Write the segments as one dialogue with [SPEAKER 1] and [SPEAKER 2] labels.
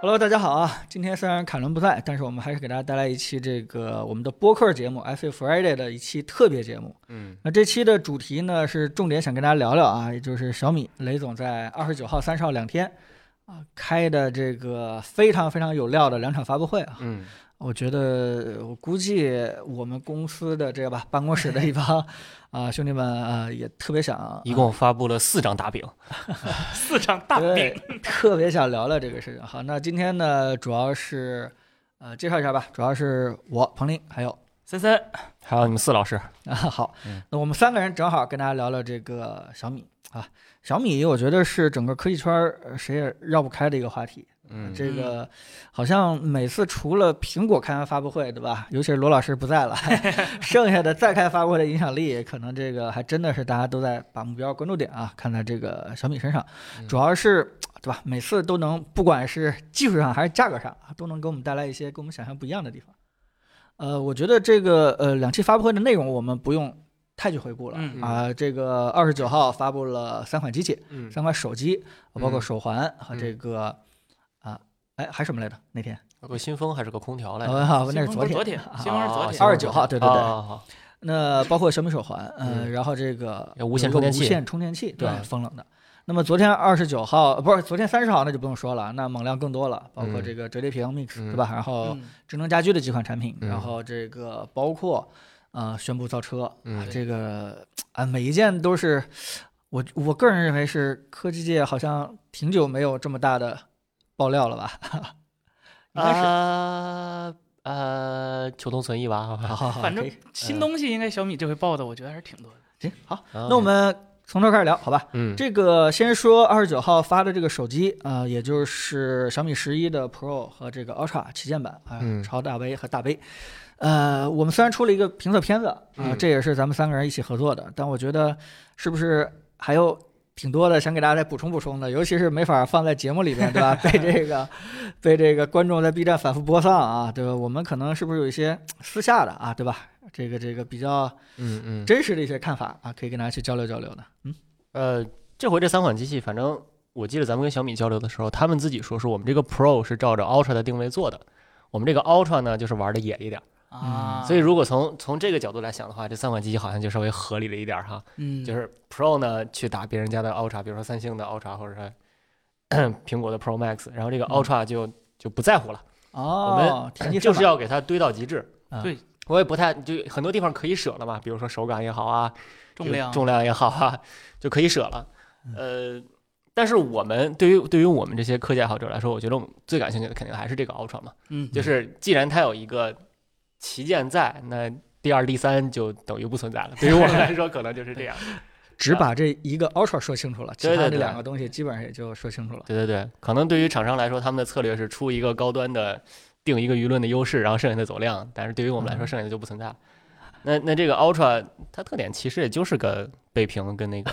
[SPEAKER 1] Hello，大家好啊！今天虽然凯伦不在，但是我们还是给大家带来一期这个我们的播客节目 f a Friday 的一期特别节目。
[SPEAKER 2] 嗯，
[SPEAKER 1] 那这期的主题呢是重点想跟大家聊聊啊，也就是小米雷总在二十九号、三十号两天啊开的这个非常非常有料的两场发布会啊。
[SPEAKER 2] 嗯，
[SPEAKER 1] 我觉得我估计我们公司的这个吧办公室的一帮啊兄弟们啊也特别想
[SPEAKER 2] 一共发布了四张大饼，
[SPEAKER 3] 四张大
[SPEAKER 1] 对，
[SPEAKER 3] 饼，
[SPEAKER 1] 特别想聊聊这个事情。好，那今天呢，主要是呃介绍一下吧，主要是我彭林还有
[SPEAKER 3] 森森，
[SPEAKER 2] 还有你们四老师，
[SPEAKER 1] 啊好
[SPEAKER 2] 嗯，
[SPEAKER 1] 那我们三个人正好跟大家聊聊这个小米啊，小米我觉得是整个科技圈儿呃谁也绕不开的一个话题。
[SPEAKER 2] 嗯
[SPEAKER 1] 这个好像每次除了苹果开完发布会，对吧？尤其是罗老师不在 了，剩下的再开发布会的影响力，可能这个还真的是大家都在把目标关注点啊看在这个小米身上，
[SPEAKER 2] 嗯
[SPEAKER 1] 主要是。对吧？每次都能，不管是技术上还是价格上啊，都能给我们带来一些跟我们想象不一样的地方。呃，我觉得这个呃两期发布会的内容我们不用太去回顾了啊、
[SPEAKER 3] 嗯
[SPEAKER 1] 这个二十九号发布了三款机器，
[SPEAKER 2] 嗯
[SPEAKER 1] 三款手机，啊包括
[SPEAKER 2] 嗯
[SPEAKER 1] 手环和
[SPEAKER 2] 嗯
[SPEAKER 1] 这个、啊，哎，还什么来着？那天
[SPEAKER 2] 个新风还是个空调来着，
[SPEAKER 1] 啊，不那是
[SPEAKER 3] 新
[SPEAKER 1] 昨
[SPEAKER 3] 闻不是
[SPEAKER 1] 天。
[SPEAKER 3] 昨天，新闻是昨
[SPEAKER 1] 啊
[SPEAKER 3] 天，
[SPEAKER 1] 29号对对对
[SPEAKER 2] 啊
[SPEAKER 1] 那包括小米手环，呃，
[SPEAKER 2] 嗯
[SPEAKER 1] 然后这个
[SPEAKER 2] 有无线
[SPEAKER 1] 有
[SPEAKER 2] 充
[SPEAKER 1] 个
[SPEAKER 2] 电
[SPEAKER 1] 无
[SPEAKER 2] 器
[SPEAKER 1] 线充电器，对
[SPEAKER 2] 对，
[SPEAKER 1] 风冷的。那么昨天二十九号，呃不是昨天三十号，那就不用说了，那猛料更多了，包括
[SPEAKER 2] 嗯
[SPEAKER 1] 这个折叠屏 Mix，、
[SPEAKER 2] 嗯
[SPEAKER 1] 对吧？然后
[SPEAKER 3] 嗯
[SPEAKER 1] 智能家居的几款产品，
[SPEAKER 2] 嗯
[SPEAKER 1] 然后这个包括呃宣布造车，啊
[SPEAKER 2] 嗯，
[SPEAKER 1] 这个啊每一件都是我我个人认为是科技界好像挺久没有这么大的爆料了吧？应该是，
[SPEAKER 2] 啊呃，求同存异吧。
[SPEAKER 1] 好好好，
[SPEAKER 3] 反
[SPEAKER 1] 可
[SPEAKER 3] 正
[SPEAKER 1] 以
[SPEAKER 3] 新东西应该小米这回报的，我觉得还是挺多的。
[SPEAKER 1] 行好，
[SPEAKER 2] 那
[SPEAKER 1] 那我们从头开始聊，好吧？
[SPEAKER 2] 啊呃嗯
[SPEAKER 1] 这个先说二十九号发的这个手机啊、呃也就是小米十一的 Pro 和这个 Ultra 旗舰版啊、
[SPEAKER 2] 嗯
[SPEAKER 1] 超大杯和大杯。呃，我们虽然出了一个评测片子啊、
[SPEAKER 2] 嗯
[SPEAKER 1] 这也是咱们三个人一起合作的，但我觉得是不是还有挺多的想给大家再补充补充的，尤其是没法放在节目里面，对 吧？被这个被这个观众在 B 站反复播放啊，对吧？我们可能是不是有一些私下的啊，对吧？这个这个比较
[SPEAKER 2] 嗯嗯，
[SPEAKER 1] 真实的一些看法啊，可以跟大家去交流交流的。嗯
[SPEAKER 2] 呃，这回这三款机器，反正我记得咱们跟小米交流的时候，他们自己说是我们这个 Pro 是照着 Ultra 的定位做的，我们这个 Ultra 呢就是玩的野一点。
[SPEAKER 1] 嗯
[SPEAKER 3] 啊，
[SPEAKER 2] 所以如果从从这个角度来想的话，这三款机器好像就稍微合理了一点儿哈。
[SPEAKER 3] 嗯，
[SPEAKER 2] 就是是 Pro 呢去打别人家的 Ultra，比如说三星的 Ultra 或者说 苹果的 Pro Max，然后这个
[SPEAKER 1] 嗯
[SPEAKER 2] Ultra 就、就不在乎了，
[SPEAKER 1] 哦，田 忌赛
[SPEAKER 2] 就
[SPEAKER 1] 马
[SPEAKER 2] 是要给它堆到极致。
[SPEAKER 1] 啊
[SPEAKER 3] 对，
[SPEAKER 2] 我也不太就很多地方可以舍了嘛，比如说手感也好啊，
[SPEAKER 3] 重量，嗯
[SPEAKER 2] 重量也好啊，就可以舍了。呃，但是我们对于对于我们这些科技爱好者来说，我觉得我们最感兴趣的肯定还是这个 Ultra 嘛，
[SPEAKER 3] 嗯，
[SPEAKER 2] 就是既然它有一个旗舰在，那第二、第三就等于不存在了。对于我们来说，可能就是这样。
[SPEAKER 1] 只把这一个 Ultra 说清楚了，其
[SPEAKER 2] 对
[SPEAKER 1] 他
[SPEAKER 2] 对
[SPEAKER 1] 这
[SPEAKER 2] 对
[SPEAKER 1] 两个东西基本上也就说清楚 了。
[SPEAKER 2] 对对对，可能对于厂商来说，他们的策略是出一个高端的，定一个舆论的优势，然后剩下的走量。但是对于我们
[SPEAKER 3] 嗯
[SPEAKER 2] 来说，剩下的就不存在了。那那这个 Ultra 它特点其实也就是个背屏跟那个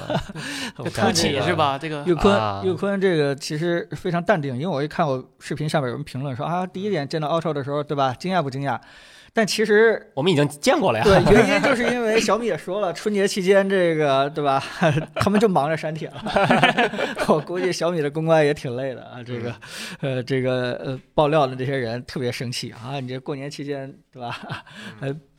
[SPEAKER 1] 我
[SPEAKER 3] 这
[SPEAKER 2] 看
[SPEAKER 3] 凸
[SPEAKER 1] 看
[SPEAKER 2] 这
[SPEAKER 3] 起
[SPEAKER 2] 个
[SPEAKER 3] 是吧？这个
[SPEAKER 1] 岳
[SPEAKER 2] 啊
[SPEAKER 1] 坤，岳坤这个其实非常淡定，因为我一看我视频下面有人评论说啊，第一眼见到 Ultra 的时候，对吧？惊讶不惊讶？但其实
[SPEAKER 2] 我们已经见过了 呀。
[SPEAKER 1] 对，原因就是因为小米也说了，春节期间这个对吧， 他们就忙着删帖了。 我估计小米的公关也挺累的啊，这个
[SPEAKER 3] 嗯
[SPEAKER 1] 呃，这个呃爆料的这些人特别生气啊，你这过年期间对 吧？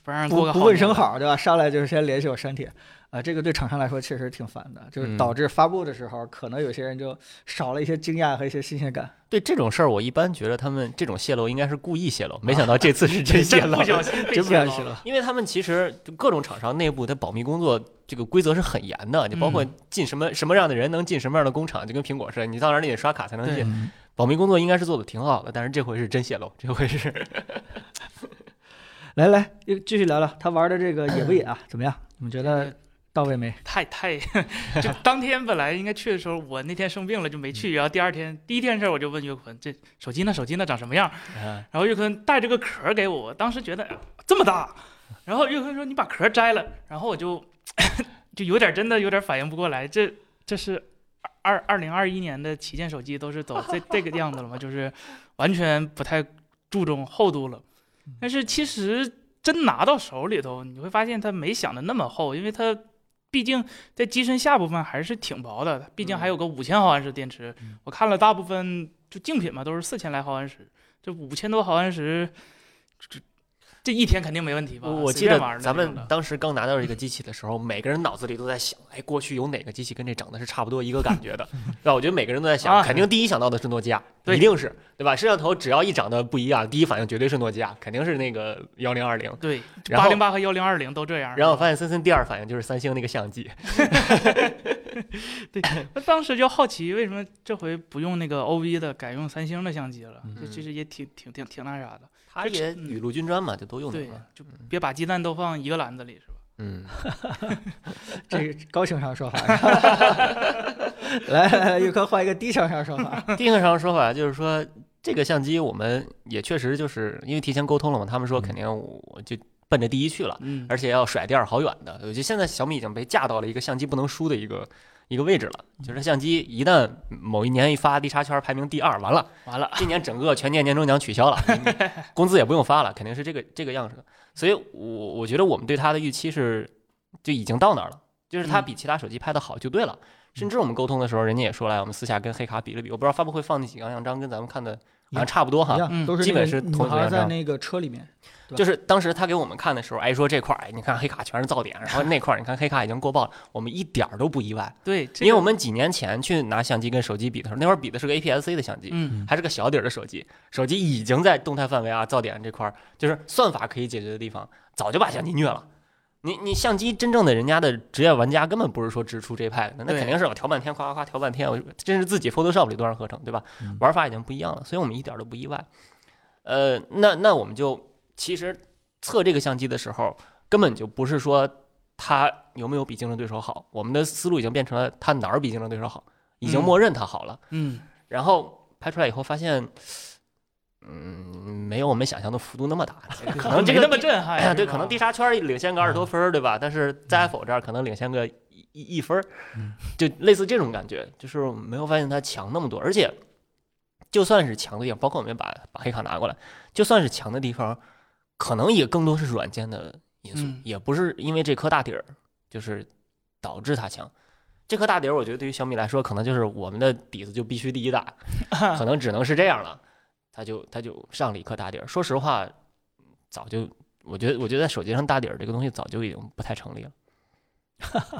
[SPEAKER 3] 不让人过
[SPEAKER 1] 不
[SPEAKER 3] 个
[SPEAKER 1] 不
[SPEAKER 3] 好
[SPEAKER 1] 问
[SPEAKER 3] 年
[SPEAKER 1] 声，好，对吧？上来就是先联系我删帖，啊、这个对厂商来说确实挺烦的，就是
[SPEAKER 2] 嗯
[SPEAKER 1] 导致发布的时候，可能有些人就少了一些惊讶和一些新鲜感。
[SPEAKER 2] 对这种事儿，我一般觉得他们这种泄露应该是故意泄露，没想到这次 是真泄
[SPEAKER 3] 真
[SPEAKER 2] 露
[SPEAKER 3] 啊不。小心被
[SPEAKER 1] 真不
[SPEAKER 3] 泄
[SPEAKER 1] 小心
[SPEAKER 3] 露
[SPEAKER 1] 了
[SPEAKER 3] 了。
[SPEAKER 2] 因为他们其实就各种厂商内部的保密工作这个规则是很严的，就包括
[SPEAKER 3] 嗯
[SPEAKER 2] 进什么什么样的人能进什么样的工厂，就跟苹果似的，你到那儿你得刷卡才能
[SPEAKER 3] 对
[SPEAKER 2] 进。
[SPEAKER 1] 嗯
[SPEAKER 2] 保密工作应该是做的挺好的，但是这回是真泄露，这回是
[SPEAKER 1] 来来，又继续聊聊他玩的这个野不 野啊？怎么样？你们觉得到位没？
[SPEAKER 3] 太太， 就当天本来应该去的时候，我那天生病了就没
[SPEAKER 1] 嗯
[SPEAKER 3] 去，然后第二天第一件事我就问岳坤，这手机呢？手机呢？长什么样？
[SPEAKER 2] 嗯
[SPEAKER 3] 然后岳坤带着个壳儿给我，我当时觉得哎这么大，然后岳坤说你把壳儿摘了，然后我就 就有点真的有点反应不过来，这这是二二零二一年的旗舰手机都是走这这个样子了吗？就是完全不太注重厚度了，但是其实真拿到手里头，你会发现它没想的那么厚，因为它。毕竟在机身下部分还是挺薄的，毕竟还有个五千毫安时电池。我看了大部分就竞品嘛，都是四千来毫安时，这五千多毫安时，这这一天肯定没问题吧？
[SPEAKER 2] 我我
[SPEAKER 3] 随
[SPEAKER 2] 记
[SPEAKER 3] 便玩儿
[SPEAKER 2] 得
[SPEAKER 3] 的
[SPEAKER 2] 咱
[SPEAKER 3] 那
[SPEAKER 2] 们
[SPEAKER 3] 种的
[SPEAKER 2] 当时刚拿到这个机器的时候，每个人脑子里都在想，哎，过去有哪个机器跟这长得是差不多一个感觉 的？对吧？我觉得每个人都在想，
[SPEAKER 3] 啊
[SPEAKER 2] 肯定第一想到的是诺基亚，
[SPEAKER 3] 对
[SPEAKER 2] 一定是对吧？摄像头只要一长得不一样，第一反应绝对是诺基亚，肯定是那个幺零二零。
[SPEAKER 3] 对
[SPEAKER 2] 然
[SPEAKER 3] 八
[SPEAKER 2] 后
[SPEAKER 3] 零八和幺零二零都这样。
[SPEAKER 2] 然后我发现森森第二反应就是三星那个相机，
[SPEAKER 3] 我当时就好奇，为什么这回不用那个 OV 的，改用三星的相机了？这
[SPEAKER 2] 嗯
[SPEAKER 3] 其实也挺挺挺挺那啥的。
[SPEAKER 2] 它也雨露均沾嘛，就都用
[SPEAKER 3] 对
[SPEAKER 2] 上 了。，
[SPEAKER 3] 就别把鸡蛋都放一个篮子里，是吧？
[SPEAKER 2] 嗯，
[SPEAKER 1] 这个高情商说法。 来来来，宇科换一个低情商说法。
[SPEAKER 2] 第一个上说法就是说，这个相机我们也确实就是因为提前沟通了嘛，他们说肯定我就奔着第一去了。
[SPEAKER 3] 嗯
[SPEAKER 2] 而且要甩第二好远的。我觉得现在小米已经被架到了一个相机不能输的一个一个位置了，就是它相机一旦某一年一发 D 叉圈排名第二，完了，
[SPEAKER 3] 完了，
[SPEAKER 2] 今年整个全年年终奖取消了，你你工资也不用发了，肯定是这个这个样式的。所以我，我觉得我们对它的预期是就已经到那儿了，就是它
[SPEAKER 3] 嗯
[SPEAKER 2] 比其他手机拍的好就对了。甚至我们沟通的时候，人家也说了，我们私下跟黑卡比了比，我不知道发布会放那几张样张跟咱们看的好像差不多哈
[SPEAKER 1] 一，样，
[SPEAKER 3] 嗯
[SPEAKER 1] 都是
[SPEAKER 2] 基
[SPEAKER 1] 那个
[SPEAKER 2] 本是
[SPEAKER 1] 女
[SPEAKER 2] 同学
[SPEAKER 1] 孩在
[SPEAKER 2] 生
[SPEAKER 1] 那个车里面。吧
[SPEAKER 2] 就是当时他给我们看的时候，哎，说这块儿，哎，你看黑卡全是噪点，然后那块儿你看黑卡已经过曝了，我们一点儿都不意外，
[SPEAKER 3] 对，这
[SPEAKER 2] 因为
[SPEAKER 3] 个
[SPEAKER 2] 我们几年前去拿相机跟手机比的时候，那会儿比的是个 APS-C 的相机，
[SPEAKER 3] 嗯
[SPEAKER 2] 还是个小底儿的手机，手机已经在动态范围啊、噪点这块儿，就是算法可以解决的地方，早就把相机虐了。你你相机真正的人家的职业玩家根本不是说只出这派的，那那
[SPEAKER 3] 对
[SPEAKER 2] 肯定是我调半天，夸夸夸调半天，我真是自己 Photoshop 里多少合成，对吧
[SPEAKER 1] 嗯？
[SPEAKER 2] 玩法已经不一样了，所以我们一点都不意外。呃，那那我们就其实测这个相机的时候，根本就不是说它有没有比竞争对手好，我们的思路已经变成了它哪儿比竞争对手好，已经
[SPEAKER 3] 嗯
[SPEAKER 2] 默认它好了。
[SPEAKER 3] 嗯，
[SPEAKER 2] 然后拍出来以后发现，嗯，没有我们想象的幅度那么大，可能这
[SPEAKER 3] 哎
[SPEAKER 2] 个
[SPEAKER 3] 没那么
[SPEAKER 2] 地哎
[SPEAKER 3] 震撼。是
[SPEAKER 2] 对，
[SPEAKER 3] 吧嗯
[SPEAKER 2] 可能地沙圈儿领先个二十多分儿，对吧？但是在 Apple 这儿可能领先个一一一分儿
[SPEAKER 1] 嗯，
[SPEAKER 2] 就类似这种感觉，就是没有发现它强那么多，而且就算是强的地方，包括我们把把黑卡拿过来，就算是强的地方，可能也更多是软件的因素
[SPEAKER 3] 嗯，
[SPEAKER 2] 也不是因为这颗大底儿就是导致它强。这颗大底儿，我觉得对于小米来说，可能就是我们的底子就必须第一大， 可能只能是这样了。他就他就上了一颗大底儿。说实话，早就我觉得，我觉得在手机上大底儿这个东西早就已经不 太成立了。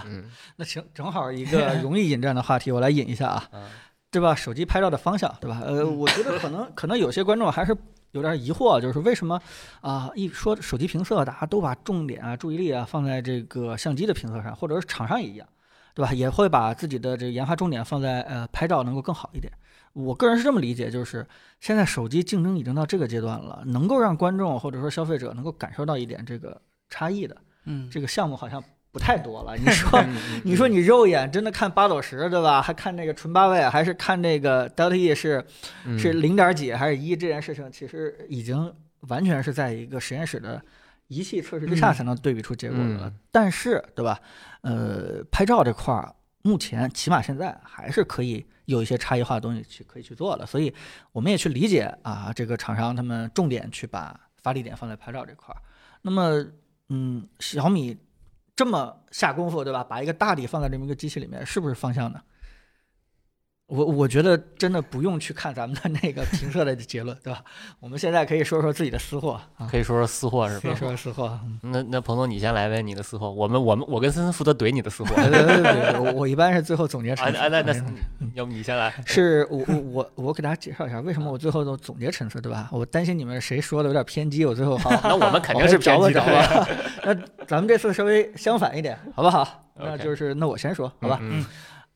[SPEAKER 2] 嗯
[SPEAKER 1] 那行，正好一个容易引战的话题，我来引一下啊，
[SPEAKER 2] 啊
[SPEAKER 1] 对吧？手机拍照的方向，对吧？呃，
[SPEAKER 3] 嗯
[SPEAKER 1] 我觉得可能可能有些观众还是有点疑惑，就是为什么啊、一说手机评测，大家都把重点啊、注意力啊放在这个相机的评测上，或者是厂商也一样，对吧？也会把自己的这个研发重点放在呃拍照能够更好一点。我个人是这么理解，就是现在手机竞争已经到这个阶段了，能够让观众或者说消费者能够感受到一点这个差异的
[SPEAKER 3] 嗯，
[SPEAKER 1] 这个项目好像不太多了。你 说
[SPEAKER 2] 嗯嗯
[SPEAKER 1] 你说你肉眼真的看八斗十对吧？还看那个纯八位，还是看那个 Delta E 是
[SPEAKER 2] 嗯
[SPEAKER 1] 是零点几还是一？这件事情其实已经完全是在一个实验室的仪器测试之下
[SPEAKER 3] 嗯
[SPEAKER 1] 才能对比出结果的了。
[SPEAKER 2] 嗯
[SPEAKER 1] 但是对吧？呃，拍照这块儿，目前起码现在还是可以有一些差异化的东西去可以去做的，所以我们也去理解啊，这个厂商他们重点去把发力点放在拍照这块儿。那么，嗯，小米这么下功夫，对吧？把一个大底放在这么一个机器里面，是不是方向呢？我我觉得真的不用去看咱们的那个评测的结论，对吧？我们现在可以说说自己的私货啊，
[SPEAKER 2] 可以说说私货是
[SPEAKER 1] 可以
[SPEAKER 2] 吧？
[SPEAKER 1] 说说私货。嗯
[SPEAKER 2] 那那彭总你先来呗，你的私货。我们我们我跟森森负责怼你的私货。
[SPEAKER 1] 别
[SPEAKER 2] 啊
[SPEAKER 1] 别别别我我一般是最后总结
[SPEAKER 2] 啊
[SPEAKER 1] 陈词。
[SPEAKER 2] 那那要不你先来？
[SPEAKER 1] 是我我我我给大家介绍一下，为什么我最后都总结陈词，对吧？我担心你们谁说的有点偏激，我最后好
[SPEAKER 2] 那我们 肯定是
[SPEAKER 1] 往
[SPEAKER 2] 偏
[SPEAKER 1] 回
[SPEAKER 2] 激
[SPEAKER 1] 找吧
[SPEAKER 2] 的。
[SPEAKER 1] 找吧。 那咱们这次稍微相反一点，好不好？那
[SPEAKER 2] OK
[SPEAKER 1] 就是那我先说，好吧？
[SPEAKER 2] 嗯，嗯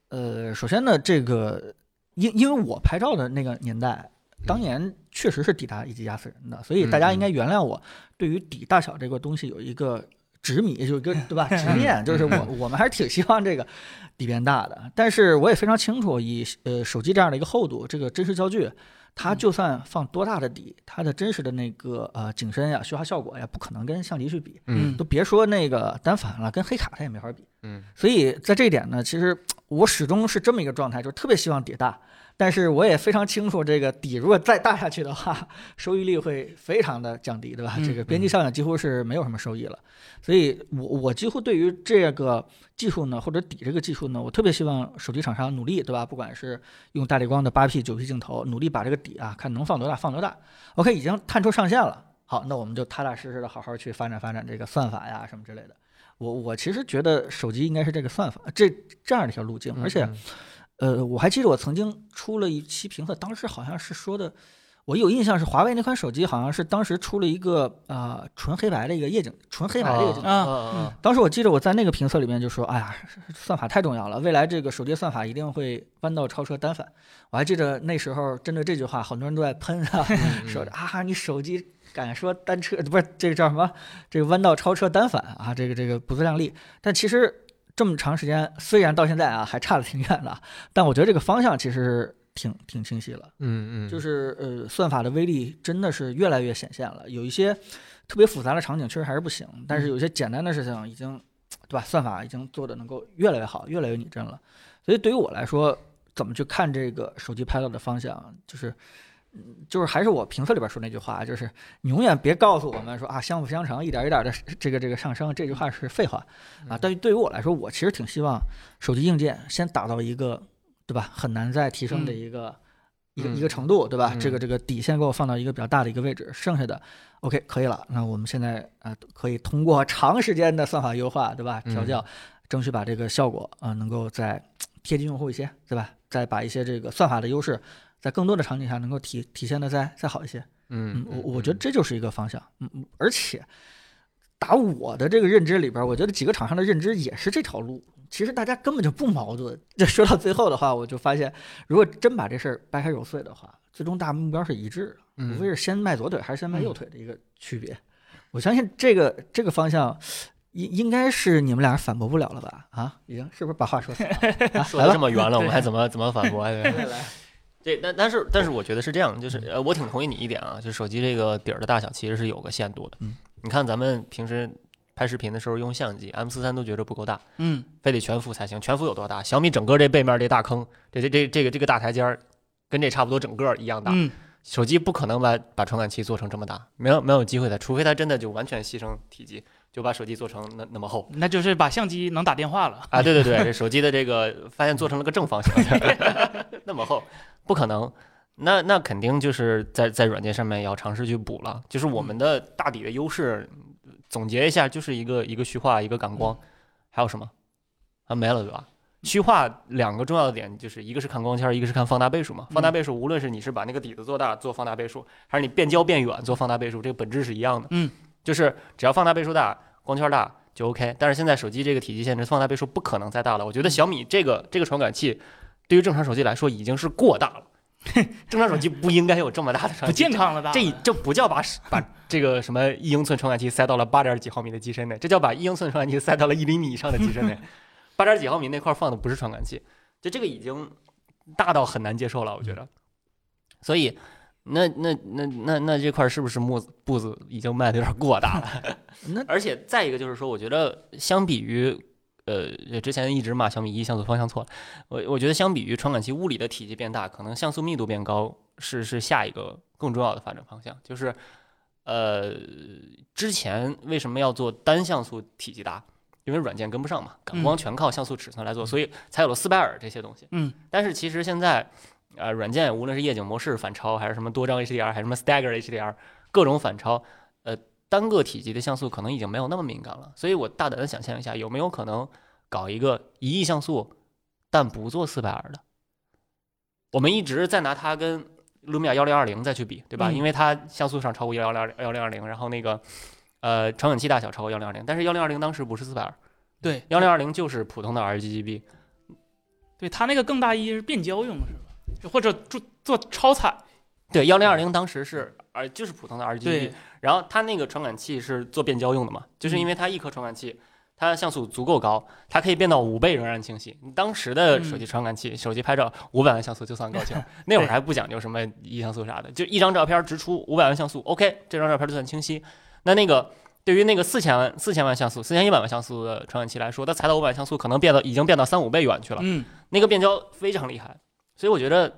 [SPEAKER 1] 呃，首先呢，这个因因为我拍照的那个年代，当年确实是底大一级压死人的，所以大家应该原谅我对于底大小这个东西有一个执迷，有一个对吧执念，就是我我们还是挺希望这个底变大的，但是我也非常清楚，以呃手机这样的一个厚度，这个真实焦距。它就算放多大的底，它的真实的那个呃景深呀、虚化效果呀，不可能跟相机去比，
[SPEAKER 2] 嗯
[SPEAKER 1] 都别说那个单反了，跟黑卡它也没法比。
[SPEAKER 2] 嗯
[SPEAKER 1] 所以在这一点呢，其实我始终是这么一个状态，就是特别希望底大，但是我也非常清楚，这个底如果再大下去的话， 收益率会非常的降低，对吧？
[SPEAKER 3] 嗯
[SPEAKER 1] 这个边际效应几乎是没有什么收益了。所以我我几乎对于这个技术呢，或者底这个技术呢，我特别希望手机厂商努力，对吧？不管是用大力光的八 P、九 P 镜头，努力把这个底啊，看能放多大放多大。OK，已经探出上限了，好，那我们就踏踏实实的好好去发展发展这个算法呀什么之类的。我我其实觉得手机应该是这个算法这这样的一条路径，
[SPEAKER 2] 嗯
[SPEAKER 1] 而且。呃，我还记得我曾经出了一期评测，当时好像是说的，我有印象是华为那款手机好像是当时出了一个啊、呃纯黑白的一个夜景，纯黑白的一个镜头。
[SPEAKER 2] 哦
[SPEAKER 3] 啊嗯
[SPEAKER 1] 当时我记得我在那个评测里面就说，哎呀，算法太重要了，未来这个手机算法一定会弯道超车单反。我还记得那时候针对这句话，好多人都在喷啊，
[SPEAKER 2] 嗯
[SPEAKER 1] 说啊，你手机敢说单车不是这个叫什么？这个弯道超车单反啊，这个这个不自量力。但其实这么长时间，虽然到现在啊还差得挺远的，但我觉得这个方向其实挺挺清晰了。
[SPEAKER 2] 嗯嗯，
[SPEAKER 1] 就是是呃，算法的威力真的是越来越显现了。有一些特别复杂的场景确实还是不行，但是有一些简单的事情已经，对吧？算法已经做的能够越来越好，越来越拟真了。所以对于我来说，怎么去看这个手机拍到的方向，就是。嗯就是还是我评测里边说那句话，就是你永远别告诉我们说啊相辅相成，一点一点的这个这个上升，这句话是废话啊。但是对于我来说，我其实挺希望手机硬件先打到一个对吧很难再提升的一个、一个一个
[SPEAKER 2] 嗯
[SPEAKER 1] 程度，对吧？这
[SPEAKER 2] 嗯
[SPEAKER 1] 个这个底线给我放到一个比较大的一个位置，剩下的 OK 可以了。那我们现在啊、呃可以通过长时间的算法优化，对吧？调
[SPEAKER 2] 嗯
[SPEAKER 1] 教，争取把这个效果啊、呃能够再贴近用户一些，对吧？再把一些这个算法的优势，在更多的场景下能够体体现的再再好一些。
[SPEAKER 2] 嗯
[SPEAKER 1] 嗯，，我我觉得这就是一个方向。嗯，嗯而且打我的这个认知里边儿，我觉得几个厂商的认知也是这条路。其实大家根本就不矛盾。 这说到最后的话，我就发现，如果真把这事儿掰开揉碎的话，最终大目标是一致的，
[SPEAKER 2] 嗯
[SPEAKER 1] 无非是先迈左腿还是先迈右腿的一个区别。我相信这个这个方向。应应该是你们俩反驳不了了吧？啊，已经是不是把话 说死了？啊
[SPEAKER 2] 说
[SPEAKER 1] 来
[SPEAKER 2] 的这
[SPEAKER 1] 吧，
[SPEAKER 2] 么圆了，我们
[SPEAKER 3] 对
[SPEAKER 2] 还怎么怎么反驳？啊对吧
[SPEAKER 1] 来来
[SPEAKER 2] 对，但但是但是我觉得是这样，就是呃，我挺同意你一点啊，就手机这个底儿的大小其实是有个限度的。
[SPEAKER 1] 嗯，
[SPEAKER 2] 你看咱们平时拍视频的时候用相机，M 四三都觉得不够大，
[SPEAKER 3] 嗯，
[SPEAKER 2] 非得全幅才行。全幅有多大？小米整个这背面这大坑，这这这这个这个大台阶儿，跟这差不多整个儿一样大。
[SPEAKER 3] 嗯，
[SPEAKER 2] 手机不可能把把传感器做成这么大，没有没有机会的，除非它真的就完全牺牲体积，就把手机做成那那么厚。
[SPEAKER 3] 那就是把相机能打电话了。
[SPEAKER 2] 啊，对对对，这手机的这个发现做成了个正方形， 那么厚，不可能。那那肯定就是在在软件上面要尝试去补了。就是我们的大底的优势，总结一下，就是一个一个虚化，一个感光，还有什么？啊，没了对吧？虚化两个重要的点就是一个是看光圈，一个是看放大倍数嘛。放大倍数，无论是你是把那个底子做大做放大倍数，还是你变焦变远做放大倍数，这个本质是一样的。
[SPEAKER 3] 嗯，
[SPEAKER 2] 就是只要放大倍数大，光圈大就 OK。但是现在手机这个体积限制，放大倍数不可能再大了。我
[SPEAKER 3] 嗯
[SPEAKER 2] 觉得小米这个这个传感器，对于正常手机来说已经是过 大了。正常手机不应该有这么大的传
[SPEAKER 3] 不
[SPEAKER 2] 感器，
[SPEAKER 3] 健康了吧？
[SPEAKER 2] 这这不叫把把这个什么一英寸传感器塞到了八点几毫米的机身内，这叫把一英寸传感器塞到了一厘米以上的机 身内。八点几毫米那块放的不是传感器，就这个已经大到很难接受了，我觉
[SPEAKER 3] 嗯
[SPEAKER 2] 得。所以，那那那那那这块是不是木子步子已经迈的有点过大了？
[SPEAKER 1] 那
[SPEAKER 2] 而且再一个就是说，我觉得相比于。呃，之前一直骂小米一像素方向错了，我我觉得相比于传感器物理的体积变大，可能像素密度变高是是下一个更重要的发展方向，就是呃，之前为什么要做单像素体积大？因为软件跟不上嘛，感光全靠像素尺寸来做，所以才有了四百尔这些东西。
[SPEAKER 3] 嗯，
[SPEAKER 2] 但是其实现在，呃，软件无论是夜景模式反超，还是什么多张 HDR，还是什么 Stagger HDR，各种反超，呃，单个体积的像素可能已经没有那么敏感了。所以我大胆的想象一下，有没有可能搞一个一亿像素，但不做四百尔的？我们一直在拿它跟卢米亚幺零二零再去比，对吧？
[SPEAKER 3] 嗯
[SPEAKER 2] 因为它像素上超过幺零二幺零二零，然后那个呃传感器大小超过幺零二零，但是幺零二零当时不是四百二，
[SPEAKER 3] 对
[SPEAKER 2] 幺零二零就是普通的 RGB，
[SPEAKER 3] 对，它那个更大一是变焦用是吧？就或者做做超彩，
[SPEAKER 2] 对，幺零二零当时是呃就是普通的 RGB，
[SPEAKER 3] 对，
[SPEAKER 2] 然后它那个传感器是做变焦用的嘛，就是因为它一颗传感器。它像素足够高，它可以变到五倍仍然清晰。当时的手机传感器，手机拍照五百万像素就算高清，那会儿还不讲究什么一像素啥的，就一张照片直出五百万像素，OK，这张照片就算清晰。那那个对于那个四千万四千万像素、四千一百万像素的传感器来说，它才到五百像素，可能变到已经变到三五倍远去了。
[SPEAKER 3] 嗯，
[SPEAKER 2] 那个变焦非常厉害，所以我觉得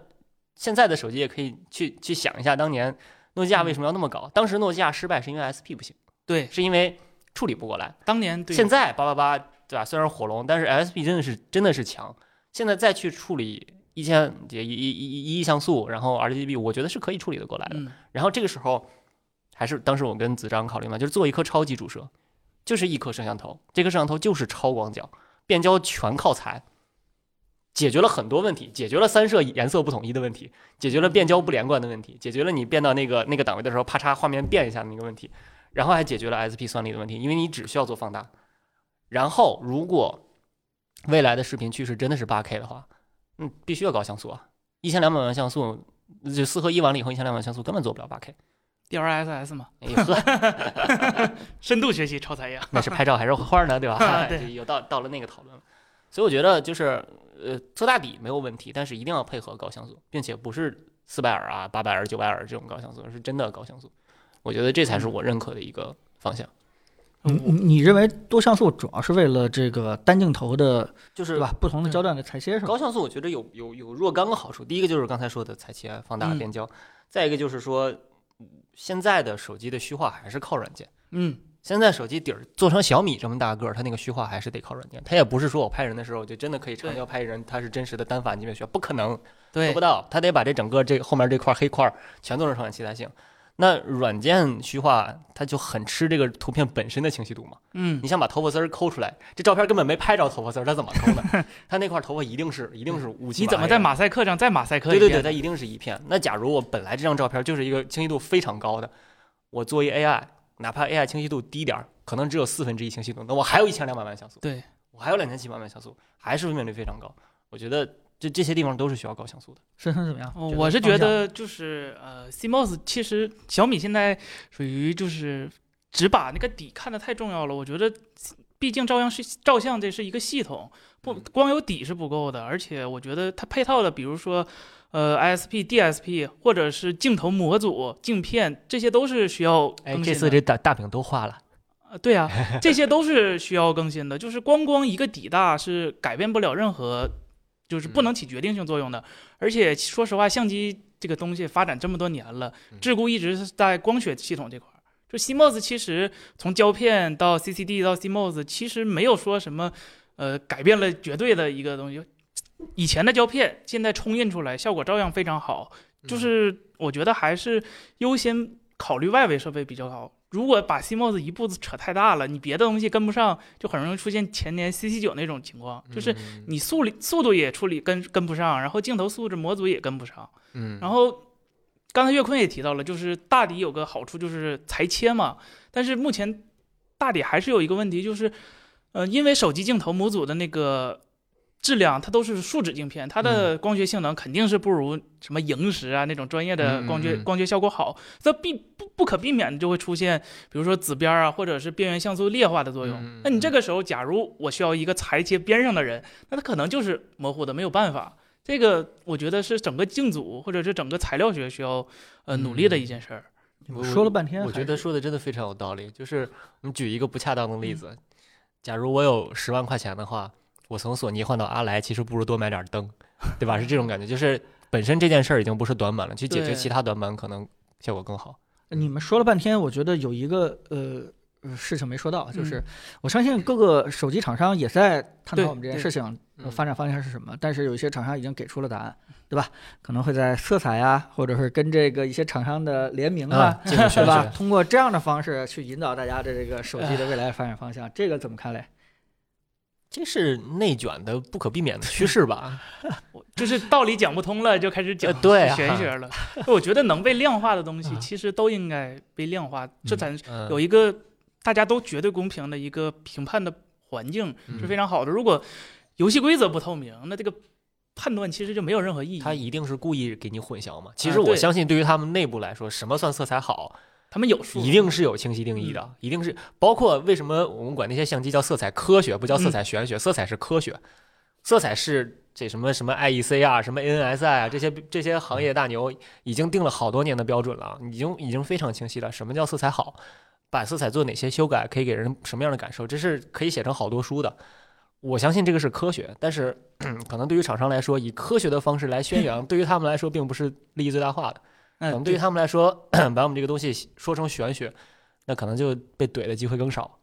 [SPEAKER 2] 现在的手机也可以去去想一下，当年诺基亚为什么要那么搞？当时诺基亚失败是因为 SP 不行，
[SPEAKER 3] 对，
[SPEAKER 2] 是因为处理不过来。
[SPEAKER 3] 当年对
[SPEAKER 2] 现在八八八对吧？虽然火龙，但是 SP 真的是真的是强。现在再去处理一千也一一一一亿像素，然后 RGB，我觉得是可以处理的过来的。
[SPEAKER 3] 嗯
[SPEAKER 2] 然后这个时候，还是当时我跟子章考虑嘛，就是做一颗超级主摄，就是一颗摄像头，这颗摄像头就是超广角，变焦全靠裁，解决了很多问题，解决了三摄颜色不统一的问题，解决了变焦不连贯的问题，解决了你变到那个那个档位的时候，啪嚓画面变一下的那个问题，然后还解决了 SP 算力的问题，因为你只需要做放大。然后如果未来的视频趋势真的是 8K 的话，嗯，必须要高像素啊，一千两百万像素就四合一完了以后，一千两百像素根本做不了八 K。
[SPEAKER 3] ，DLSS 嘛，
[SPEAKER 2] 你喝
[SPEAKER 3] 深度学习超采样，
[SPEAKER 2] 那是拍照还是画画呢， 对吧？
[SPEAKER 3] 啊
[SPEAKER 2] 哎
[SPEAKER 3] 对
[SPEAKER 2] 就有到到了那个讨论了。所以我觉得就是呃，做大底没有问题，但是一定要配合高像素，并且不是四百尔啊、八百尔、九百尔这种高像素，而是真的高像素。我觉得这才是我认可的一个方向，
[SPEAKER 1] 你你你认为多像素主要是为了这个单镜头的，
[SPEAKER 2] 就
[SPEAKER 1] 对
[SPEAKER 2] 是
[SPEAKER 1] 吧？不同的焦段的裁切是吧？
[SPEAKER 2] 高像素，我觉得有有有若干个好处。第一个就是刚才说的裁切、放大、
[SPEAKER 3] 嗯
[SPEAKER 2] 变焦；再一个就是说，现在的手机的虚化还是靠软件。
[SPEAKER 3] 嗯，
[SPEAKER 2] 现在手机底儿做成小米这么大个儿，它那个虚化还是得靠软件。它也不是说我拍人的时候就真的可以长焦拍人，它是真实的单反级别学，不可能做
[SPEAKER 3] 对
[SPEAKER 2] 不，到。它得把这整个这后面这块黑块儿全做成长远期待性。那软件虚化，它就很吃这个图片本身的清晰度嘛。
[SPEAKER 3] 嗯
[SPEAKER 2] 你想把头发丝儿抠出来，这照片根本没拍着头发丝儿，它怎么抠 的？它那块头发一定是一定是乌漆
[SPEAKER 3] 你
[SPEAKER 2] 嘛黑的。
[SPEAKER 3] 怎么在马赛克上再马赛克
[SPEAKER 2] 对
[SPEAKER 3] 一
[SPEAKER 2] 对对，
[SPEAKER 3] 遍？
[SPEAKER 2] 它一定是一片。那假如我本来这张照片就是一个清晰度非常高的，我做一 AI，哪怕 AI 清晰度低点儿，可能只有四分之一清晰度，那我还有一千两百万像素，
[SPEAKER 3] 对
[SPEAKER 2] 我还有两千七百万像素，还是分辨率非常高。我觉得这这些地方都是需要高像素的。
[SPEAKER 1] 深深怎么样？
[SPEAKER 3] 哦
[SPEAKER 2] 这
[SPEAKER 3] 我
[SPEAKER 2] 个
[SPEAKER 3] 是
[SPEAKER 2] 方
[SPEAKER 3] 觉
[SPEAKER 2] 向
[SPEAKER 3] 得就是呃，CMOS 其实小米现在属于就是只把那个底看得太重要了。我觉得，毕竟照相是照相这是一个系统，不
[SPEAKER 2] 嗯
[SPEAKER 3] 光有底是不够的，而且我觉得它配套的，比如说呃 ISP、DSP 或者是镜头模组、镜片，这些都是需要
[SPEAKER 2] 哎，
[SPEAKER 3] 更
[SPEAKER 2] 这
[SPEAKER 3] 新
[SPEAKER 2] 次
[SPEAKER 3] 的。
[SPEAKER 2] 这大大饼都画了，
[SPEAKER 3] 呃对啊，这些都是需要更新的。就是光光一个底大是改变不了任何，就是不
[SPEAKER 2] 嗯
[SPEAKER 3] 能起决定性作用的。而且说实话，相机这个东西发展这么多年了
[SPEAKER 2] 嗯，
[SPEAKER 3] 桎梏一直是在光学系统这块儿。就 CMOS 其实从胶片到 CCD 到 CMOS，其实没有说什么，呃，改变了绝对的一个东西。以前的胶片现在冲印出来效果照样非常好，
[SPEAKER 2] 嗯
[SPEAKER 3] 就是我觉得还是优先考虑外围设备比较好。如果把 CMOS 一步子扯太大了，你别的东西跟不上，就很容易出现前年 CC 九那种情况，就是
[SPEAKER 2] 嗯
[SPEAKER 3] 你速率速度也处理跟跟不上，然后镜头素质模组也跟不上。
[SPEAKER 2] 嗯，
[SPEAKER 3] 然后刚才岳坤也提到了，就是大底有个好处就是裁切嘛，但是目前大底还是有一个问题，就是呃，因为手机镜头模组的那个质量，它都是树脂镜片，它的
[SPEAKER 2] 嗯
[SPEAKER 3] 光学性能肯定是不如什么萤石啊那种专业的
[SPEAKER 2] 嗯嗯
[SPEAKER 3] 光学、
[SPEAKER 2] 嗯
[SPEAKER 3] 光学效果好，这避不不可避免的就会出现，比如说紫边啊，或者是边缘像素劣化的作用。
[SPEAKER 2] 嗯嗯
[SPEAKER 3] 那你
[SPEAKER 2] 嗯
[SPEAKER 3] 这个时候，假如我需要一个裁切边上的人，那他可能就是模糊的，没有办法。这个我觉得是整个镜组或者是整个材料学需要呃努力的
[SPEAKER 2] 嗯
[SPEAKER 3] 一件事儿。
[SPEAKER 2] 我
[SPEAKER 1] 说了半天，
[SPEAKER 2] 我觉得说的真的非常有道理。就是我们举一个不恰当的例子，假如我有十万块钱的话，我从索尼换到阿莱，其实不如多买点灯，对吧？是这种感觉，就是本身这件事儿已经不是短板了，去解决
[SPEAKER 3] 对
[SPEAKER 2] 其他短板可能效果更好。
[SPEAKER 1] 呃你们说了半天，我觉得有一个呃呃事情没说到，就是、我相信各个手机厂商也在探
[SPEAKER 3] 对
[SPEAKER 1] 讨我们这件
[SPEAKER 3] 对
[SPEAKER 1] 事情呃
[SPEAKER 2] 嗯
[SPEAKER 1] 发展方向是什么，但是有一些厂商已经给出了答案，对吧？可能会在色彩啊，或者是跟这个一些厂商的联名啊，，
[SPEAKER 2] 这个
[SPEAKER 1] 对
[SPEAKER 2] 学
[SPEAKER 1] 吧
[SPEAKER 2] 学？，
[SPEAKER 1] 通过这样的方式去引导大家的这个手机的未来发展方向，这个怎么看嘞？
[SPEAKER 2] 这是内卷的不可避免的趋势吧？
[SPEAKER 3] 我就是道理讲不通了，就开始讲
[SPEAKER 2] 呃对啊
[SPEAKER 3] 玄学了。我觉得能被量化的东西
[SPEAKER 2] 啊，
[SPEAKER 3] 其实都应该被量化，这才
[SPEAKER 2] 嗯，
[SPEAKER 3] 有一个大家都绝对公平的一个评判的环境
[SPEAKER 2] 嗯
[SPEAKER 3] 是非常好的。如果游戏规则不透明，那这个判断其实就没有任何意义。
[SPEAKER 2] 他
[SPEAKER 3] 他
[SPEAKER 2] 一定是故意给你混淆嘛？其实
[SPEAKER 3] 啊
[SPEAKER 2] 我
[SPEAKER 3] 对
[SPEAKER 2] 相信，对于他们内部来说，什么算色彩好，
[SPEAKER 3] 他们有数，
[SPEAKER 2] 一定是有清晰定义的，一定是包括为什么我们管那些相机叫色彩科学，不叫色彩玄学？色彩是科学，色彩是这什么什么 IEC 啊，什么 NSI 啊，这些这些行业大牛已经定了好多年的标准了，已经已经非常清晰了。什么叫色彩好？把色彩做哪些修改，可以给人什么样的感受？这是可以写成好多书的。我相信这个是科学，但是 可能对于厂商来说，以科学的方式来宣扬，对于他们来说并不是利益最大化的。可能
[SPEAKER 3] 嗯，
[SPEAKER 2] 对于他们来说，把我们这个东西说成玄学，那可能就被怼的机会更少。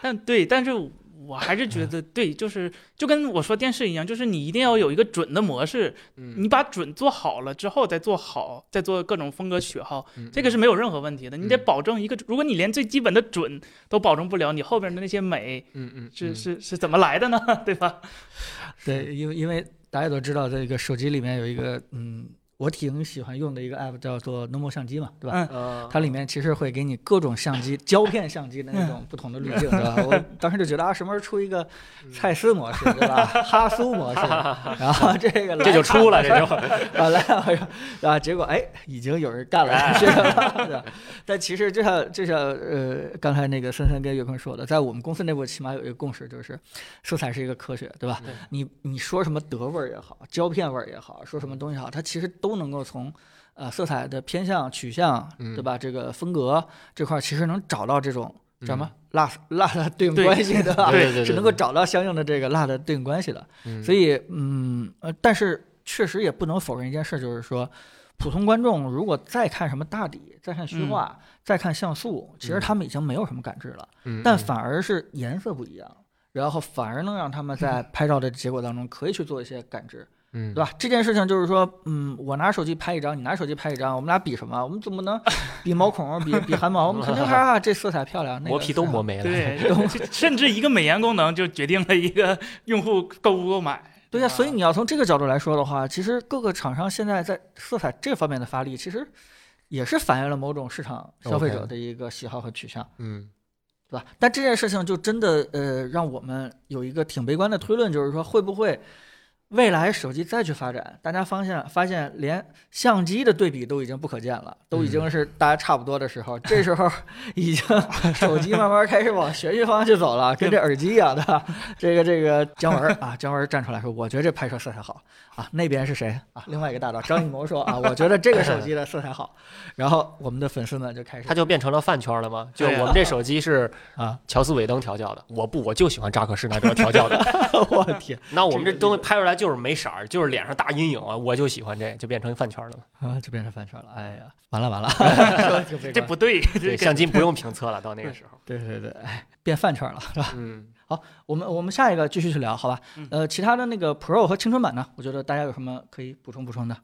[SPEAKER 3] 但对，但是我还是
[SPEAKER 2] 嗯
[SPEAKER 3] 觉得对，就是就跟我说电视一样，就是你一定要有一个准的模式，
[SPEAKER 2] 嗯，
[SPEAKER 3] 你把准做好了之后再做好，再做各种风格喜好，这个
[SPEAKER 2] 是
[SPEAKER 3] 是没有任何问题的。你得
[SPEAKER 2] 嗯
[SPEAKER 3] 保证一个，如果你连最基本的准都保证不了，你后边的那些美
[SPEAKER 2] 嗯嗯
[SPEAKER 3] 是是是怎么来的呢？ 对吧？
[SPEAKER 1] 对，因为因为大家都知道，这个手机里面有一个，嗯，我挺喜欢用的一个 app 叫做 Nomo 相机嘛，对吧？
[SPEAKER 3] 嗯
[SPEAKER 2] 它
[SPEAKER 1] 它里面其实会给你各种相机、胶片相机的那种不同的滤镜，对吧？我当时就觉得啊，什么时候出一个蔡司模式，对吧？哈苏模式，然后这个
[SPEAKER 2] 这就出了，这
[SPEAKER 1] 就。
[SPEAKER 2] 就
[SPEAKER 1] 啊，来，哎呦然后结果哎，已经有人干
[SPEAKER 2] 哎
[SPEAKER 1] 了这个事了。对但其实就像就像呃，刚才那个森森跟岳坤说的，在我们公司内部起码有一个共识，就是色彩是一个科学，对吧？
[SPEAKER 2] 对
[SPEAKER 1] 你你说什么德味儿也好，胶片味儿也好，说什么东西好，它其实都能够从。呃，色彩的偏向、取向，
[SPEAKER 2] 嗯
[SPEAKER 1] 对吧？这个风格这块儿其实能找到这种叫什么辣辣的对应
[SPEAKER 3] 对
[SPEAKER 1] 关系， 啊对吧？
[SPEAKER 2] 嗯对对对嗯
[SPEAKER 1] 是能够找到相应的这个辣的对应关系的。所以，嗯，呃，但是确实也不能否认一件事，就是说，普通观众如果再看什么大底，再看虚化，再看像素，其实
[SPEAKER 2] 嗯
[SPEAKER 1] 他们已经没有什么感知了，但反而是颜色不一样。然后反而能让他们 在拍照的结果当中可以去做一些感知，
[SPEAKER 2] 嗯
[SPEAKER 1] 对吧？这件事情就是说，嗯，我拿手机拍一张，你拿手机拍一张，我们俩比什么？我们总不 能比毛孔，比比汗毛，我们肯定还是啊，这色彩漂亮，那
[SPEAKER 2] 磨
[SPEAKER 1] 个
[SPEAKER 2] 皮
[SPEAKER 1] 色
[SPEAKER 2] 都
[SPEAKER 1] 彩
[SPEAKER 2] 磨
[SPEAKER 1] 好
[SPEAKER 2] 没 了。
[SPEAKER 3] 对，就甚至一个美颜功能就决定了一个 用户购不购买。
[SPEAKER 1] 对呀、所
[SPEAKER 2] 啊
[SPEAKER 1] 以你要从这个角度来说的话，其实各个厂商现在在色彩这方面的发力，其实也是反映了某种市场消费者
[SPEAKER 2] OK
[SPEAKER 1] 的一个喜好和取向，
[SPEAKER 2] 嗯
[SPEAKER 1] 对吧？但这件事情就真的呃，让我们有一个挺悲观的推论，就是说会不会未来手机再去发展，大家发现发现连相机的对比都已经不可见了，都已经是大家差不多的时候，这时候已经手机慢慢开始往玄学方向去走了，跟这耳机一样的。这个这个姜文儿啊，姜文儿站出来说，我觉得这拍摄色彩好啊。那边是谁啊？另外一个大佬张艺谋说啊，我觉得这个手机的色彩好。 然后我们的粉丝呢就开始
[SPEAKER 2] 它就变成了饭圈了吗？就
[SPEAKER 3] 对啊
[SPEAKER 2] 我们这手机是
[SPEAKER 1] 啊，
[SPEAKER 2] 乔斯韦登调教的，我不，我就喜欢扎克施耐德调教 的。
[SPEAKER 1] 我天
[SPEAKER 2] 那我们这东西拍出来就是没色儿，就是脸上大阴影啊，我就喜欢这，就变成饭圈了嘛。
[SPEAKER 1] 啊，就变成饭圈了。哎呀，完了完了，说挺 悲
[SPEAKER 3] 这
[SPEAKER 1] 观
[SPEAKER 3] 不对， 这
[SPEAKER 2] 对，
[SPEAKER 3] 个
[SPEAKER 2] 相机不用评测了，到那个时候。
[SPEAKER 1] 对对对，哎，变饭圈了是吧？
[SPEAKER 2] 嗯
[SPEAKER 1] 我们我们下一个继续去聊，好吧
[SPEAKER 3] 嗯？
[SPEAKER 1] 呃，其他的那个 Pro 和青春版呢，我觉得大家有什么可以补充补充的？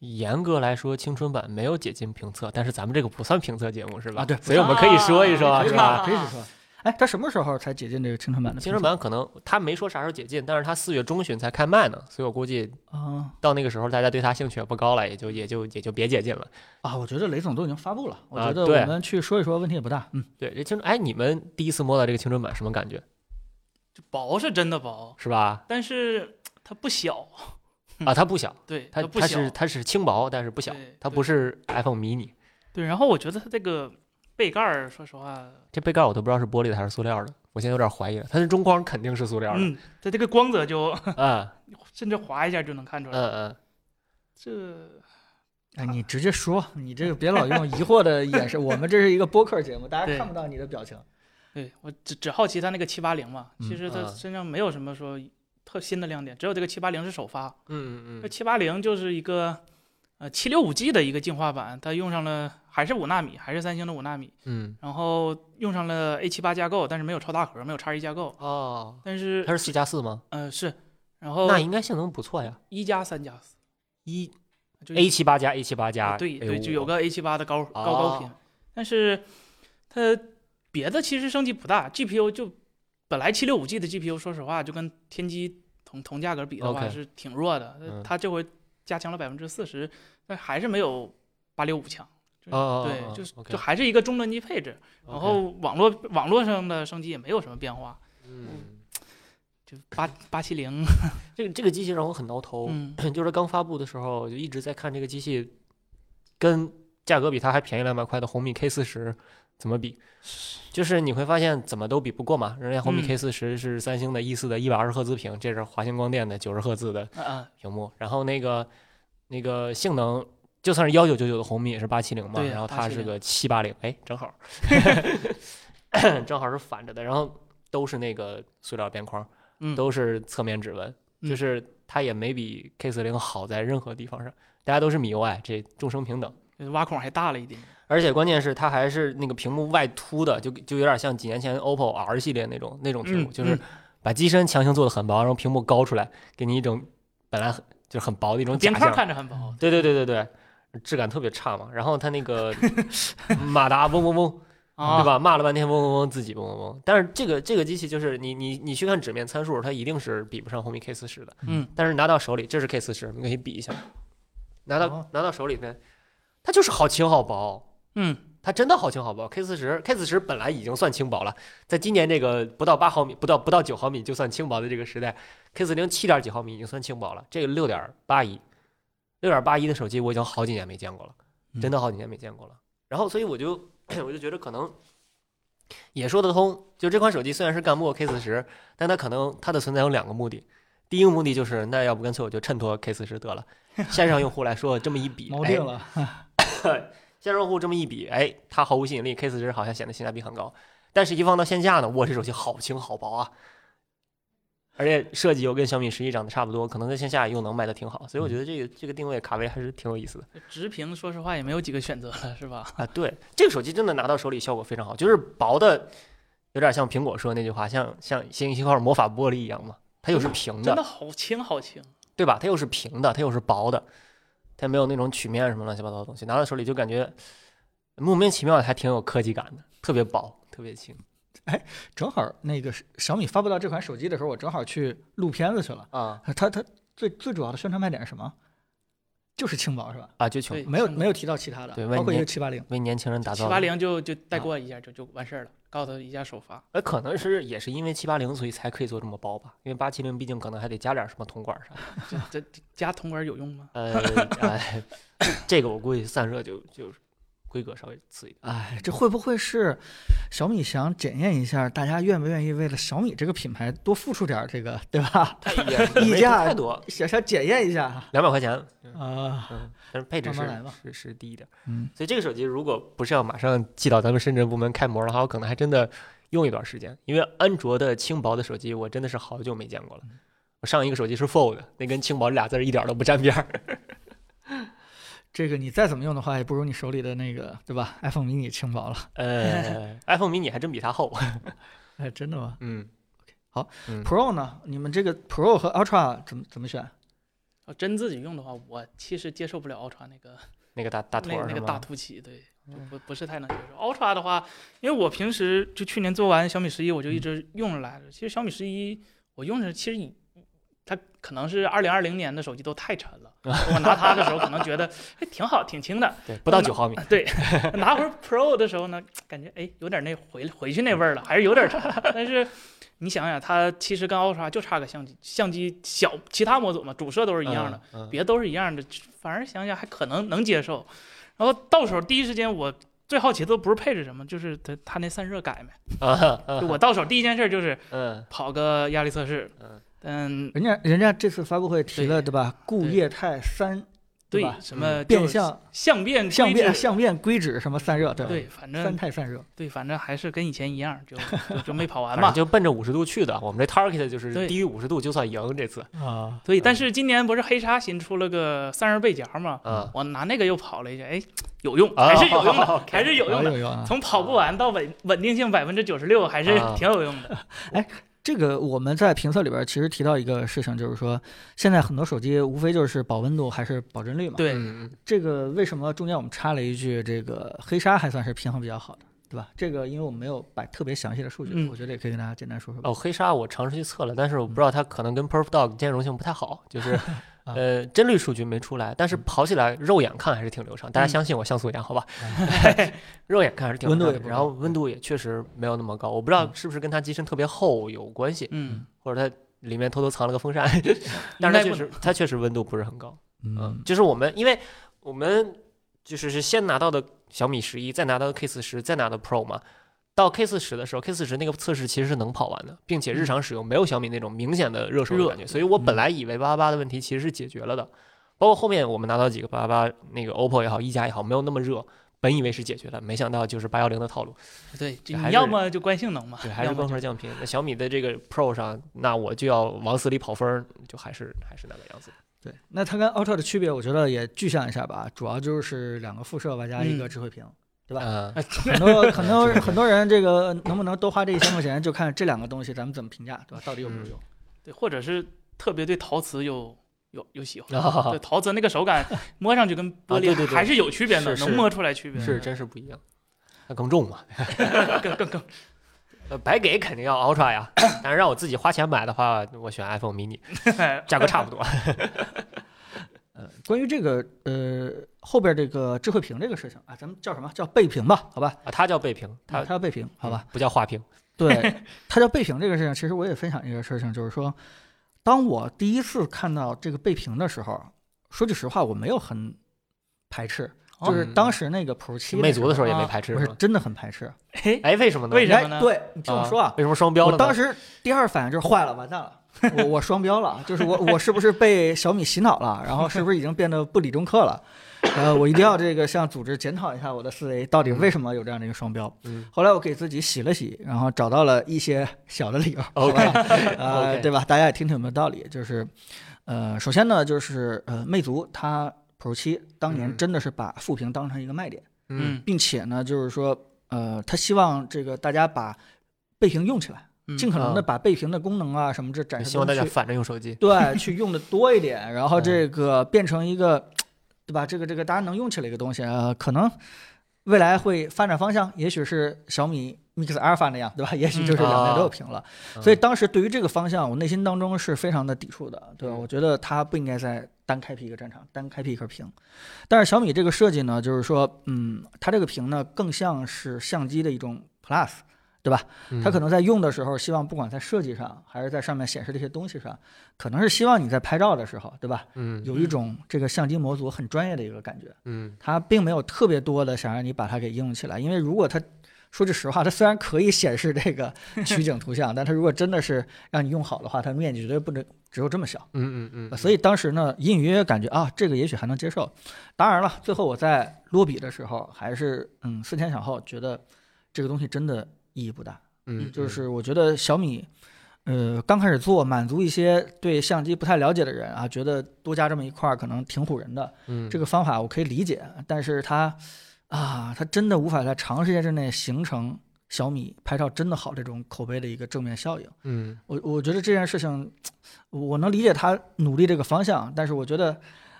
[SPEAKER 2] 严格来说，青春版没有解禁评测，但是咱们这个不算评测节目是吧？
[SPEAKER 1] 啊对不
[SPEAKER 2] 所以我们可以说一说，
[SPEAKER 3] 啊
[SPEAKER 2] 啊、
[SPEAKER 1] 可以
[SPEAKER 2] 是
[SPEAKER 3] 说
[SPEAKER 2] 吧？
[SPEAKER 1] 吧？可以说。哎，它什么时候才解禁这个青春版的评
[SPEAKER 2] 青
[SPEAKER 1] 测？
[SPEAKER 2] 春版可能他没说啥时候解禁，但是他四月中旬才开卖呢，所以我估计
[SPEAKER 1] 啊
[SPEAKER 2] 到那个时候大家对他兴趣也不高了，也就也就也就别解禁了。
[SPEAKER 1] 啊，我觉得雷总都已经发布了，我
[SPEAKER 2] 啊
[SPEAKER 1] 觉得
[SPEAKER 2] 对
[SPEAKER 1] 我们去说一说问题也不大。嗯，
[SPEAKER 2] 对，这青春哎，你们第一次摸到这个青春版什么感觉？
[SPEAKER 3] 薄是真的薄，
[SPEAKER 2] 是吧？
[SPEAKER 3] 但是它不小，
[SPEAKER 2] 啊，它不小，
[SPEAKER 3] 对，
[SPEAKER 2] 它
[SPEAKER 3] 嗯不
[SPEAKER 2] 它
[SPEAKER 3] 小
[SPEAKER 2] 是，它是轻薄，但是不小
[SPEAKER 3] 对，
[SPEAKER 2] 它不是 iPhone mini。
[SPEAKER 3] 对。然后我觉得它这个背盖儿，说实话，
[SPEAKER 2] 这杯盖我都不知道是玻璃的还是塑料的，我现在有点怀疑了。它的中框肯定是塑料的，
[SPEAKER 3] 嗯，它这个光泽就
[SPEAKER 2] 嗯
[SPEAKER 3] 甚至划一下就能看出
[SPEAKER 2] 嗯
[SPEAKER 3] 来，
[SPEAKER 2] 嗯，
[SPEAKER 3] 这
[SPEAKER 1] 哎，你直接说，你这个别老用疑惑的眼神，我们这是一个播客节目，大家
[SPEAKER 3] 对
[SPEAKER 1] 看不到你的表情。
[SPEAKER 2] 哎
[SPEAKER 3] 对我只只好奇它那个七八零嘛，其实它
[SPEAKER 2] 嗯
[SPEAKER 3] 身上没有什么说特新的亮点，只有这个七八零是首发，
[SPEAKER 2] 嗯
[SPEAKER 3] 这七八零就是一个呃七六五 G 的一个进化版，它用上了还是五纳米，还是三星的五纳米，
[SPEAKER 2] 嗯
[SPEAKER 3] 然后用上了 A 七八架构，但是没有超大核，没有叉一架构，
[SPEAKER 2] 哦，
[SPEAKER 3] 但是
[SPEAKER 2] 它是四加四吗？
[SPEAKER 3] 呃是，然后
[SPEAKER 2] 那应该性能不错呀，
[SPEAKER 3] 一加三加四
[SPEAKER 2] 一
[SPEAKER 3] 就
[SPEAKER 2] A 七八加 A 七八加，
[SPEAKER 3] 啊对
[SPEAKER 2] 哎呦
[SPEAKER 3] 对，就有个 A 7 8的高高
[SPEAKER 2] 哦
[SPEAKER 3] 高频，但是它别的其实升级不大，GPU 就本来7 6 5 G 的 GPU，说实话就跟天玑同同价格比的话
[SPEAKER 2] OK
[SPEAKER 3] 是挺弱的，它
[SPEAKER 2] 嗯
[SPEAKER 3] 它这回加强了百分之四十，但还是没有865强，
[SPEAKER 2] 哦哦，哦
[SPEAKER 3] 对，
[SPEAKER 2] 哦
[SPEAKER 3] 就是就
[SPEAKER 2] OK，
[SPEAKER 3] 还是一个中端机配置，然
[SPEAKER 2] OK
[SPEAKER 3] 后网络网络上的升级也没有什么变化，
[SPEAKER 2] 嗯，
[SPEAKER 3] 就八八七零，
[SPEAKER 2] 这个这个机器让我很挠头，
[SPEAKER 3] 嗯，
[SPEAKER 2] 就是刚发布的时候，我就一直在看这个机器跟价格比它还便宜两百块的红米 K 四十怎么比，就是你会发现怎么都比不过嘛。人家红米
[SPEAKER 3] 嗯
[SPEAKER 2] K 四十是三星的 E 四的一百二十赫兹屏，这是华星光电的九十赫兹的
[SPEAKER 3] 啊啊，
[SPEAKER 2] 屏幕，然后那个那个性能。就算是幺九九九的红米也是八七零嘛，
[SPEAKER 3] 对呀
[SPEAKER 2] 然后它是
[SPEAKER 3] 870
[SPEAKER 2] 个七八零，哎，正好，正好是反着的。然后都是那个塑料边框，
[SPEAKER 3] 嗯
[SPEAKER 2] 都是侧面指纹，
[SPEAKER 3] 嗯
[SPEAKER 2] 就是它也没比 K 四零好在任何地方上，大家都是米 UI，这众生平等。
[SPEAKER 3] 呃挖孔还大了一点。
[SPEAKER 2] 而且关键是它还是那个屏幕外凸的，就就有点像几年前 OPPO R 系列那种那种屏幕，
[SPEAKER 3] 嗯
[SPEAKER 2] 就是
[SPEAKER 3] 嗯
[SPEAKER 2] 把机身强行做的很薄，然后屏幕高出来，给你一种本来很就是很薄的一种假
[SPEAKER 3] 边框
[SPEAKER 2] 象。嗯
[SPEAKER 3] 看着很薄，
[SPEAKER 2] 对对对对对，质感特别差嘛。然后它那 个马达嗡嗡嗡，对
[SPEAKER 3] 啊，
[SPEAKER 2] 吧？骂了半天嗡嗡嗡，自己嗡嗡嗡。但是这个这个机器就是你你你去看纸面参数，它一定是比不上红米 K 四十的。
[SPEAKER 3] 嗯，
[SPEAKER 2] 但是拿到手里，这是 K 四十，你可以比一下。拿到、
[SPEAKER 1] 哦
[SPEAKER 2] 拿到手里面，它就是好轻好薄。
[SPEAKER 3] 嗯，
[SPEAKER 2] 它真的好轻好薄。K 四十 K 四十本来已经算轻薄了，在今年这个不到八毫米、不到不到九毫米就算轻薄的这个时代，K 四零七点几毫米已经算轻薄了。这个六点八一，六点八一的手机我已经好几年没见过了，真的好几年没见过了。然后所以我就 我就觉得可能也说得通。就这款手机虽然是干不过 K 四十，但它可能它的存在有两个目的。第一个目的就是，那要不干脆我就衬托 K 四十得了。线上用户来说，这么 一比，
[SPEAKER 1] 锚
[SPEAKER 2] 哎
[SPEAKER 1] 定了。
[SPEAKER 2] 线上用户这么一比，哎，它毫无吸引力，K 四十好像显得性价比很高，但是一放到线下呢，哇，这手机好轻好薄啊，而且设计又跟小米十一长得差不多，可能在线下又能卖的挺好，所以我觉得这个这个定位卡位还是挺有意思的
[SPEAKER 3] 直屏说实话也没有几个选择了，是吧？
[SPEAKER 2] 啊。对，这个手机真的拿到手里效果非常好，就是薄的，有点像苹果说那句话，像像星星块魔法玻璃一样嘛，它又是平
[SPEAKER 3] 真
[SPEAKER 2] 的，
[SPEAKER 3] 的好轻好轻，
[SPEAKER 2] 对吧？它又是平的，它又是薄的，它没有那种曲面什么乱七八糟的东西，拿到手里就感觉莫名其妙的还挺有科技感的，特别薄，特别轻
[SPEAKER 1] 正好那个是小米发布到这款手机的时候，我正好去录片子去了。
[SPEAKER 2] 啊
[SPEAKER 1] 它它最最主要的宣传卖点是什么？就是轻薄是吧？
[SPEAKER 2] 啊！就穷
[SPEAKER 3] 对
[SPEAKER 1] 没有
[SPEAKER 3] 轻
[SPEAKER 1] 没有提到其他的
[SPEAKER 2] 对，万
[SPEAKER 1] 包括一
[SPEAKER 2] 年
[SPEAKER 1] 个七八零。
[SPEAKER 2] 为年轻人打
[SPEAKER 3] 七
[SPEAKER 2] 造
[SPEAKER 3] 八
[SPEAKER 2] 的。啊
[SPEAKER 3] 零就就带过一下就就完事儿了，告诉他一下首发。
[SPEAKER 2] 呃，可能是也是因为七八零，所以才可以做这么薄吧？因为八七零毕竟可能还得加点什么铜管啥的。
[SPEAKER 3] 这这这加铜管有用吗？
[SPEAKER 2] 呃，哎，这个我估计散热就就是规格稍微次一点。
[SPEAKER 1] 哎，这会不会是小米想检验一下大家愿不愿意为了小米这个品牌多付出点儿这个，对吧？
[SPEAKER 2] 它也
[SPEAKER 1] 溢
[SPEAKER 2] 没
[SPEAKER 1] 价
[SPEAKER 2] 太多，
[SPEAKER 1] 想想检验一下啊、
[SPEAKER 2] 两百块钱，
[SPEAKER 1] 啊
[SPEAKER 2] 嗯，但是配置
[SPEAKER 1] 慢
[SPEAKER 2] 是
[SPEAKER 1] 慢来吧
[SPEAKER 2] 是是低一点。
[SPEAKER 1] 嗯，
[SPEAKER 2] 所以这个手机如果不是要马上寄到咱们深圳部门开模的话，我可能还真的用一段时间，因为安卓的轻薄的手机我真的是好久没见过
[SPEAKER 3] 嗯
[SPEAKER 2] 了。我上一个手机是 Fold，那跟轻薄这俩字儿一点儿都不沾 边儿。
[SPEAKER 1] 这个你再怎么用的话，也不如你手里的那个，对吧？iPhone mini 轻薄了。
[SPEAKER 2] 呃，iPhone mini 还真比它厚。
[SPEAKER 1] 哎，真的吗
[SPEAKER 2] 嗯，嗯
[SPEAKER 1] ？Pro 呢？你们这个 Pro 和 Ultra 怎么怎么选？
[SPEAKER 3] 要哦真自己用的话，我其实接受不了 Ultra 那个
[SPEAKER 2] 那个大大坨
[SPEAKER 3] 那
[SPEAKER 2] 儿
[SPEAKER 3] 那
[SPEAKER 2] 是嗯
[SPEAKER 3] 个大
[SPEAKER 2] 吗？
[SPEAKER 3] 凸起，对，就不不是太能接受。Ultra 的话，因为我平时就去年做完小米十一，我就
[SPEAKER 2] 嗯
[SPEAKER 3] 一直用着来着。其实小米十一我用着，其实已它可能是二零二零年的手机都太沉 了，我拿它的时候可能觉得哎挺好，挺轻的。
[SPEAKER 2] 对，不到九毫米。
[SPEAKER 3] 拿回 Pro 的时候呢，感觉哎有点那回回去那味儿了，还是有点沉。但是你想想，它其实跟 Ultra 就差个相机，相机小，其他模组嘛，主摄都是一样的。
[SPEAKER 2] 嗯。嗯
[SPEAKER 3] 别都是一样的，反而想想还可能能接受。然后到手第一时间，我最好奇的不是配置什么，就是它它那散热改没。
[SPEAKER 2] 啊
[SPEAKER 3] 就
[SPEAKER 2] 嗯
[SPEAKER 3] 我到手第一件事就是
[SPEAKER 2] 嗯
[SPEAKER 3] 跑个压力测试
[SPEAKER 2] 嗯，
[SPEAKER 3] 嗯，
[SPEAKER 1] 人家人家这次发布会提
[SPEAKER 3] 对
[SPEAKER 1] 了，对吧？固
[SPEAKER 3] 对
[SPEAKER 1] 液态三，
[SPEAKER 3] 对
[SPEAKER 1] 吧？
[SPEAKER 3] 什
[SPEAKER 2] 嗯
[SPEAKER 3] 么
[SPEAKER 1] 变
[SPEAKER 3] 就是
[SPEAKER 1] 相
[SPEAKER 3] 相变
[SPEAKER 1] 相
[SPEAKER 3] 规
[SPEAKER 1] 变
[SPEAKER 3] 制
[SPEAKER 1] 相变硅脂什么散热，对吧？嗯
[SPEAKER 3] 对，反
[SPEAKER 1] 三
[SPEAKER 3] 正
[SPEAKER 1] 态散热。
[SPEAKER 3] 对，反正还是跟以前一样，就就就没跑完
[SPEAKER 2] 反正
[SPEAKER 3] 嘛。
[SPEAKER 2] 就奔着五十度去的，我们这 target 就是
[SPEAKER 3] 对
[SPEAKER 2] 低于五十度就算赢这次。
[SPEAKER 1] 啊，
[SPEAKER 3] 对，但是今年不是黑鲨新出了个散热背夹嘛，
[SPEAKER 2] 嗯，
[SPEAKER 3] 我拿那个又跑了一下，哎，有用，
[SPEAKER 2] 啊
[SPEAKER 3] 还是有用的，
[SPEAKER 2] OK 哎
[SPEAKER 3] 还是有用的。
[SPEAKER 1] 有用啊！
[SPEAKER 3] 从跑不完到稳稳定性百分之九十六，还是
[SPEAKER 2] 啊
[SPEAKER 3] 挺有用的。
[SPEAKER 1] 这个我们在评测里边其实提到一个事情，就是说现在很多手机无非就是保温度还是保真率嘛。
[SPEAKER 3] 对，
[SPEAKER 2] 嗯嗯
[SPEAKER 1] 这个为什么中间我们插了一句，这个黑鲨还算是平衡比较好的，对吧？这个因为我们没有摆特别详细的数据，
[SPEAKER 3] 嗯
[SPEAKER 1] 我觉得也可以跟大家简单说说吧。
[SPEAKER 2] 哦，黑鲨我尝试去测了，但是我不知道它可能跟 Perf Dog 兼容性不太好，就是
[SPEAKER 1] 嗯 啊嗯
[SPEAKER 2] 呃帧率数据没出来，但是跑起来肉眼看还是挺流畅。大家
[SPEAKER 3] 嗯
[SPEAKER 2] 相信我，像素 眼好吧？肉眼看还是挺流
[SPEAKER 1] 温度
[SPEAKER 2] 畅
[SPEAKER 1] 也
[SPEAKER 2] 的
[SPEAKER 1] 不
[SPEAKER 2] 然后
[SPEAKER 1] 高嗯
[SPEAKER 2] 温度也确实没有那么高，我不知道是不是跟它机身特别厚有关系，
[SPEAKER 3] 嗯，
[SPEAKER 2] 或者它里面偷偷藏了个风扇，
[SPEAKER 1] 哎
[SPEAKER 2] 但是它确实它确实温度不是很高。嗯，就是我们，因为我们就是是先拿到的小米十一，再拿到的 K 四十，再拿到 Pro 嘛。到 K 四十的时候，K 四十那个测试其实是能跑完的，并且日常使用没有小米那种明显的热手的
[SPEAKER 3] 热
[SPEAKER 2] 感觉，所以我本来以为八八八的问题其实是解决了的，包括后面我们拿到几个八八八，那个 OPPO 也好，一加也好，没有那么热，本以为是解决了，没想到就是八幺零的套路。
[SPEAKER 3] 对，这
[SPEAKER 2] 还
[SPEAKER 3] 你要
[SPEAKER 2] 是
[SPEAKER 3] 么就惯性能嘛，
[SPEAKER 2] 对，还
[SPEAKER 3] 要
[SPEAKER 2] 是
[SPEAKER 3] 么
[SPEAKER 2] 光
[SPEAKER 3] 就
[SPEAKER 2] 分降频。那小米的这个 Pro 上，那我就要往死里跑分儿，就还是还是那个样子。
[SPEAKER 1] 对，那它跟 Ultra 的区别，我觉得也具象一下吧，主要就是两个副摄外加一个智慧屏。对吧
[SPEAKER 2] 嗯，
[SPEAKER 1] 很多很多很多人这个能不能多花这一千块钱，就看这两个东西咱们怎么评价，对吧？到底有没有用？
[SPEAKER 2] 嗯
[SPEAKER 3] 对，或者是特别对陶瓷有有有喜欢。
[SPEAKER 2] 啊
[SPEAKER 3] 对，陶瓷那个手 感摸上去跟玻
[SPEAKER 2] 对对
[SPEAKER 3] 璃
[SPEAKER 2] 对
[SPEAKER 3] 还是有区别的，
[SPEAKER 2] 是是
[SPEAKER 3] 能摸出来区别的。
[SPEAKER 2] 是真是不一样，那更重嘛。
[SPEAKER 3] 更更更
[SPEAKER 2] 呃，白给肯定要 Ultra 呀，但是让我自己花钱买的话，我选 iPhone mini，价 格差不多。啊
[SPEAKER 1] 呃，关于这个呃后边这个智慧屏这个事情啊，咱们叫什么叫背屏吧？好吧，
[SPEAKER 2] 啊，它叫倍屏，它嗯
[SPEAKER 1] 它叫背屏，好吧？
[SPEAKER 2] 不叫画屏。
[SPEAKER 1] 对，它叫背屏这个事情，其实我也分享一个事情，就是说，当我第一次看到这个背屏的时候，说句实话，我没有很排斥，就是
[SPEAKER 2] 嗯
[SPEAKER 1] 当时那个 Pro 七
[SPEAKER 2] 魅族的时候也没
[SPEAKER 3] 啊
[SPEAKER 2] 排斥
[SPEAKER 1] 我是
[SPEAKER 2] 嘛。
[SPEAKER 1] 真的很排斥。
[SPEAKER 3] 嘿，
[SPEAKER 2] 哎，为什么呢？
[SPEAKER 3] 为什么
[SPEAKER 1] 哎
[SPEAKER 3] 呢
[SPEAKER 1] 对你听我说啊，
[SPEAKER 2] 为什么双标了
[SPEAKER 1] 我
[SPEAKER 2] 呢？
[SPEAKER 1] 当时第二反应就是坏了，完蛋了。我我双标 了，就是我我是不是被小米洗脑 了？然后是不是已经变得不理中客了？呃，我一定要这个向组织检讨一下我的思维，到底为什么有这样的一个双标？
[SPEAKER 2] 嗯
[SPEAKER 1] 后来我给自己洗了洗，然后找到了一些小的理 由，好吧 呃，
[SPEAKER 2] OK
[SPEAKER 1] 对吧？大家也听听有没有道理？就是，呃，首先呢，就是呃，魅族它 Pro 七当年
[SPEAKER 2] 嗯
[SPEAKER 1] 真的是把副屏当成一个卖点，
[SPEAKER 2] 嗯
[SPEAKER 3] 嗯，
[SPEAKER 1] 并且呢，就是说，呃，它希望这个大家把背屏用起来，
[SPEAKER 3] 嗯
[SPEAKER 1] 尽可能的
[SPEAKER 2] 啊
[SPEAKER 1] 把背屏的功能啊什么这展示
[SPEAKER 2] 希望
[SPEAKER 1] 都
[SPEAKER 2] 大家 嗯
[SPEAKER 1] 去
[SPEAKER 2] 反着用手机。
[SPEAKER 1] 对，去用的多一点，然后这个变成一个，对吧？这个这个大家能用起来一个东西，呃，可能未来会发展方向，也许是小米 Mix Alpha 那样，对吧？也许就是
[SPEAKER 2] 嗯
[SPEAKER 1] 两
[SPEAKER 2] 啊
[SPEAKER 1] 边都有屏了。所以当时对于这个方向，我内心当中是非常的抵触的，对吧？
[SPEAKER 2] 嗯
[SPEAKER 1] 我觉得它不应该再单开辟一个战场，单开辟一个屏。但是小米这个设计呢，就是说，嗯，它这个屏呢更像是相机的一种 Plus。
[SPEAKER 2] 嗯
[SPEAKER 1] 它可能在用的时候，希望不管在设计上，还是在上面显示这些东西上，可能是希望你在拍照的时候，对吧？
[SPEAKER 2] 嗯
[SPEAKER 1] 有一种这个相机模组很专业的一个感觉。
[SPEAKER 2] 嗯
[SPEAKER 1] 它并没有特别多的想让你把它给应用起来，因为如果它说句实话，它虽然可以显示这 个取景图像，但它如果真的是让你用好的话，它面积绝对不能只有这么小。
[SPEAKER 2] 嗯嗯嗯，
[SPEAKER 1] 所以当时呢，隐隐约约感觉啊，这个也许还能接受。当然了，最后我在落笔的时候，还是嗯思前想后，觉得这个东西真的意义不大。
[SPEAKER 2] 嗯
[SPEAKER 1] 就是我觉得小米，呃，刚开始做，满足一些对相机不太了解的人啊，觉得多加这么一块儿可能挺唬人的。
[SPEAKER 2] 嗯
[SPEAKER 1] 这个方法我可以理解，但是它啊，它真的无法在长时间之内形成小米拍照真的好这种口碑的一个正面效应。
[SPEAKER 2] 嗯
[SPEAKER 1] 我我觉得这件事情，我能理解他努力这个方向，但是我觉得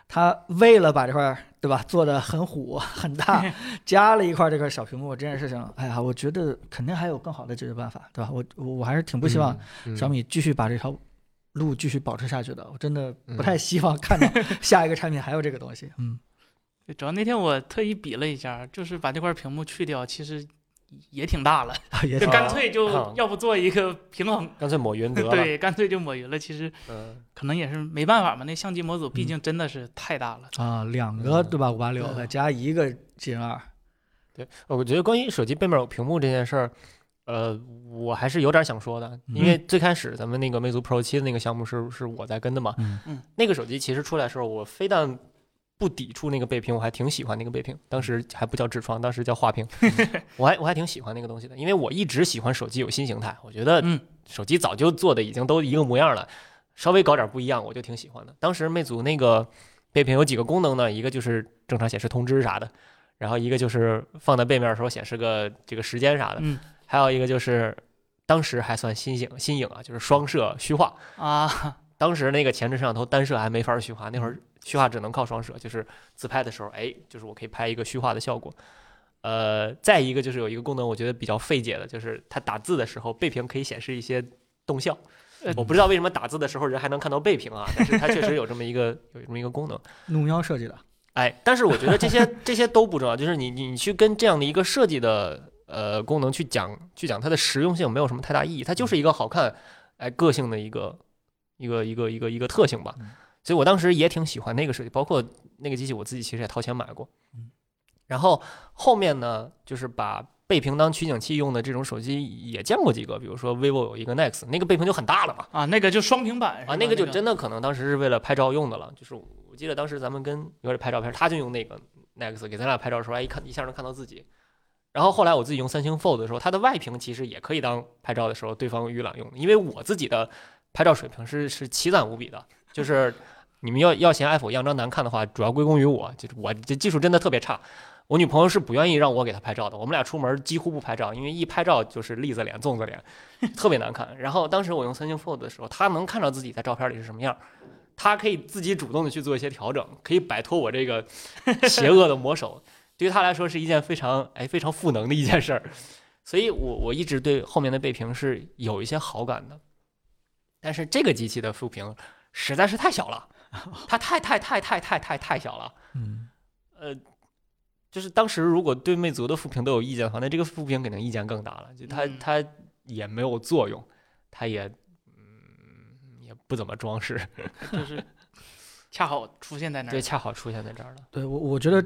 [SPEAKER 1] 他为了把这块儿对吧做的很虎很大，加了一块这块小屏幕这件事情，哎呀，我觉得肯定还有更好的解决办法，对吧？我我我还是挺不希
[SPEAKER 2] 嗯
[SPEAKER 1] 望小米继续把这条路继续保持下去的，我真的不太希望看到 下一个产品还有这个东西。嗯，
[SPEAKER 3] 对主要那天我特意比了一下，就是把这块屏幕去掉，其实也挺大了，
[SPEAKER 1] 也
[SPEAKER 3] 就
[SPEAKER 1] 挺
[SPEAKER 3] 干脆
[SPEAKER 2] 啊
[SPEAKER 3] 就要不做一个平衡，
[SPEAKER 2] 干脆抹匀 得了。
[SPEAKER 3] 对，干脆就抹匀了。其实
[SPEAKER 2] 嗯
[SPEAKER 3] 可能也是没办法嘛，那相机模组毕竟真的是太大了。
[SPEAKER 1] 啊，两个对吧？五八六
[SPEAKER 2] 对
[SPEAKER 1] 再加一个 G N 二，
[SPEAKER 2] 对，呃我觉得关于手机背面有屏幕这件事儿，呃，我还是有点想说的，因为最开始咱们那个魅族 Pro 七的那个项目是是我在跟的嘛，
[SPEAKER 1] 嗯
[SPEAKER 2] 那个手机其实出来的时候，我非但不抵触那个背屏，我还挺喜欢那个背屏，当时还不叫痔疮，当时叫画屏， 我还我还挺喜欢那个东西的，因为我一直喜欢手机有新形态，我觉得
[SPEAKER 3] 嗯
[SPEAKER 2] 手机早就做的已经都一个模样了，稍微搞点不一样，我就挺喜欢的。当时魅族那个背屏有几个功能呢？一个就是正常显示通知啥的，然后一个就是放在背面的时候显示个这个时间啥的，
[SPEAKER 3] 嗯
[SPEAKER 2] 还有一个就是当时还算新颖新颖啊，就是双摄虚化。
[SPEAKER 3] 啊，
[SPEAKER 2] 当时那个前置摄像头单摄还没法虚化，那会儿虚化只能靠双摄，就是自拍的时候，哎，就是我可以拍一个虚化的效果。呃，再一个就是有一个功能，我觉得比较费解的，就是它打字的时候背屏可以显示一些动效
[SPEAKER 3] 呃。
[SPEAKER 2] 我不知道为什么打字的时候人还能看到背屏啊，但是它确实有这么一个有这么一个功能。
[SPEAKER 1] 怒喵设计的，
[SPEAKER 2] 哎，但是我觉得这 些这些都不重要，就是你你你去跟这样的一个设计的呃功能去讲去讲它的实用性，没有什么太大意义，它
[SPEAKER 1] 嗯
[SPEAKER 2] 就是一个好看哎个性的一个一个一个一个一个特性吧
[SPEAKER 1] 嗯。
[SPEAKER 2] 所以我当时也挺喜欢那个设计，包括那个机器我自己其实也掏钱买过
[SPEAKER 1] 嗯。
[SPEAKER 2] 然后后面呢，就是把背屏当取景器用的这种手机也见过几个，比如说 vivo 有一个 Nex，那个背屏就很大了嘛。
[SPEAKER 3] 啊，那个就双屏版是吧
[SPEAKER 2] 啊，那个就真的可能当时是为了拍照用的了。就是我记得当时咱们跟有点拍照片，他就用那个 Nex 给咱俩拍照的时候，哎，一看一下能看到自己。然后后来我自己用三星 Fold 的时候，它的外屏其实也可以当拍照的时候对方预览用的，因为我自己的拍照水平是是奇惨无比的，就是你们要要嫌 iPhone 样张难看的话，主要归功于我，就是我这技术真的特别差。我女朋友是不愿意让我给她拍照的，我们俩出门几乎不拍照，因为一拍照就是栗子脸、粽子脸，特别难看。然后当时我用三星 Fold 的时候，她能看到自己在照片里是什么样，她可以自己主动的去做一些调整，可以摆脱我这个邪恶的魔手。对于她来说是一件非常哎非常赋能的一件事儿，所以我我一直对后面的背屏是有一些好感的，但是这个机器的副屏实在是太小了，它太太太太太太太小了。
[SPEAKER 1] 嗯，
[SPEAKER 2] 呃，就是当时如果对魅族的副屏都有意见的话，那这个副屏肯定意见更大了，就它、
[SPEAKER 3] 嗯
[SPEAKER 2] 它也没有作用，它也嗯也不怎么装饰，
[SPEAKER 3] 就是恰好出现在那
[SPEAKER 2] 对，
[SPEAKER 3] 儿。
[SPEAKER 2] 恰好出现在这儿了。
[SPEAKER 1] 对我我觉得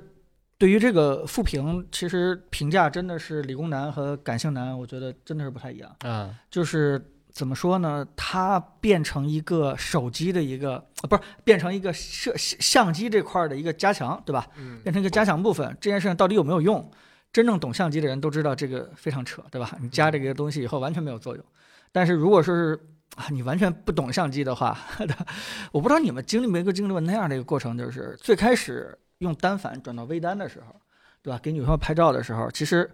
[SPEAKER 1] 对于这个副屏，其实评价真的是理工男和感性男，我觉得真的是不太一样。
[SPEAKER 2] 嗯，
[SPEAKER 1] 就是怎么说呢？它变成一个手机的一个，啊、不是变成一个摄摄相机这块儿的一个加强，对吧？
[SPEAKER 2] 嗯
[SPEAKER 1] 变成一个加强部分，这件事情到底有没有用？真正懂相机的人都知道这个非常扯，对吧？你加这个东西以后完全没有作用。但是如果说是啊，你完全不懂相机的话， 我不知道你们经历没经历过那样的一个过程，就是最开始用单反转到微单的时候，对吧？给女朋友拍照的时候，其实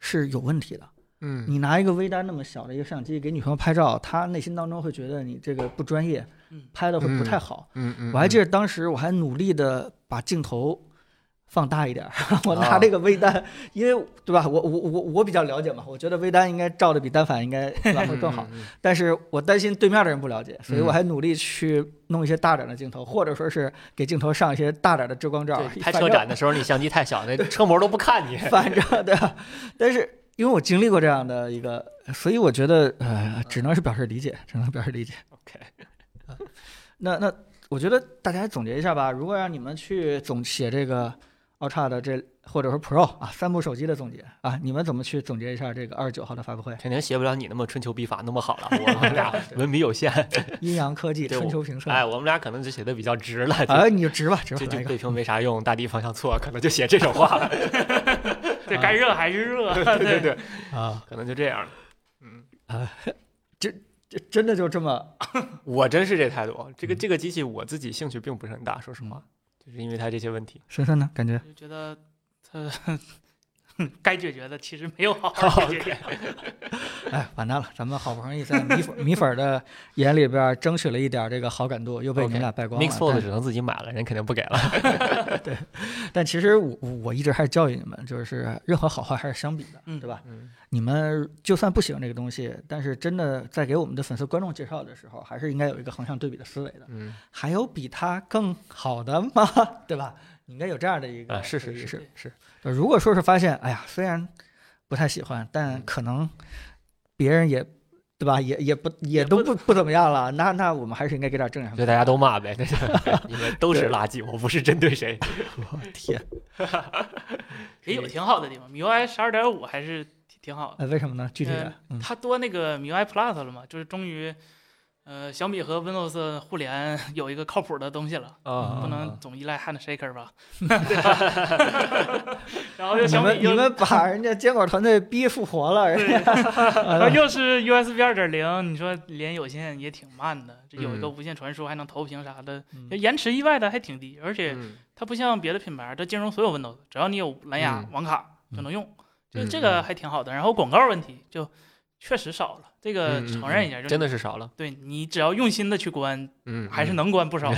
[SPEAKER 1] 是有问题的。
[SPEAKER 2] 嗯
[SPEAKER 1] 你拿一个微单那么小的一个相机给女朋友拍照，她内心当中会觉得你这个不专业
[SPEAKER 3] 嗯，
[SPEAKER 1] 拍的会不太好。
[SPEAKER 2] 嗯嗯
[SPEAKER 1] 我还记得当时我还努力的把镜头放大一点儿， 我拿这个微
[SPEAKER 2] 啊
[SPEAKER 1] 单，因为对吧，我我我我比较了解嘛，我觉得微单应该照的比单反应 该对吧会更
[SPEAKER 2] 嗯
[SPEAKER 1] 好，，但是我担心对面的人不了解，所以我还努力去弄一些大点儿的镜头，或者说是给镜头上一些大点儿的遮光罩
[SPEAKER 2] 对，，拍
[SPEAKER 1] 反
[SPEAKER 2] 车
[SPEAKER 1] 正
[SPEAKER 2] 展的时候你相机太小，那车模都不看 你。
[SPEAKER 1] 反正对吧？但是因为我经历过这样的一个，所以我觉得呃，只能是表示理解，只能表示理解。
[SPEAKER 2] OK
[SPEAKER 1] 啊 那那我觉得大家总结一下吧。如果让你们去总写这个 Ultra 的这或者说 Pro 啊三部手机的总结啊，你们怎么去总结一下这个二十九号的发布 会？
[SPEAKER 2] 肯定写不了你那么春秋笔法那么好了，我们俩文笔有限。
[SPEAKER 1] 阴阳科技
[SPEAKER 2] 对我
[SPEAKER 1] 春秋评测。
[SPEAKER 2] 哎，我们俩可能就写的比较直了，
[SPEAKER 1] 哎，你就直吧，直吧
[SPEAKER 2] 这，就
[SPEAKER 1] 来一个
[SPEAKER 2] 背屏没啥用，大地方向错，可能就写这种话了。
[SPEAKER 3] 对，该热还是热。
[SPEAKER 2] 对 对对，
[SPEAKER 1] 啊！
[SPEAKER 2] 可能就这样了。嗯，
[SPEAKER 1] 这真的就这么
[SPEAKER 2] 我真是这态度。这个这个机器我自己兴趣并不是很大，说实话，就是因为它这些问题。
[SPEAKER 1] 深深呢？感觉
[SPEAKER 3] 就觉得它该解决的其实没有好 好解决。
[SPEAKER 1] 哎，完蛋了！咱们好不容易在米粉米粉的眼里边儿争取了一点儿这个好感度，又被你们
[SPEAKER 2] OK，
[SPEAKER 1] 俩败光了。
[SPEAKER 2] Mix Fold 只能自己买了，人肯定不给了。
[SPEAKER 1] 但但其实我我一直还是教育你们，就是任何好坏还是相比的，
[SPEAKER 3] 嗯
[SPEAKER 1] 对吧？
[SPEAKER 2] 嗯
[SPEAKER 1] 你们就算不喜欢这个东西，但是真的在给我们的粉丝观众介绍的时候，还是应该有一个横向对比的思维的。
[SPEAKER 2] 嗯
[SPEAKER 1] 还有比它更好的吗？ 对吧？你应该有这样的一个
[SPEAKER 2] 啊，是是
[SPEAKER 1] 回忆
[SPEAKER 2] 是是，
[SPEAKER 1] 呃如果说是发现，哎呀，虽然不太喜欢，但可能别人也对吧，也也不也
[SPEAKER 3] 也
[SPEAKER 1] 都不
[SPEAKER 3] 不
[SPEAKER 1] 不怎么样了，那那我们还是应该给点正
[SPEAKER 2] 就
[SPEAKER 1] 向。
[SPEAKER 2] 大家都骂 呗，你们都是垃圾，我不是针对谁。
[SPEAKER 1] 天，
[SPEAKER 3] 也有挺好的地方，MIUI 十二点五还是挺挺好的。
[SPEAKER 1] 哎，为什么呢？具体的，嗯
[SPEAKER 3] 它多那个 MIUI Plus 了嘛，就是终于，呃，小米和 Windows 互联 有一个靠谱的东西了，
[SPEAKER 2] 啊
[SPEAKER 1] 啊
[SPEAKER 3] 不能总依赖 Handshaker 吧？ 然后又
[SPEAKER 1] 你
[SPEAKER 3] 小
[SPEAKER 1] 们
[SPEAKER 3] 米
[SPEAKER 1] 你
[SPEAKER 3] 又
[SPEAKER 1] 们把人家监管团队逼复活了，人
[SPEAKER 3] 对，
[SPEAKER 1] 哎
[SPEAKER 3] 然后又是 USB 二点零，你说连有线也挺慢的，这有一个
[SPEAKER 2] 嗯
[SPEAKER 3] 无线传输还能投屏啥的，
[SPEAKER 1] 嗯
[SPEAKER 3] 就延迟意外的还挺低，而且
[SPEAKER 2] 嗯
[SPEAKER 3] 它不像别的品牌，它兼容所有 Windows，只要你有蓝牙
[SPEAKER 2] 嗯
[SPEAKER 3] 网卡
[SPEAKER 1] 嗯
[SPEAKER 3] 就能用，就
[SPEAKER 2] 嗯
[SPEAKER 3] 这个还挺好的。然后广告问题就确实少了，这个
[SPEAKER 2] 嗯嗯
[SPEAKER 3] 承认一下，
[SPEAKER 2] 嗯
[SPEAKER 3] 就
[SPEAKER 2] 真
[SPEAKER 3] 的
[SPEAKER 2] 的是少了，
[SPEAKER 3] 对你只要用心的去关，
[SPEAKER 2] 嗯，
[SPEAKER 3] 还是
[SPEAKER 2] 嗯
[SPEAKER 3] 能 关不少的。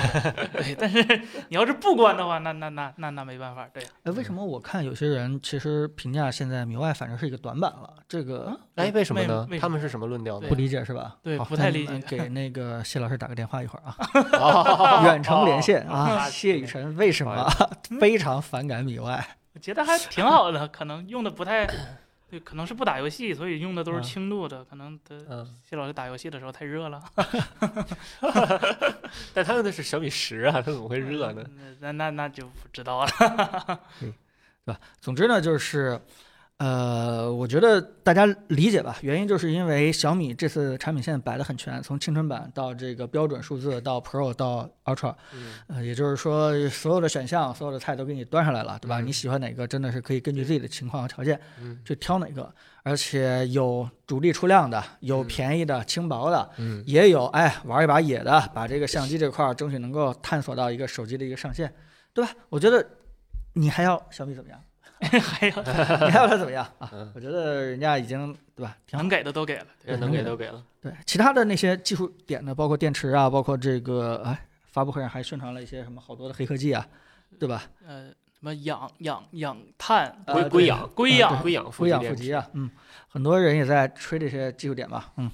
[SPEAKER 3] 对，但是你要是不关的话，那那那那那没办法，对，
[SPEAKER 1] 哎，为什么我看有些人其实评价现在明外反正是一个短板了？这个
[SPEAKER 2] 哎，为什么
[SPEAKER 3] 为
[SPEAKER 2] 呢
[SPEAKER 3] 为？
[SPEAKER 2] 他
[SPEAKER 3] 什
[SPEAKER 2] 们是什么论调呢
[SPEAKER 1] 不？ 理解是吧？
[SPEAKER 3] 嗯对
[SPEAKER 1] 好
[SPEAKER 3] 不太
[SPEAKER 1] 那你
[SPEAKER 3] 理
[SPEAKER 1] 们
[SPEAKER 3] 解
[SPEAKER 1] 给那个谢老师打个电话一会儿啊。
[SPEAKER 2] 哦
[SPEAKER 1] 远程连线
[SPEAKER 2] 哦
[SPEAKER 1] 啊，
[SPEAKER 2] 哦
[SPEAKER 1] 谢雨辰为什么 非常反感米外？
[SPEAKER 3] 我觉得还挺好的，可能用的不太。对，可能是不打游戏，所以用的都是
[SPEAKER 1] 嗯
[SPEAKER 3] 轻度的。可能他
[SPEAKER 2] 嗯，
[SPEAKER 3] 谢老师打游戏的时候太热了，
[SPEAKER 2] 但他用的是小米十啊，他怎么会热呢？
[SPEAKER 3] 那那那那就不知道了。
[SPEAKER 1] 总之呢，就是呃，我觉得大家理解吧，原因就是因为小米这次产品线摆得很全，从青春版到这个标准数字，到 Pro 到 Ultra，
[SPEAKER 2] 嗯
[SPEAKER 1] 呃，也就是说所有的选项、所有的菜都给你端上来了，对吧？
[SPEAKER 2] 嗯
[SPEAKER 1] 你喜欢哪个，真的是可以根据自己的情况和条件
[SPEAKER 2] 嗯
[SPEAKER 1] 去挑哪个，而且有主力出量的，有
[SPEAKER 2] 嗯
[SPEAKER 1] 便宜的、轻薄的，
[SPEAKER 2] 嗯
[SPEAKER 1] 也有哎玩一把野的，把这个相机这块儿争取能够探索到一个手机的一个上限，对吧？我觉得你还要小米怎么 样？
[SPEAKER 3] 还有
[SPEAKER 1] 你还要 它怎么样啊
[SPEAKER 2] 嗯？
[SPEAKER 1] 我觉得人家已经对吧，挺好
[SPEAKER 3] 能给的都给了，
[SPEAKER 2] 这能给都给了，
[SPEAKER 1] 对其他的那些技术点呢，包括电池啊，包括这个哎，发布会上还宣传了一些什么好多的黑科技啊，对吧？
[SPEAKER 3] 呃，什么氧氧氧碳、
[SPEAKER 1] 呃
[SPEAKER 2] 归嗯
[SPEAKER 1] 对
[SPEAKER 2] 归氧
[SPEAKER 3] 硅
[SPEAKER 1] 啊
[SPEAKER 3] 氧，
[SPEAKER 2] 归氧
[SPEAKER 1] 俯
[SPEAKER 2] 复
[SPEAKER 1] 仰
[SPEAKER 2] 电
[SPEAKER 1] 负极
[SPEAKER 2] 池，
[SPEAKER 1] 啊，嗯，很多人也在吹这些技术点吧，嗯，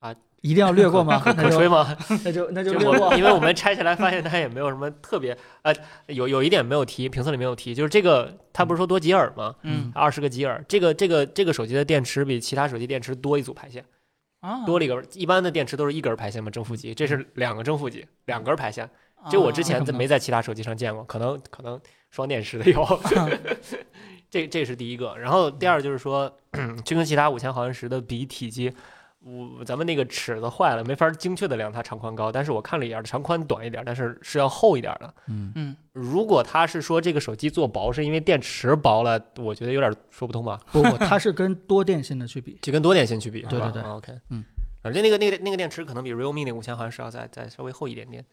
[SPEAKER 2] 啊，
[SPEAKER 1] 一定要略 过吗？那
[SPEAKER 2] 可吹
[SPEAKER 1] 就
[SPEAKER 2] 吗？
[SPEAKER 1] 那就那就
[SPEAKER 2] 就
[SPEAKER 1] 略
[SPEAKER 2] 我
[SPEAKER 1] 过，
[SPEAKER 2] 因为我们拆下来发现它也没有什么特别，呃，有有一点没有提，评测里没有提，就是这个它不是说多吉尔吗？
[SPEAKER 3] 嗯
[SPEAKER 2] 二十个吉尔，这个这个这个手机的电池比其他手机电池多一组排线，
[SPEAKER 3] 啊，
[SPEAKER 2] 多了一根儿。一般的电池都是一根儿排线嘛，正负极，这是两个正负极，两根儿排线。
[SPEAKER 3] 啊
[SPEAKER 2] 这我之前
[SPEAKER 1] 啊
[SPEAKER 2] 在没在其他手机上见过，可能可能双电池的有。 这这是第一个，然后第二就是说，就跟其他五千毫安时的比体积，我咱们那个尺子坏了，没法精确的量它长宽高，但是我看了一眼，长宽短一点，但是是要厚一点的。
[SPEAKER 1] 嗯，
[SPEAKER 3] 嗯，
[SPEAKER 2] 如果他是说这个手机做薄是因为电池薄了，我觉得有点说不通吧，
[SPEAKER 1] 不不，它是跟多电芯的去比，
[SPEAKER 2] 就跟多电芯去比，
[SPEAKER 1] 对
[SPEAKER 2] 是吧
[SPEAKER 1] 对对
[SPEAKER 2] 啊，OK，
[SPEAKER 1] 嗯，
[SPEAKER 2] 反正那个那个那个电池可能比 realme 那五千毫安时要再再稍微厚一点点。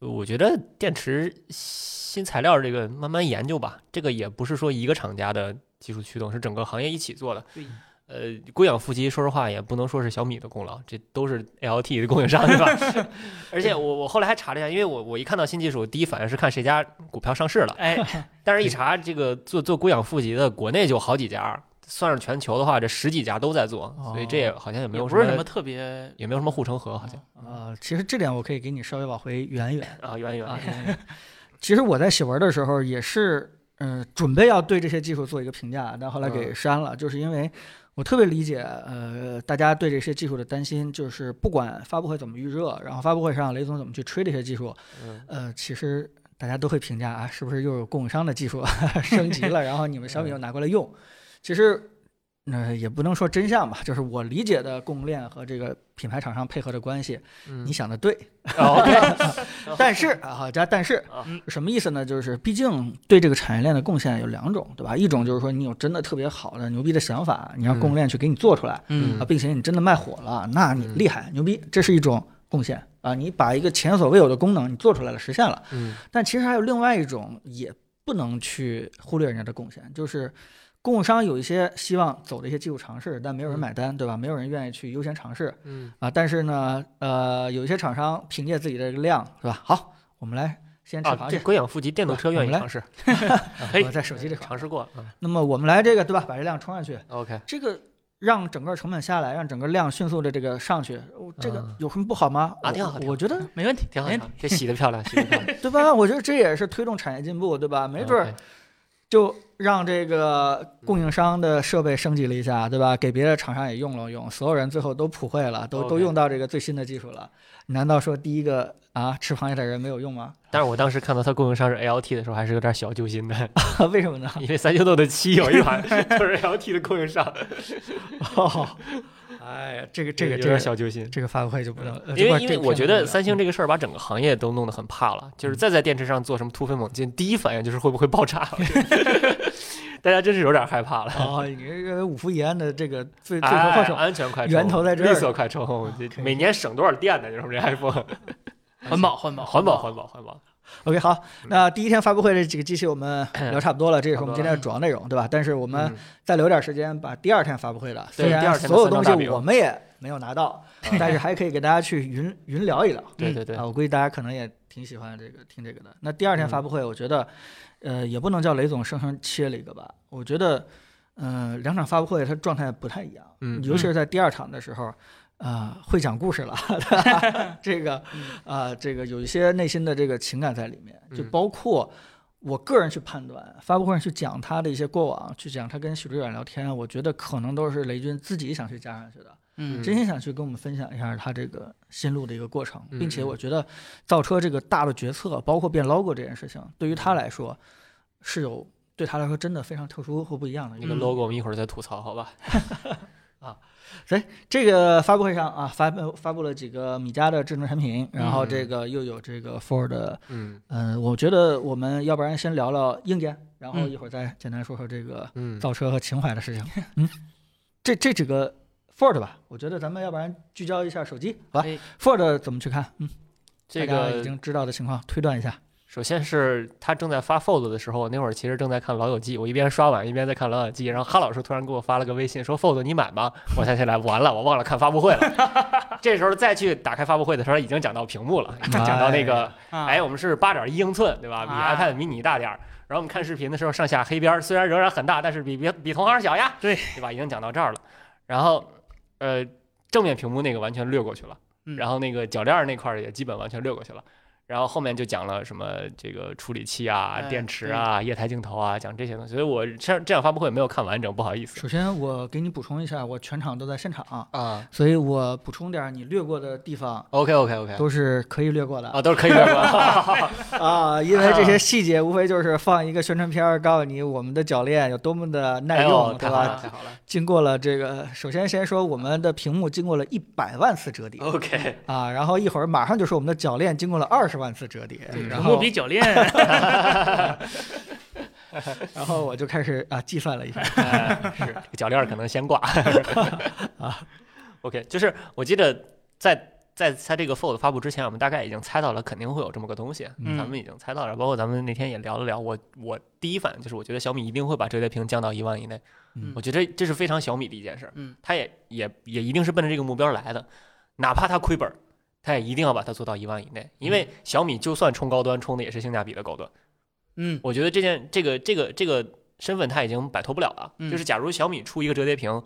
[SPEAKER 2] 呃我觉得电池新材料这个慢慢研究吧，这个也不是说一个厂家的技术驱动，是整个行业一起做的。
[SPEAKER 3] 对，
[SPEAKER 2] 呃，硅氧负极，说实话也不能说是小米的功劳，这都是 LT 的供应商，对吧？ 而且我我后来还查了一下，因为我我一看到新技术，第一反应是看谁家股票上市了，
[SPEAKER 3] 哎，
[SPEAKER 2] 但是一查这个做做硅氧负极的，国内就好几家，算是全球的话，这十几家都在做，
[SPEAKER 1] 哦
[SPEAKER 2] 所以这也好像也没
[SPEAKER 3] 也
[SPEAKER 2] 有
[SPEAKER 3] 不是什么特别，
[SPEAKER 2] 也没有什么护城河，好像
[SPEAKER 1] 呃，其实这点我可以给你稍微往回圆一圆。
[SPEAKER 2] 啊，远远
[SPEAKER 1] 啊，其实我在写文的时候也是，呃，准备要对这些技术做一个评价，但后来给
[SPEAKER 2] 嗯
[SPEAKER 1] 删了，就是因为我特别理解，呃，大家对这些技术的担心，就是不管发布会怎么预热，然后发布会上雷总怎么去吹这些技术，
[SPEAKER 2] 嗯
[SPEAKER 1] 呃，其实大家都会评价啊，是不是又有供应商的技术 升级了，然后你们小米又拿过来用？其实，呃，也不能说真相吧，就是我理解的供应链和这个品牌厂商配合的关系，
[SPEAKER 2] 嗯
[SPEAKER 1] 你想的对，
[SPEAKER 2] 哦，OK，
[SPEAKER 1] 但是啊，好加但是
[SPEAKER 2] 啊
[SPEAKER 3] 嗯
[SPEAKER 1] 什么意思呢？就是毕竟对这个产业链的贡献有两种，对吧？一种就是说你有真的特别好的牛逼的想法，你让供应链去给你做出来、
[SPEAKER 2] 嗯
[SPEAKER 1] 啊，并且你真的卖火了，那你
[SPEAKER 2] 嗯
[SPEAKER 1] 厉害牛逼，这是一种贡献啊。你把一个前所未有的功能你做出来了，实现了。
[SPEAKER 2] 嗯
[SPEAKER 1] 但其实还有另外一种，也不能去忽略人家的贡献，就是供应商有一些希望走的一些技术尝试，但没有人
[SPEAKER 2] 嗯
[SPEAKER 1] 买单，对吧？没有人愿意去优先尝试。
[SPEAKER 2] 嗯
[SPEAKER 1] 啊，但是呢，呃，有一些厂商凭借自己的这个量，是吧？好，我们来先吃螃
[SPEAKER 2] 啊，
[SPEAKER 1] 蟹
[SPEAKER 2] 这，硅氧负极电动车愿意尝试， 哎
[SPEAKER 3] 可 以
[SPEAKER 1] 我在手机这嗯块儿。
[SPEAKER 2] 尝试过了啊
[SPEAKER 1] 那么我们来这个，对吧？把这量冲上去，
[SPEAKER 2] ，OK，
[SPEAKER 1] 这个让整个成本下来，让整个量迅速的这个上去，我这个
[SPEAKER 2] 嗯
[SPEAKER 1] 有什么不好吗？
[SPEAKER 2] 啊
[SPEAKER 1] 我
[SPEAKER 2] 挺好挺好
[SPEAKER 1] 我 觉得
[SPEAKER 3] 没问题，
[SPEAKER 2] 挺好，
[SPEAKER 1] 哎
[SPEAKER 3] 没
[SPEAKER 2] 挺
[SPEAKER 3] 问
[SPEAKER 2] 好这洗的漂亮，洗的漂亮，
[SPEAKER 1] 对吧？我觉得这也是推动产业进步，对吧？ 没
[SPEAKER 2] 啊
[SPEAKER 1] 准儿就让这个供应商的设备升级了一下，对吧？给别的厂商也用了用，所有人最后都普惠了，都都
[SPEAKER 2] OK
[SPEAKER 1] 用到这个最新的技术了。难道说第一个啊吃螃蟹的人没有用吗？
[SPEAKER 2] 但是我当时看到它供应商是 LT 的时候，还是有点小揪心的，
[SPEAKER 1] 为什么呢？
[SPEAKER 2] 因为三星豆的七有一 款就是 LT 的供应商，
[SPEAKER 1] 哦， 哎呀，这个这个
[SPEAKER 2] 有
[SPEAKER 1] 这
[SPEAKER 2] 点
[SPEAKER 1] 个
[SPEAKER 2] 小揪心。
[SPEAKER 1] 这个发布会就不能，呃
[SPEAKER 2] 因
[SPEAKER 1] 这块
[SPEAKER 2] 为
[SPEAKER 1] 儿
[SPEAKER 2] 因
[SPEAKER 1] 这
[SPEAKER 2] 为
[SPEAKER 1] 个
[SPEAKER 2] 我
[SPEAKER 1] 片
[SPEAKER 2] 觉
[SPEAKER 1] 子
[SPEAKER 2] 得
[SPEAKER 1] 不
[SPEAKER 2] 三
[SPEAKER 1] 了嗯
[SPEAKER 2] 星这个事儿把整个行业都弄得很怕了，就是再在电池上做什么突飞猛进，第一反应就是会不会爆炸， 大家真是有点害怕了。
[SPEAKER 1] 哦，你这个五氟乙胺的这个最最
[SPEAKER 2] 啊哎
[SPEAKER 1] 后快手，
[SPEAKER 2] 安全快充，
[SPEAKER 1] 源头在这儿
[SPEAKER 2] 绿色快充
[SPEAKER 1] 啊，
[SPEAKER 2] 这
[SPEAKER 1] 可以
[SPEAKER 2] 每年省多少电呢？就是我们这 iPhone，
[SPEAKER 3] 题，环保环保
[SPEAKER 2] 环保，环保环保。
[SPEAKER 1] OK，好，
[SPEAKER 2] 嗯
[SPEAKER 1] 那第一天发布会这几个机器我们聊差不多了，这也是我们今天的主要内容，对吧？但是我们
[SPEAKER 2] 嗯
[SPEAKER 1] 再留点时间把第二天发布会的，虽
[SPEAKER 2] 对第二
[SPEAKER 1] 然
[SPEAKER 2] 天的
[SPEAKER 1] 所有东
[SPEAKER 2] 三张大嗯
[SPEAKER 1] 西
[SPEAKER 2] 饼
[SPEAKER 1] 我们也没有拿到，但是还可以给大家去云云聊一聊。
[SPEAKER 2] 对对对
[SPEAKER 1] 啊，，我估计大家可能也挺喜欢这个听这个的。那第二天
[SPEAKER 2] 嗯
[SPEAKER 1] 发布会，我觉得，呃，也不能叫雷总生生切了一个吧。我觉得，呃，两场发布会他状态不太一样，
[SPEAKER 2] 嗯
[SPEAKER 1] 尤其是在第二场的时候。啊、会讲故事 了，这个，啊、这个有一些内心的这个情感在里面，就
[SPEAKER 2] 嗯
[SPEAKER 1] 包括我个人去判断，发布会上去讲他的一些过往，去讲他跟许知远聊天，我觉得可能都是雷军自己想去加上去的，
[SPEAKER 3] 嗯
[SPEAKER 1] 真心想去跟我们分享一下他这个心路的一个过程，
[SPEAKER 2] 嗯
[SPEAKER 1] 并且我觉得
[SPEAKER 3] 嗯
[SPEAKER 1] 造车这个大的决策，包括变 logo 这件事情，对于他来说是有对他来说真的非常特殊和不一样的一
[SPEAKER 2] 那
[SPEAKER 1] 个
[SPEAKER 2] 个
[SPEAKER 3] 嗯
[SPEAKER 2] logo 我们一会儿再吐槽，好吧？
[SPEAKER 1] 这个发布会上啊，发布发布了几个米家的智能产品，然后
[SPEAKER 2] 嗯
[SPEAKER 1] 这个又有这个 Ford 的，
[SPEAKER 2] 嗯
[SPEAKER 1] 嗯，我觉得我们要不然先聊聊硬件，然后
[SPEAKER 3] 嗯
[SPEAKER 1] 一会儿再简单说说这个
[SPEAKER 2] 嗯，
[SPEAKER 1] 造车和情怀的事情。嗯，这这几个 Ford 吧，我觉得咱们要不然聚焦一下手机，好吧
[SPEAKER 3] 可以
[SPEAKER 1] ？Ford 怎么去看？嗯，
[SPEAKER 2] 这
[SPEAKER 1] 大家已
[SPEAKER 2] 个
[SPEAKER 1] 经知道的情况推断一下。
[SPEAKER 2] 首先是他正在发 Fold 的时候，那会儿其实正在看《老友记》，我一边刷碗一边在看《老友记》，然后哈老师突然给我发了个微信说 Fold 你买吗？我想起来完了，我忘了看发布会了。这时候再去打开发布会的时候，已经讲到屏幕了，已经讲到那个
[SPEAKER 3] 啊，
[SPEAKER 2] 哎，我们是八点一英寸，对吧？比
[SPEAKER 3] 啊
[SPEAKER 2] iPad mini 大点儿。然后我们看视频的时候，上下黑边儿虽然仍然很大，但是比比比同行小呀，
[SPEAKER 3] 对
[SPEAKER 2] 对吧？已经讲到这儿了。然后，呃，正面屏幕那个完全略过去了，
[SPEAKER 3] 嗯
[SPEAKER 2] 然后那个铰链儿那块儿也基本完全略过去了。然后后面就讲了什么这个处理器啊、
[SPEAKER 3] 哎
[SPEAKER 2] 电池啊、液态镜头啊，讲这些东西。所以我这这场发布会没有看完整，不好意思
[SPEAKER 1] 首先，我给你补充一下，我全场都在现场，
[SPEAKER 2] 啊。
[SPEAKER 1] 所以我补充点儿你略过的地方，
[SPEAKER 2] OK OK OK，
[SPEAKER 1] 都是可以略过的
[SPEAKER 2] 啊，都是可以 略过的。
[SPEAKER 1] 啊，因为这些细节无非就是放一个宣传片儿，告诉你我们的铰链有多么的耐
[SPEAKER 2] 哎
[SPEAKER 1] 用，
[SPEAKER 2] 呦，
[SPEAKER 1] 对
[SPEAKER 2] 太好了，
[SPEAKER 1] 吧？
[SPEAKER 2] 太好了。
[SPEAKER 1] 经过了这个，首先先说我们的屏幕经过了一百万次折叠
[SPEAKER 2] OK，
[SPEAKER 1] 啊，然后一会儿马上就说我们的铰链经过了二十万次折叠，
[SPEAKER 2] 对
[SPEAKER 1] 然
[SPEAKER 3] 屏幕
[SPEAKER 1] 后
[SPEAKER 3] 比铰链
[SPEAKER 2] 嗯
[SPEAKER 1] 然后我就开始啊计算了一下，
[SPEAKER 2] 哎是这个铰链儿可能先挂 啊。OK，就是我记得在在它这个 Fold 发布之前，我们大概已经猜到了肯定会有这么个东西，
[SPEAKER 1] 嗯
[SPEAKER 2] 咱们已经猜到了。包括咱们那天也聊了聊，我我第一反应就是我觉得小米一定会把折叠屏降到一万以内，
[SPEAKER 1] 嗯
[SPEAKER 2] 我觉得这是非常小米的一件事儿，
[SPEAKER 3] 嗯，
[SPEAKER 2] 它也也也一定是奔着这个目标来的，哪怕它亏本儿。它也一定要把它做到一万以内，因
[SPEAKER 1] 嗯
[SPEAKER 2] 为小米就算冲高端，冲的也是性价比的高端。
[SPEAKER 3] 嗯
[SPEAKER 2] 我觉得这件这个这个这个身份他已经摆脱不了了。
[SPEAKER 3] 嗯
[SPEAKER 2] 就是假如小米出一个折叠屏，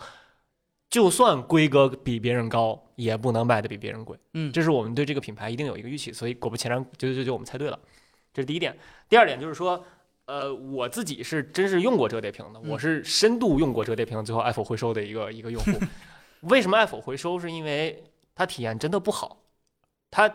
[SPEAKER 2] 就算规格比别人高，也不能卖的比别人贵。
[SPEAKER 3] 嗯
[SPEAKER 2] 这是我们对这个品牌一定有一个预期，所以果不其然，九九九九我们猜对了，这是第一点。第二点就是说。呃，我自己是真是用过折叠屏的，
[SPEAKER 3] 嗯
[SPEAKER 2] 我是深度用过折叠屏，最后 Apple 回收的一个一个用 户。为什么 Apple 回收？是因为它体验真的不好。它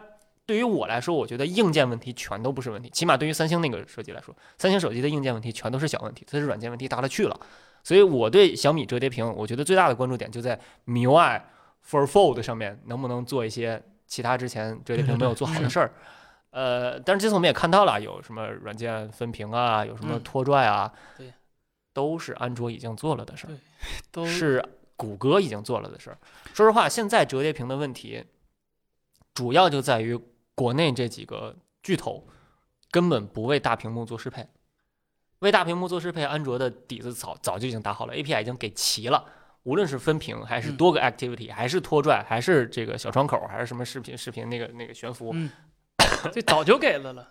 [SPEAKER 2] 对于我来说，我觉得硬件问题全都不是问题，起码对于三星那个手机来说，三星手机的硬件问题全都是小问题，它是软件问题大了去了。所以我对小米折叠屏，我觉得最大的关注点就在 MIUI for Fold 上面能不能做一些其他之前折叠屏没有做好的事 儿。呃，但是这次我们也看到了，有什么软件分屏啊，有什么
[SPEAKER 3] 嗯
[SPEAKER 2] 拖拽啊，
[SPEAKER 3] 对，
[SPEAKER 2] 都是安卓已经做了的事儿。
[SPEAKER 3] 都嗯
[SPEAKER 2] 是谷歌已经做了的事儿。说实话，现在折叠屏的问题主要就在于国内这几个巨头根本不为大屏幕做适配，为大屏幕做适配，安卓的底子早早就已经打好了，API 已经给齐了。无论是分屏，还是
[SPEAKER 3] 嗯
[SPEAKER 2] 多个 activity，、还是拖拽，还是这个小窗口，还是什么视频视频那个那个悬浮，
[SPEAKER 3] 嗯，这早就给了了，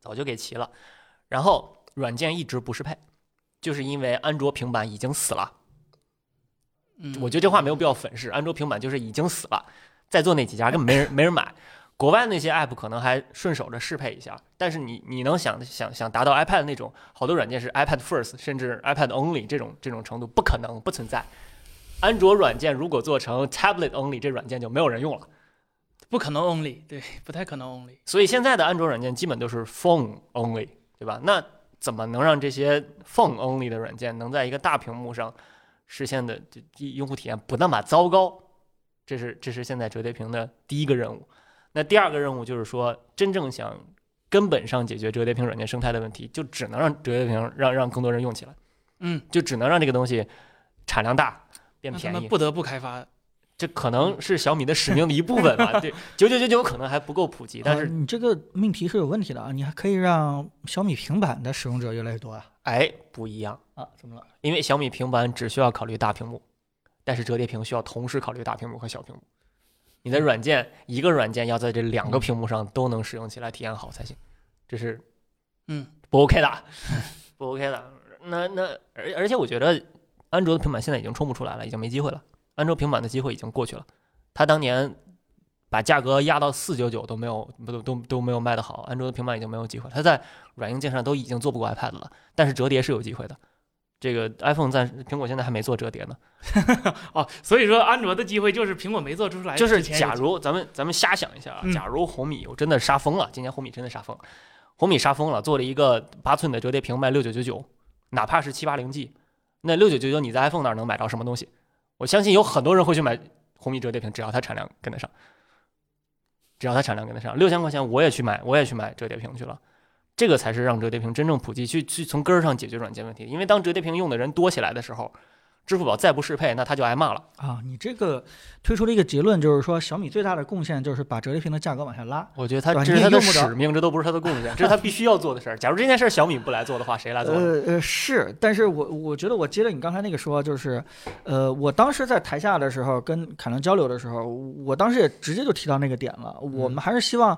[SPEAKER 2] 早就给齐了。然后软件一直不适配，就是因为安卓平板已经死了。
[SPEAKER 3] 嗯，
[SPEAKER 2] 我觉得这话没有必要粉饰，安卓平板就是已经死了，在座那几家根本没人没人买。国外那些 app 可能还顺手着适配一下，但是你你能想想想达到 iPad 那种好多软件是 iPad first 甚至 iPad only 这种这种程度不可能不存在。安卓软件如果做成 tablet only，这软件就没有人用了。
[SPEAKER 3] 不可能 only，对， 不太可能 only，
[SPEAKER 2] 所以现在的安卓软件基本都是 phone only，对吧？那怎么能让这些 phone only 的软件能在一个大屏幕上实现的这这用户体验不那么糟糕？这是这是现在折叠屏的第一个任务。那第二个任务就是说，真正想根本上解决折叠屏软件生态的问题，就只能让折叠屏让让更多人用起来，
[SPEAKER 3] 嗯，
[SPEAKER 2] 就只能让这个东西产量大变
[SPEAKER 3] 那他
[SPEAKER 2] 便
[SPEAKER 3] 们
[SPEAKER 2] 宜。
[SPEAKER 3] 不得不开发，
[SPEAKER 2] 这可能是小米的使命的一部分吧。对，九九九九可能还不够普及，但
[SPEAKER 1] 啊
[SPEAKER 2] 是
[SPEAKER 3] 嗯
[SPEAKER 1] 你这个命题是有问题的啊，你还可以让小米平板的使用者越来越多啊
[SPEAKER 2] 哎不一样。
[SPEAKER 1] 啊，怎么了？
[SPEAKER 2] 因为小米平板只需要考虑大屏幕，但是折叠屏需要同时考虑大屏幕和小屏幕。你的软件一个软件要在这两个屏幕上都能使用起来，体验好才行，这是
[SPEAKER 3] 嗯
[SPEAKER 2] 不 OK 的， 不 OK 的。那那而而且我觉得安卓的平板现在已经冲不出来了，已经没机会了。安卓平板的机会已经过去了，它当年把价格压到四九九都没有，不都都都没有卖得好，安卓的平板已经没有机会，它在软硬件上都已经做不过 iPad 了，但是折叠是有机会的。这个 iPhone 暂时苹果现在还没做折叠呢，
[SPEAKER 3] 哦，所以说安卓的机会就是苹果没做出来
[SPEAKER 2] 就
[SPEAKER 3] 之前有
[SPEAKER 2] 是
[SPEAKER 3] 机会，
[SPEAKER 2] 假如咱们咱们瞎想一下啊，
[SPEAKER 3] 嗯
[SPEAKER 2] 假如红米我真的杀疯了，今年红米真的杀疯，红米杀疯了，做了一个八寸的折叠屏卖六九九九，哪怕是七八零 G，那六九九九你在 iPhone 那儿能买着什么东西？我相信有很多人会去买红米折叠屏，只要它产量跟得上，只要它产量跟得上，六千块钱我也去买，我也去买折叠屏去了。这个才是让折叠屏真正普及，去去从根儿上解决软件问题。因为当折叠屏用的人多起来的时候，支付宝再不适配，那他就挨骂了。
[SPEAKER 1] 啊，你这个推出了一个结论，就是说小米最大的贡献就是把折叠屏的价格往下拉。
[SPEAKER 2] 我觉得他
[SPEAKER 1] 对吧
[SPEAKER 2] 这
[SPEAKER 1] 你
[SPEAKER 2] 是
[SPEAKER 1] 也
[SPEAKER 2] 他的
[SPEAKER 1] 用不着
[SPEAKER 2] 使命，这都不是他的贡献，这是他必须要做的事儿。假如这件事儿小米不来做的话，谁来做呢？
[SPEAKER 1] 呃呃是，但是我我觉得我接着你刚才那个说，就是，呃，我当时在台下的时候跟凯能交流的时候，我当时也直接就提到那个点了，我们还是希望。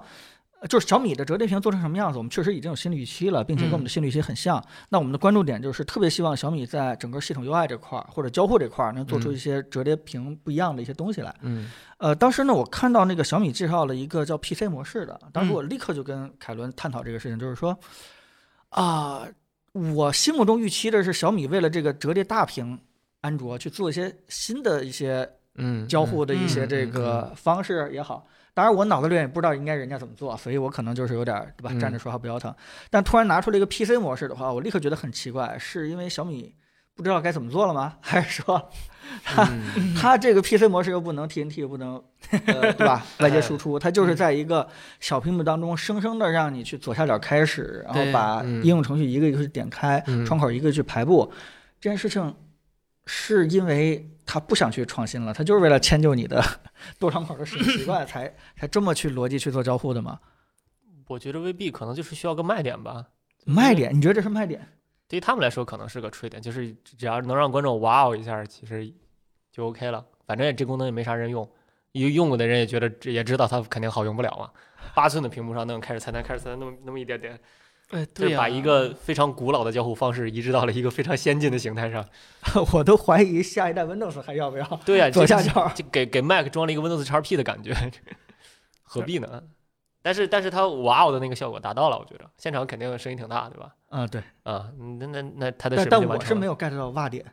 [SPEAKER 1] 呃就是小米的折叠屏做成什么样子，我们确实已经有心理预期了，并且跟我们的心理预期很像。那我们的关注点就是特别希望小米在整个系统 UI 这块儿或者交互这块儿能做出一些折叠屏不一样的一些东西来。
[SPEAKER 2] 嗯
[SPEAKER 1] 呃，当时呢，我看到那个小米介绍了一个叫 PC 模式的，当时
[SPEAKER 3] 嗯
[SPEAKER 1] 我立刻就跟凯伦探讨这个事情，就是说，啊、我心目中预期的是小米为了这个折叠大屏安卓去做一些新的一些
[SPEAKER 2] 嗯
[SPEAKER 1] 交互的一些
[SPEAKER 2] 嗯
[SPEAKER 1] 这
[SPEAKER 2] 嗯
[SPEAKER 1] 个方式也好。当然，我脑子里也不知道应该人家怎么做，所以我可能就是有点儿对吧，
[SPEAKER 2] 嗯
[SPEAKER 1] 站着说话不腰疼。但突然拿出了一个 PC 模式的话，我立刻觉得很奇怪，是因为小米不知道该怎么做了吗？ 还是说
[SPEAKER 2] 嗯
[SPEAKER 1] 它这个 PC 模式又不能 TNT，又不能， 呃，对吧？
[SPEAKER 2] 哎
[SPEAKER 1] 外界输出，它就是
[SPEAKER 2] 嗯
[SPEAKER 1] 在一个小屏幕当中，生生的让你去左下角开始，然后
[SPEAKER 3] 对
[SPEAKER 1] 把
[SPEAKER 2] 嗯
[SPEAKER 1] 应用程序一个一个去点开，
[SPEAKER 2] 嗯
[SPEAKER 1] 窗口一个一个去排布。这件事情是因为它不想去创新了，它就是为了迁就你的 多窗口的使用习惯，才才这么去逻辑去做交互的嘛。
[SPEAKER 2] 我觉得未必，可能就是需要个卖点吧。
[SPEAKER 1] 卖点，你觉得这是卖点？
[SPEAKER 2] 对于他们来说，可能是个吹点，就是只要能让观众哇哦一下，其实就 OK 了。反正也这功能也没啥人用，有用过的人也觉得这也知道它肯定好用不了嘛。八寸的屏幕上那种开始菜单、开始菜单那么那么一点点，
[SPEAKER 3] 哎，
[SPEAKER 2] 就
[SPEAKER 3] 对
[SPEAKER 2] 是
[SPEAKER 3] 呀，
[SPEAKER 2] 把一个非常古老的交互方式移植到了一个非常先进的形态上。
[SPEAKER 1] 我都怀疑下一代 Windows 还要不要
[SPEAKER 2] 对 呀、
[SPEAKER 1] 左
[SPEAKER 2] 哎这
[SPEAKER 1] 下角。
[SPEAKER 2] 就给给 Mac 装了一个 Windows XP 的感觉，何必呢？但是但是它哇哦的那个效果达到了，我觉得现场肯定声音挺大，对吧？
[SPEAKER 1] 嗯，对，
[SPEAKER 2] 啊，那那那它
[SPEAKER 1] 但
[SPEAKER 2] 的使命
[SPEAKER 1] 但
[SPEAKER 2] 就完
[SPEAKER 1] 我是
[SPEAKER 2] 成
[SPEAKER 1] 没
[SPEAKER 2] 了，
[SPEAKER 1] 有 get 到哇点。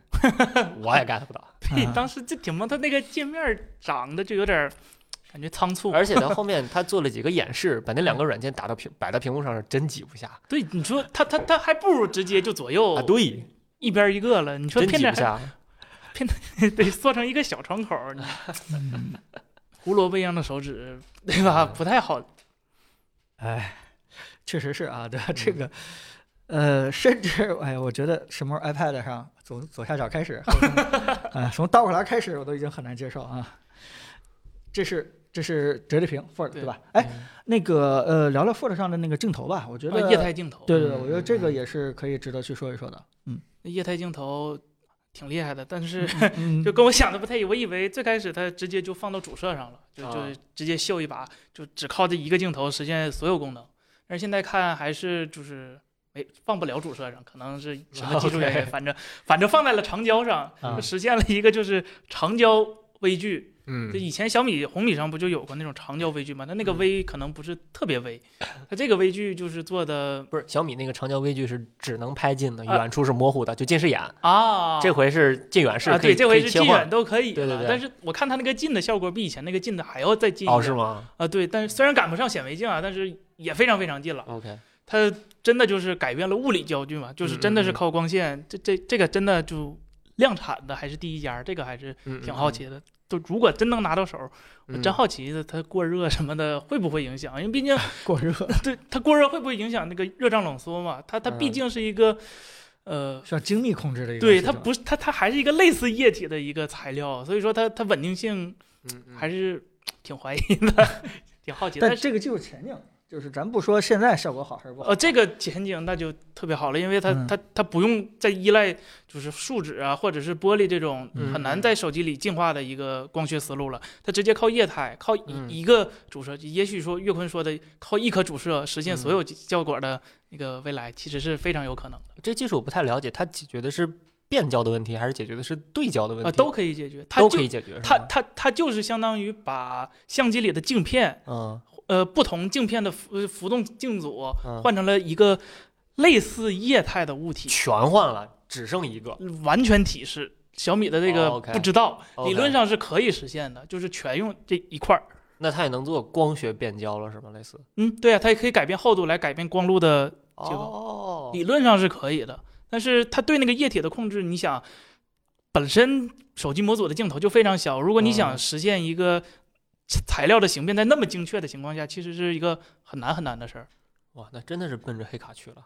[SPEAKER 2] 我也 get 不 到。
[SPEAKER 3] 对
[SPEAKER 1] 嗯
[SPEAKER 3] 当时这挺嘛，它那个界面儿长得就有点儿感觉仓促。
[SPEAKER 2] 而且它后面它做了几个演示，把那两个软件打到屏摆到屏幕上是真挤不下
[SPEAKER 3] 对，你说它它它还不如直接就左右
[SPEAKER 2] 啊，对，
[SPEAKER 3] 一边一个了。你说
[SPEAKER 2] 真
[SPEAKER 3] 偏
[SPEAKER 2] 挤
[SPEAKER 3] 着
[SPEAKER 2] 不
[SPEAKER 3] 还
[SPEAKER 2] 下。
[SPEAKER 3] 得做成一个小窗口儿，你
[SPEAKER 2] 嗯
[SPEAKER 3] 胡萝卜一样的手指，对吧？不太好。
[SPEAKER 1] 哎，确实是啊，对吧？
[SPEAKER 3] 嗯
[SPEAKER 1] 这个，呃，甚至哎呀，我觉得什么时候 iPad 上从左下角开始，后面啊，从倒过来开始，我都已经很难接受啊。这是这是折叠屏 Fold 对
[SPEAKER 3] 对
[SPEAKER 1] 吧？哎，那个呃，聊聊 Fold 上的那个镜头吧，我觉
[SPEAKER 3] 啊
[SPEAKER 1] 得、
[SPEAKER 3] 液态镜头，
[SPEAKER 1] 对对对，我觉得
[SPEAKER 2] 嗯
[SPEAKER 1] 这个
[SPEAKER 2] 嗯
[SPEAKER 1] 也是可以值得去说一说的。嗯，
[SPEAKER 3] 那液态镜头挺厉害的，但 是
[SPEAKER 1] 嗯
[SPEAKER 3] 就跟我想的不太一样。我以为最开始它直接就放到主摄上了，就
[SPEAKER 2] 啊
[SPEAKER 3] 就直接秀一把，就只靠这一个镜头实现所有功能。但是现在看还是就是没放不了主摄上，可能是什么技术原因，
[SPEAKER 2] OK
[SPEAKER 3] 反正反正放在了长焦上，
[SPEAKER 2] 啊
[SPEAKER 3] 就实现了一个就是长焦微距。
[SPEAKER 2] 嗯
[SPEAKER 3] 就以前小米、红米上不就有过那种长焦微距吗？它那个
[SPEAKER 2] 嗯
[SPEAKER 3] 微可能不是特别微，它这个微距就是做的
[SPEAKER 2] 不是小米那个长焦微距是只能拍近的，
[SPEAKER 3] 啊
[SPEAKER 2] 远处是模糊的，就近视眼。
[SPEAKER 3] 啊，
[SPEAKER 2] 这回是近远视
[SPEAKER 3] 啊
[SPEAKER 2] 可以
[SPEAKER 3] 对，这回
[SPEAKER 2] 可以
[SPEAKER 3] 是
[SPEAKER 2] 切
[SPEAKER 3] 近
[SPEAKER 2] 换
[SPEAKER 3] 远都可以了，
[SPEAKER 2] 对对对
[SPEAKER 3] 但是我看它那个近的效果比以前那个近的还要再近一点
[SPEAKER 2] 哦，是吗
[SPEAKER 3] 啊，对，但是虽然赶不上显微镜啊，但是也非常非常近了。
[SPEAKER 2] ？OK，
[SPEAKER 3] 它真的就是改变了物理焦距嘛，就是真的
[SPEAKER 2] 嗯嗯
[SPEAKER 3] 是
[SPEAKER 2] 嗯
[SPEAKER 3] 靠光线，这这这个真的就量产的还是第一家，这个还是
[SPEAKER 2] 嗯
[SPEAKER 3] 挺好，奇的。就如果真能拿到手，我真好奇它过热什么的会不会影响，因为 毕竟
[SPEAKER 1] 过热
[SPEAKER 3] 对它过热会不会影响那个热胀冷缩嘛？它它毕
[SPEAKER 2] 嗯
[SPEAKER 3] 竟是一个，呃，
[SPEAKER 1] 需要精密控制的一个
[SPEAKER 3] 对
[SPEAKER 1] 系统，
[SPEAKER 3] 它不是它它还是一个类似液体的一个材料，所以说它它稳定性还
[SPEAKER 2] 是
[SPEAKER 3] 是挺怀疑的， 挺好奇的。
[SPEAKER 1] 但
[SPEAKER 3] 但是
[SPEAKER 1] 这个技术前景就是咱不说现在效果好还是不好，
[SPEAKER 3] 呃，这个前景那就特别好了，因为它、
[SPEAKER 1] 嗯
[SPEAKER 3] 它它不用再依赖就是树脂啊或者是玻璃这种
[SPEAKER 2] 嗯
[SPEAKER 3] 很难在手机里进化的一个光学思路了，它直接靠液态，靠
[SPEAKER 2] 嗯
[SPEAKER 3] 一一个主摄，也许说岳坤说的靠一颗主摄实现所有效果的那个未来，其实是非常有可能的。
[SPEAKER 2] 这技术我不太了解，它解决的是变焦的问题，还是解决的是对焦的问
[SPEAKER 3] 啊，
[SPEAKER 2] 题？
[SPEAKER 3] 都可以解决，它
[SPEAKER 2] 都可
[SPEAKER 3] 就
[SPEAKER 2] 以解决，是
[SPEAKER 3] 它
[SPEAKER 2] 吗
[SPEAKER 3] 它它就是相当于把相机里的镜片，
[SPEAKER 2] 嗯
[SPEAKER 3] 呃，不同镜片的浮呃浮动镜组
[SPEAKER 2] 嗯
[SPEAKER 3] 换成了一个类似液态的物体，
[SPEAKER 2] 全换了，只剩一个。
[SPEAKER 3] 完全体示。小米的这
[SPEAKER 2] 哦
[SPEAKER 3] 个
[SPEAKER 2] ，OK
[SPEAKER 3] 不知道，
[SPEAKER 2] OK
[SPEAKER 3] 理论上是可以实现的，就是全用这一块儿。
[SPEAKER 2] 那它也能做光学变焦了是吗？类似
[SPEAKER 3] 嗯，对啊，它也可以改变厚度来改变光路的结构
[SPEAKER 2] 哦
[SPEAKER 3] 理论上是可以的，但是它对那个液体的控制，你想，本身手机模组的镜头就非常小，如果你想
[SPEAKER 2] 嗯
[SPEAKER 3] 实现一个材料的形变在那么精确的情况下，其实是一个很难很难的事儿。
[SPEAKER 2] 哇，那真的是奔着黑卡去了，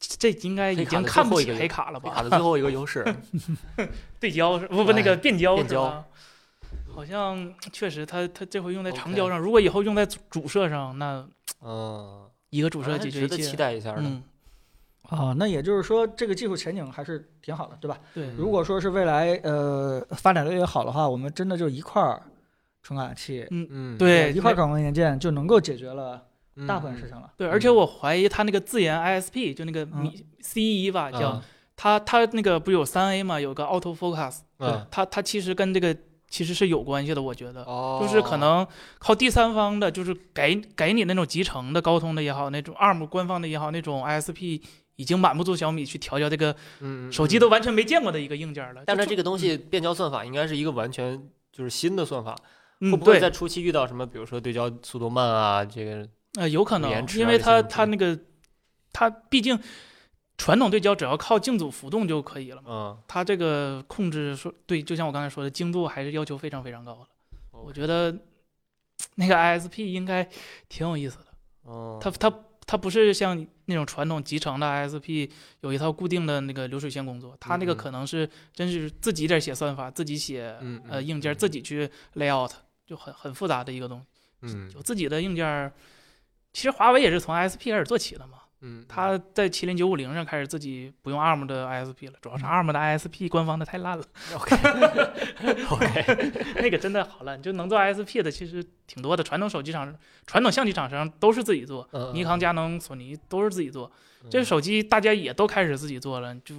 [SPEAKER 3] 这这应该已
[SPEAKER 2] 黑卡
[SPEAKER 3] 经
[SPEAKER 2] 的
[SPEAKER 3] 看不
[SPEAKER 2] 最
[SPEAKER 3] 起
[SPEAKER 2] 后一个
[SPEAKER 3] 黑卡了
[SPEAKER 2] 黑卡
[SPEAKER 3] 吧？
[SPEAKER 2] 的最后一个优势
[SPEAKER 3] 对焦是不不那个
[SPEAKER 2] 哎
[SPEAKER 3] 变焦
[SPEAKER 2] 变
[SPEAKER 3] 是
[SPEAKER 2] 焦
[SPEAKER 3] 吧？好像确实它，它这回用在
[SPEAKER 2] OK
[SPEAKER 3] 长焦上如果以后用在主主摄上，那
[SPEAKER 2] 嗯，
[SPEAKER 3] 一个主摄
[SPEAKER 2] 还
[SPEAKER 3] 解决
[SPEAKER 2] 值
[SPEAKER 3] 一
[SPEAKER 2] 得期
[SPEAKER 3] 切。
[SPEAKER 2] 待一下的。
[SPEAKER 3] 嗯，
[SPEAKER 1] 啊，那也就是说，这个技术前景还是挺好的，对吧？
[SPEAKER 3] 对，
[SPEAKER 2] 嗯
[SPEAKER 1] 如果说是未来呃发展的越好的话，我们真的就一块儿传感器，
[SPEAKER 2] 嗯，
[SPEAKER 3] 对
[SPEAKER 1] 一块儿
[SPEAKER 3] 那
[SPEAKER 1] 感光元件就能够解决了
[SPEAKER 2] 嗯
[SPEAKER 1] 大部分事情了。
[SPEAKER 3] 对，而且
[SPEAKER 2] 嗯
[SPEAKER 3] 我怀疑它那个自研 ISP 就那个
[SPEAKER 1] 嗯
[SPEAKER 3] 米 C 一吧，叫
[SPEAKER 2] 嗯
[SPEAKER 3] 它它那个不有三 A 嘛，有个 auto focus，、
[SPEAKER 2] 嗯
[SPEAKER 3] 它它其实跟这个其实是有关系的，我觉得，
[SPEAKER 2] 哦，
[SPEAKER 3] 就是可能靠第三方的，就是给给你那种集成的高通的也好，那种 ARM 官方的也好，那种 ISP 已经满不足小米去调教这个
[SPEAKER 2] 嗯嗯
[SPEAKER 3] 手机
[SPEAKER 2] 嗯
[SPEAKER 3] 都完全没见过的一个硬件了。
[SPEAKER 2] 但
[SPEAKER 3] 就
[SPEAKER 2] 它这个东西变焦算法应该是一个完全就是新的算法，
[SPEAKER 3] 嗯
[SPEAKER 2] 会不会
[SPEAKER 3] 对
[SPEAKER 2] 在初期遇到什么，比如说对焦速度慢啊，这个
[SPEAKER 3] 呃，有可能
[SPEAKER 2] 延，迟啊
[SPEAKER 3] 因为
[SPEAKER 2] 这些
[SPEAKER 3] 它
[SPEAKER 2] 东西
[SPEAKER 3] 它那个它毕竟传统对焦只要靠镜组浮动就可以了嘛，
[SPEAKER 2] 嗯，
[SPEAKER 3] 它这个控制说对，就像我刚才说的精度还是要求非常非常高的。我觉得那个 ISP 应该挺有意思的，
[SPEAKER 2] 嗯，
[SPEAKER 3] 它它它不是像那种传统集成的 ISP 有一套固定的那个流水线工作，它那个
[SPEAKER 2] 嗯嗯
[SPEAKER 3] 可能是真是自己得写算法，自己写
[SPEAKER 2] 嗯
[SPEAKER 3] 呃
[SPEAKER 2] 嗯
[SPEAKER 3] 硬件，
[SPEAKER 2] 嗯
[SPEAKER 3] 自己去 layout，就很很复杂的一个东西。
[SPEAKER 2] 嗯
[SPEAKER 3] 有自己的硬件儿。其实华为也是从 ISP 开始做起的嘛，
[SPEAKER 2] 嗯，
[SPEAKER 3] 它在麒麟九五零上开始自己不用 ARM 的 ISP 了，主要是 ARM 的 ISP 官方的太烂了，
[SPEAKER 2] 嗯 OK OK，
[SPEAKER 3] 那个真的好烂。就能做 ISP 的其实挺多的，传统手机厂、传统相机厂商都是自己做，
[SPEAKER 2] 嗯
[SPEAKER 3] 尼康、佳能、索尼都是自己做。这手机大家也都开始自己做了， 就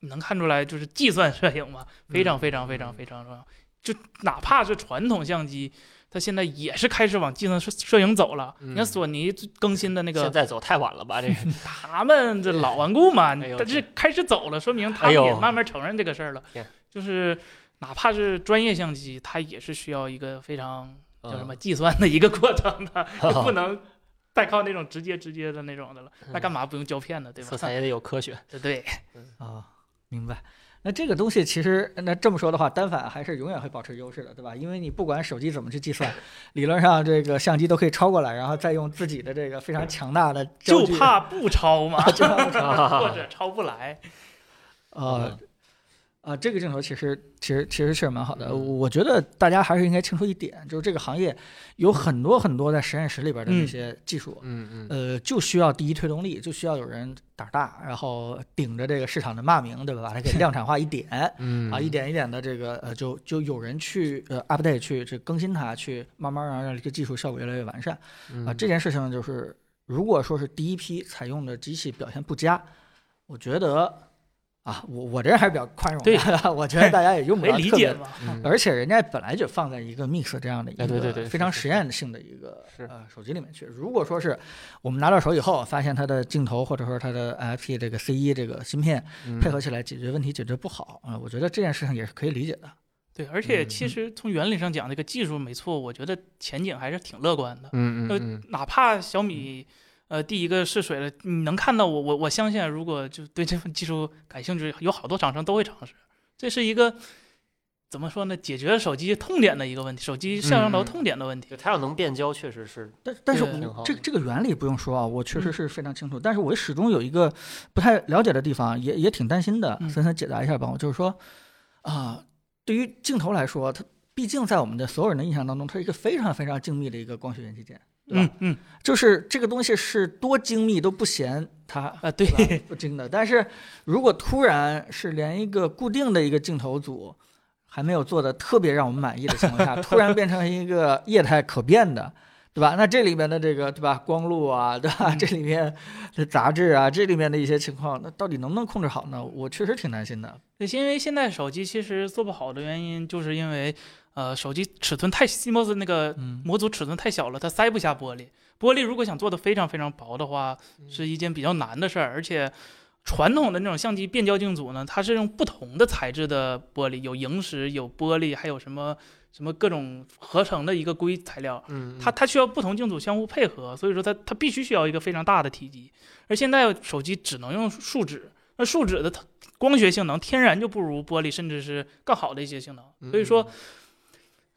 [SPEAKER 3] 你能看出来，就是计算摄影嘛，非
[SPEAKER 2] 嗯
[SPEAKER 3] 常非常非常非常重要。就哪怕是传统相机，它现在也是开始往计算摄摄影走了。你
[SPEAKER 2] 嗯
[SPEAKER 3] 看索尼最更新的那
[SPEAKER 2] 现
[SPEAKER 3] 个，
[SPEAKER 2] 在走太晚了吧？这个
[SPEAKER 3] 他们这老顽固嘛，
[SPEAKER 2] 哎呦
[SPEAKER 3] 但是开始走了，说明
[SPEAKER 2] 哎
[SPEAKER 3] 他们
[SPEAKER 2] 呦
[SPEAKER 3] 也慢慢承认这个事儿了
[SPEAKER 2] 天。
[SPEAKER 3] 就是哪怕是专业相机，它也是需要一个非常 叫什么
[SPEAKER 2] 嗯
[SPEAKER 3] 计算的一个过程的，也 不能再靠那种直接直接的那种的
[SPEAKER 2] 嗯
[SPEAKER 3] 了。那干嘛不用胶片呢？对吧？
[SPEAKER 2] 色彩也得有科 学，
[SPEAKER 3] 对对，嗯
[SPEAKER 1] 啊，明白。那这个东西其实，那这么说的话，单反还是永远会保持优势的，对吧？因为你不管手机怎么去计算，理论上这个相机都可以超过来，然后再用自己的这个非常强大的焦
[SPEAKER 3] 就
[SPEAKER 1] 距
[SPEAKER 3] 怕不超嘛，
[SPEAKER 1] 就怕不
[SPEAKER 2] 啊
[SPEAKER 3] 或者超不来。
[SPEAKER 1] 呃啊，这个镜头其实其实其实确实蛮好的。
[SPEAKER 2] 嗯
[SPEAKER 1] 我觉得大家还是应该清楚一点，就是这个行业有很多很多在实验室里边的这
[SPEAKER 3] 嗯
[SPEAKER 1] 些技术，
[SPEAKER 2] 嗯嗯
[SPEAKER 1] 呃，就需要第一推动力，就需要有人胆儿大，然后顶着这个市场的骂名，对吧？把它给量产化一点。
[SPEAKER 2] 嗯
[SPEAKER 1] 啊，一点一点的这个呃，就就有人去呃 update 去这更新它，去慢慢让让这个技术效果越来越完善
[SPEAKER 2] 嗯
[SPEAKER 1] 啊。这件事情就是，如果说是第一批采用的机器表现不佳，我觉得啊，我我这人还是比较宽容
[SPEAKER 3] 对
[SPEAKER 1] 的， 我觉得大家也用不
[SPEAKER 3] 没
[SPEAKER 1] 了
[SPEAKER 3] 理
[SPEAKER 1] 特别
[SPEAKER 3] 解。嘛？
[SPEAKER 2] 嗯
[SPEAKER 1] 而且人家本来就放在一个 Mix 这样的一个
[SPEAKER 2] 哎对对对
[SPEAKER 1] 非常
[SPEAKER 2] 是是
[SPEAKER 1] 实验性的一个
[SPEAKER 2] 是
[SPEAKER 1] 呃手机里面去。如果说是我们拿到手以后，发现它的镜头或者说它的 IFP 这个 C 1这个芯片
[SPEAKER 2] 嗯
[SPEAKER 1] 配合起来解决问题解决不好啊、我觉得这件事情也是可以理解的。
[SPEAKER 3] 对，而且
[SPEAKER 2] 嗯
[SPEAKER 3] 其实从原理上讲，这个技术没错，我觉得前景还是挺乐观的。
[SPEAKER 2] 嗯
[SPEAKER 3] 呃
[SPEAKER 2] 嗯，
[SPEAKER 3] 哪怕小米，呃，第一个试水了，你能看到我，我我相信，如果就对这份技术感兴趣，有好多厂商都会尝试。这是一个怎么说呢？解决手机痛点的一个问题，手机摄像
[SPEAKER 2] 嗯
[SPEAKER 3] 头
[SPEAKER 2] 嗯
[SPEAKER 3] 痛点的问题。
[SPEAKER 2] 就它要能变焦，确实是
[SPEAKER 1] 但但是
[SPEAKER 3] 对
[SPEAKER 2] 挺好
[SPEAKER 1] 我这
[SPEAKER 2] 的嗯
[SPEAKER 1] 这个原理不用说啊，我确实是非常清楚。但是我始终有一个不太了解的地方，也也挺担心的。
[SPEAKER 3] 嗯
[SPEAKER 1] 森森解答一下帮我，就是说啊、对于镜头来说，它毕竟在我们的所有人的印象当中，它是一个非常非常精密的一个光学元器件，对吧？
[SPEAKER 3] 嗯嗯
[SPEAKER 1] 就是这个东西是多精密都不嫌它
[SPEAKER 3] 啊，对，
[SPEAKER 1] 对吧不精的。但是如果突然是连一个固定的一个镜头组还没有做的特别让我们满意的情况下，突然变成一个液态可变的，对吧？那这里面的这个对吧，光路啊，对吧？
[SPEAKER 3] 嗯
[SPEAKER 1] 这里面的杂质啊，这里面的一些情况，那到底能不能控制好呢？我确实挺担心的。
[SPEAKER 3] 对，因为现在手机其实做不好的原因，就是因为呃，手机尺寸太 CMOS 那个
[SPEAKER 1] 嗯
[SPEAKER 3] 模组尺寸太小了，它塞不下玻璃。玻璃如果想做的非常非常薄的话，是一件比较难的事儿。而且，传统的那种相机变焦镜组呢，它是用不同的材质的玻璃，有萤石、有玻璃，还有什么什么各种合成的一个硅材料，
[SPEAKER 2] 嗯，
[SPEAKER 3] 它它需要不同镜组相互配合，所以说它它必须需要一个非常大的体积。而现在手机只能用树脂，那树脂的它光学性能天然就不如玻璃，甚至是更好的一些性
[SPEAKER 2] 嗯
[SPEAKER 3] 能。所以说，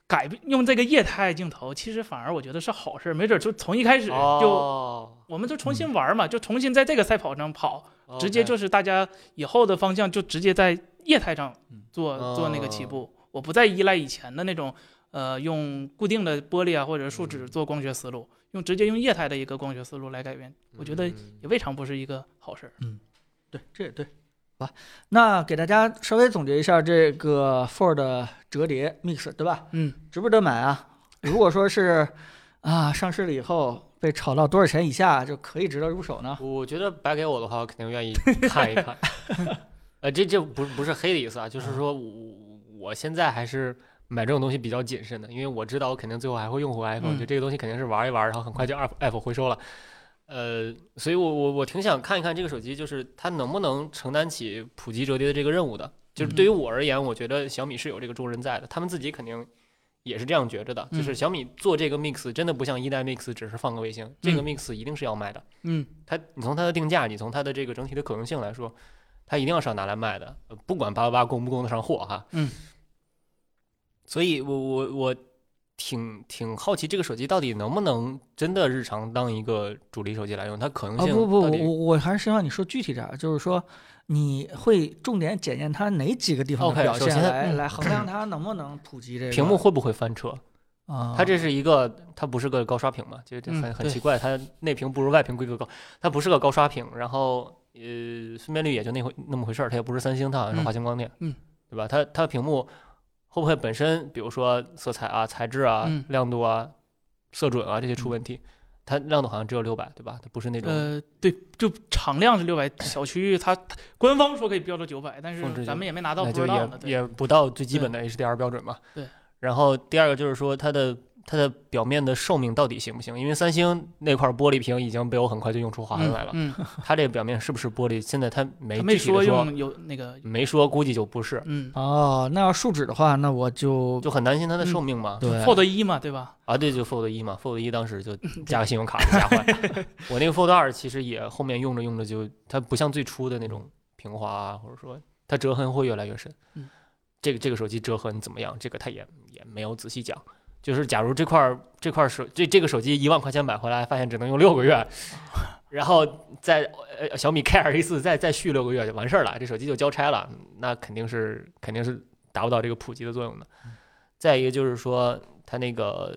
[SPEAKER 3] 改变用这个液态镜头，其实反而我觉得是好事儿，没准就从一开始就、
[SPEAKER 2] 嗯哦，
[SPEAKER 3] 我们就重新玩嘛，就重新在这个赛跑上跑，直
[SPEAKER 2] 哦
[SPEAKER 3] 接就是大家以后的方向就直接在液态上做、做那个起步，我不再依赖以前的那种呃用固定的玻璃啊或者树脂做光学思路，用直接用液态的一个光学思路来改变，我觉
[SPEAKER 2] 嗯
[SPEAKER 3] 得也未尝不是一个好事儿。
[SPEAKER 1] 对，这也对。好吧，那给大家稍微总结一下这个 Ford 折叠 Mix，对吧？
[SPEAKER 3] 嗯，
[SPEAKER 1] 值不值得买啊？如果说是啊，上市了以后被炒到多少钱以下就可以值得入手呢？
[SPEAKER 2] 我觉得白给我的话，我肯定愿意看一 看。 呃，这这不不是黑的意思啊，就是
[SPEAKER 3] 嗯
[SPEAKER 2] 说我我现在还是买这种东西比较谨慎的，因为我知道我肯定最后还会用回 iPhone，、
[SPEAKER 3] 嗯
[SPEAKER 2] 就这个东西肯定是玩一玩，然后很快就 Apple Apple 回收了。呃，所以我我我挺想看一看这个手机，就是它能不能承担起普及折叠的这个任务的。就是对于
[SPEAKER 3] 嗯
[SPEAKER 2] 我而言，我觉得小米是有这个重任在的，他们自己肯定也是这样觉着的。就是
[SPEAKER 3] 嗯
[SPEAKER 2] 小米做这个 Mix 真的不像一代 Mix 只是放个卫星，这个
[SPEAKER 3] 嗯
[SPEAKER 2] Mix 一定是要卖的。
[SPEAKER 3] 嗯
[SPEAKER 2] 它你从它的定价，你从它的这个整体的可用性来说，它一定要是要拿来卖的，呃不管八八八供不供得上货哈。
[SPEAKER 3] 嗯。
[SPEAKER 2] 所以我我我挺挺好奇这个手机到底能不能真的日常当一个主力手机来用，它可能
[SPEAKER 1] 啊
[SPEAKER 2] 性
[SPEAKER 1] 不不，
[SPEAKER 2] 到
[SPEAKER 1] 我
[SPEAKER 2] 底
[SPEAKER 1] 我我还是希望你说具体点儿，就是说你会重点检验它哪几个地方的
[SPEAKER 2] OK，
[SPEAKER 1] 表
[SPEAKER 2] 首
[SPEAKER 1] 现
[SPEAKER 2] 先
[SPEAKER 1] 来
[SPEAKER 2] 嗯
[SPEAKER 1] 来衡量它能不能普及这个
[SPEAKER 2] 屏幕会不会翻车？
[SPEAKER 1] 啊，
[SPEAKER 2] 它这是一个，它不是个高刷屏嘛，就是这
[SPEAKER 3] 嗯
[SPEAKER 2] 很很
[SPEAKER 3] 对
[SPEAKER 2] 奇怪，它内屏不如外屏规格高，它不是个高刷屏，然后呃分辨率也就那回那么回事儿，它也不是三星，它好像是华星光电，
[SPEAKER 3] 嗯
[SPEAKER 2] 对吧？它它的屏幕会不会本身，比如说色彩啊、材质啊、
[SPEAKER 3] 嗯
[SPEAKER 2] 亮度啊、色准啊这些出问题？它亮度好像只有六百，对吧？它不是那种
[SPEAKER 3] 呃对，就常量是六百，小区域它它官方说可以飙到九百，但
[SPEAKER 2] 峰值
[SPEAKER 3] 是
[SPEAKER 2] 就
[SPEAKER 3] 咱们也没拿到，
[SPEAKER 2] 那
[SPEAKER 3] 不
[SPEAKER 2] 就
[SPEAKER 3] 知道
[SPEAKER 2] 也
[SPEAKER 3] 呢。对，
[SPEAKER 2] 也不到最基本的 HDR 标准嘛。
[SPEAKER 3] 对。
[SPEAKER 2] 然后第二个就是说它的它的表面的寿命到底行不行？因为三星那块玻璃屏已经被我很快就用出划痕来了。
[SPEAKER 3] 嗯，嗯
[SPEAKER 2] 它这个表面是不是玻璃？现在它没
[SPEAKER 3] 他
[SPEAKER 2] 具
[SPEAKER 3] 没
[SPEAKER 2] 体地
[SPEAKER 3] 说
[SPEAKER 2] 说，
[SPEAKER 3] 用有那个，
[SPEAKER 2] 没说，估计就不是，
[SPEAKER 3] 嗯
[SPEAKER 1] 哦，那要树脂的话，那我就
[SPEAKER 2] 就很担心它的寿命嘛。
[SPEAKER 1] 对
[SPEAKER 3] ，Fold 一嘛，嗯对嗯吧？
[SPEAKER 2] 啊，对，就 Fold 一嘛，Fold 一当时就加个信用卡就 吓坏了。我那个 Fold 二其实也后面用着用着就，它不像最初的那种平滑啊，或者说它折痕会越来越深。
[SPEAKER 3] 嗯
[SPEAKER 2] 这个这个手机折痕怎么样？这个它也也没有仔细讲。就是假如这块儿这块儿手这这个手机一万块钱买回来，发现只能用六个月， 然后再呃小米 K 二 A 四再再续六个月就完事儿了，这手机就交差了，那肯定是肯定是达不到这个普及的作用的。再一个就是说它那个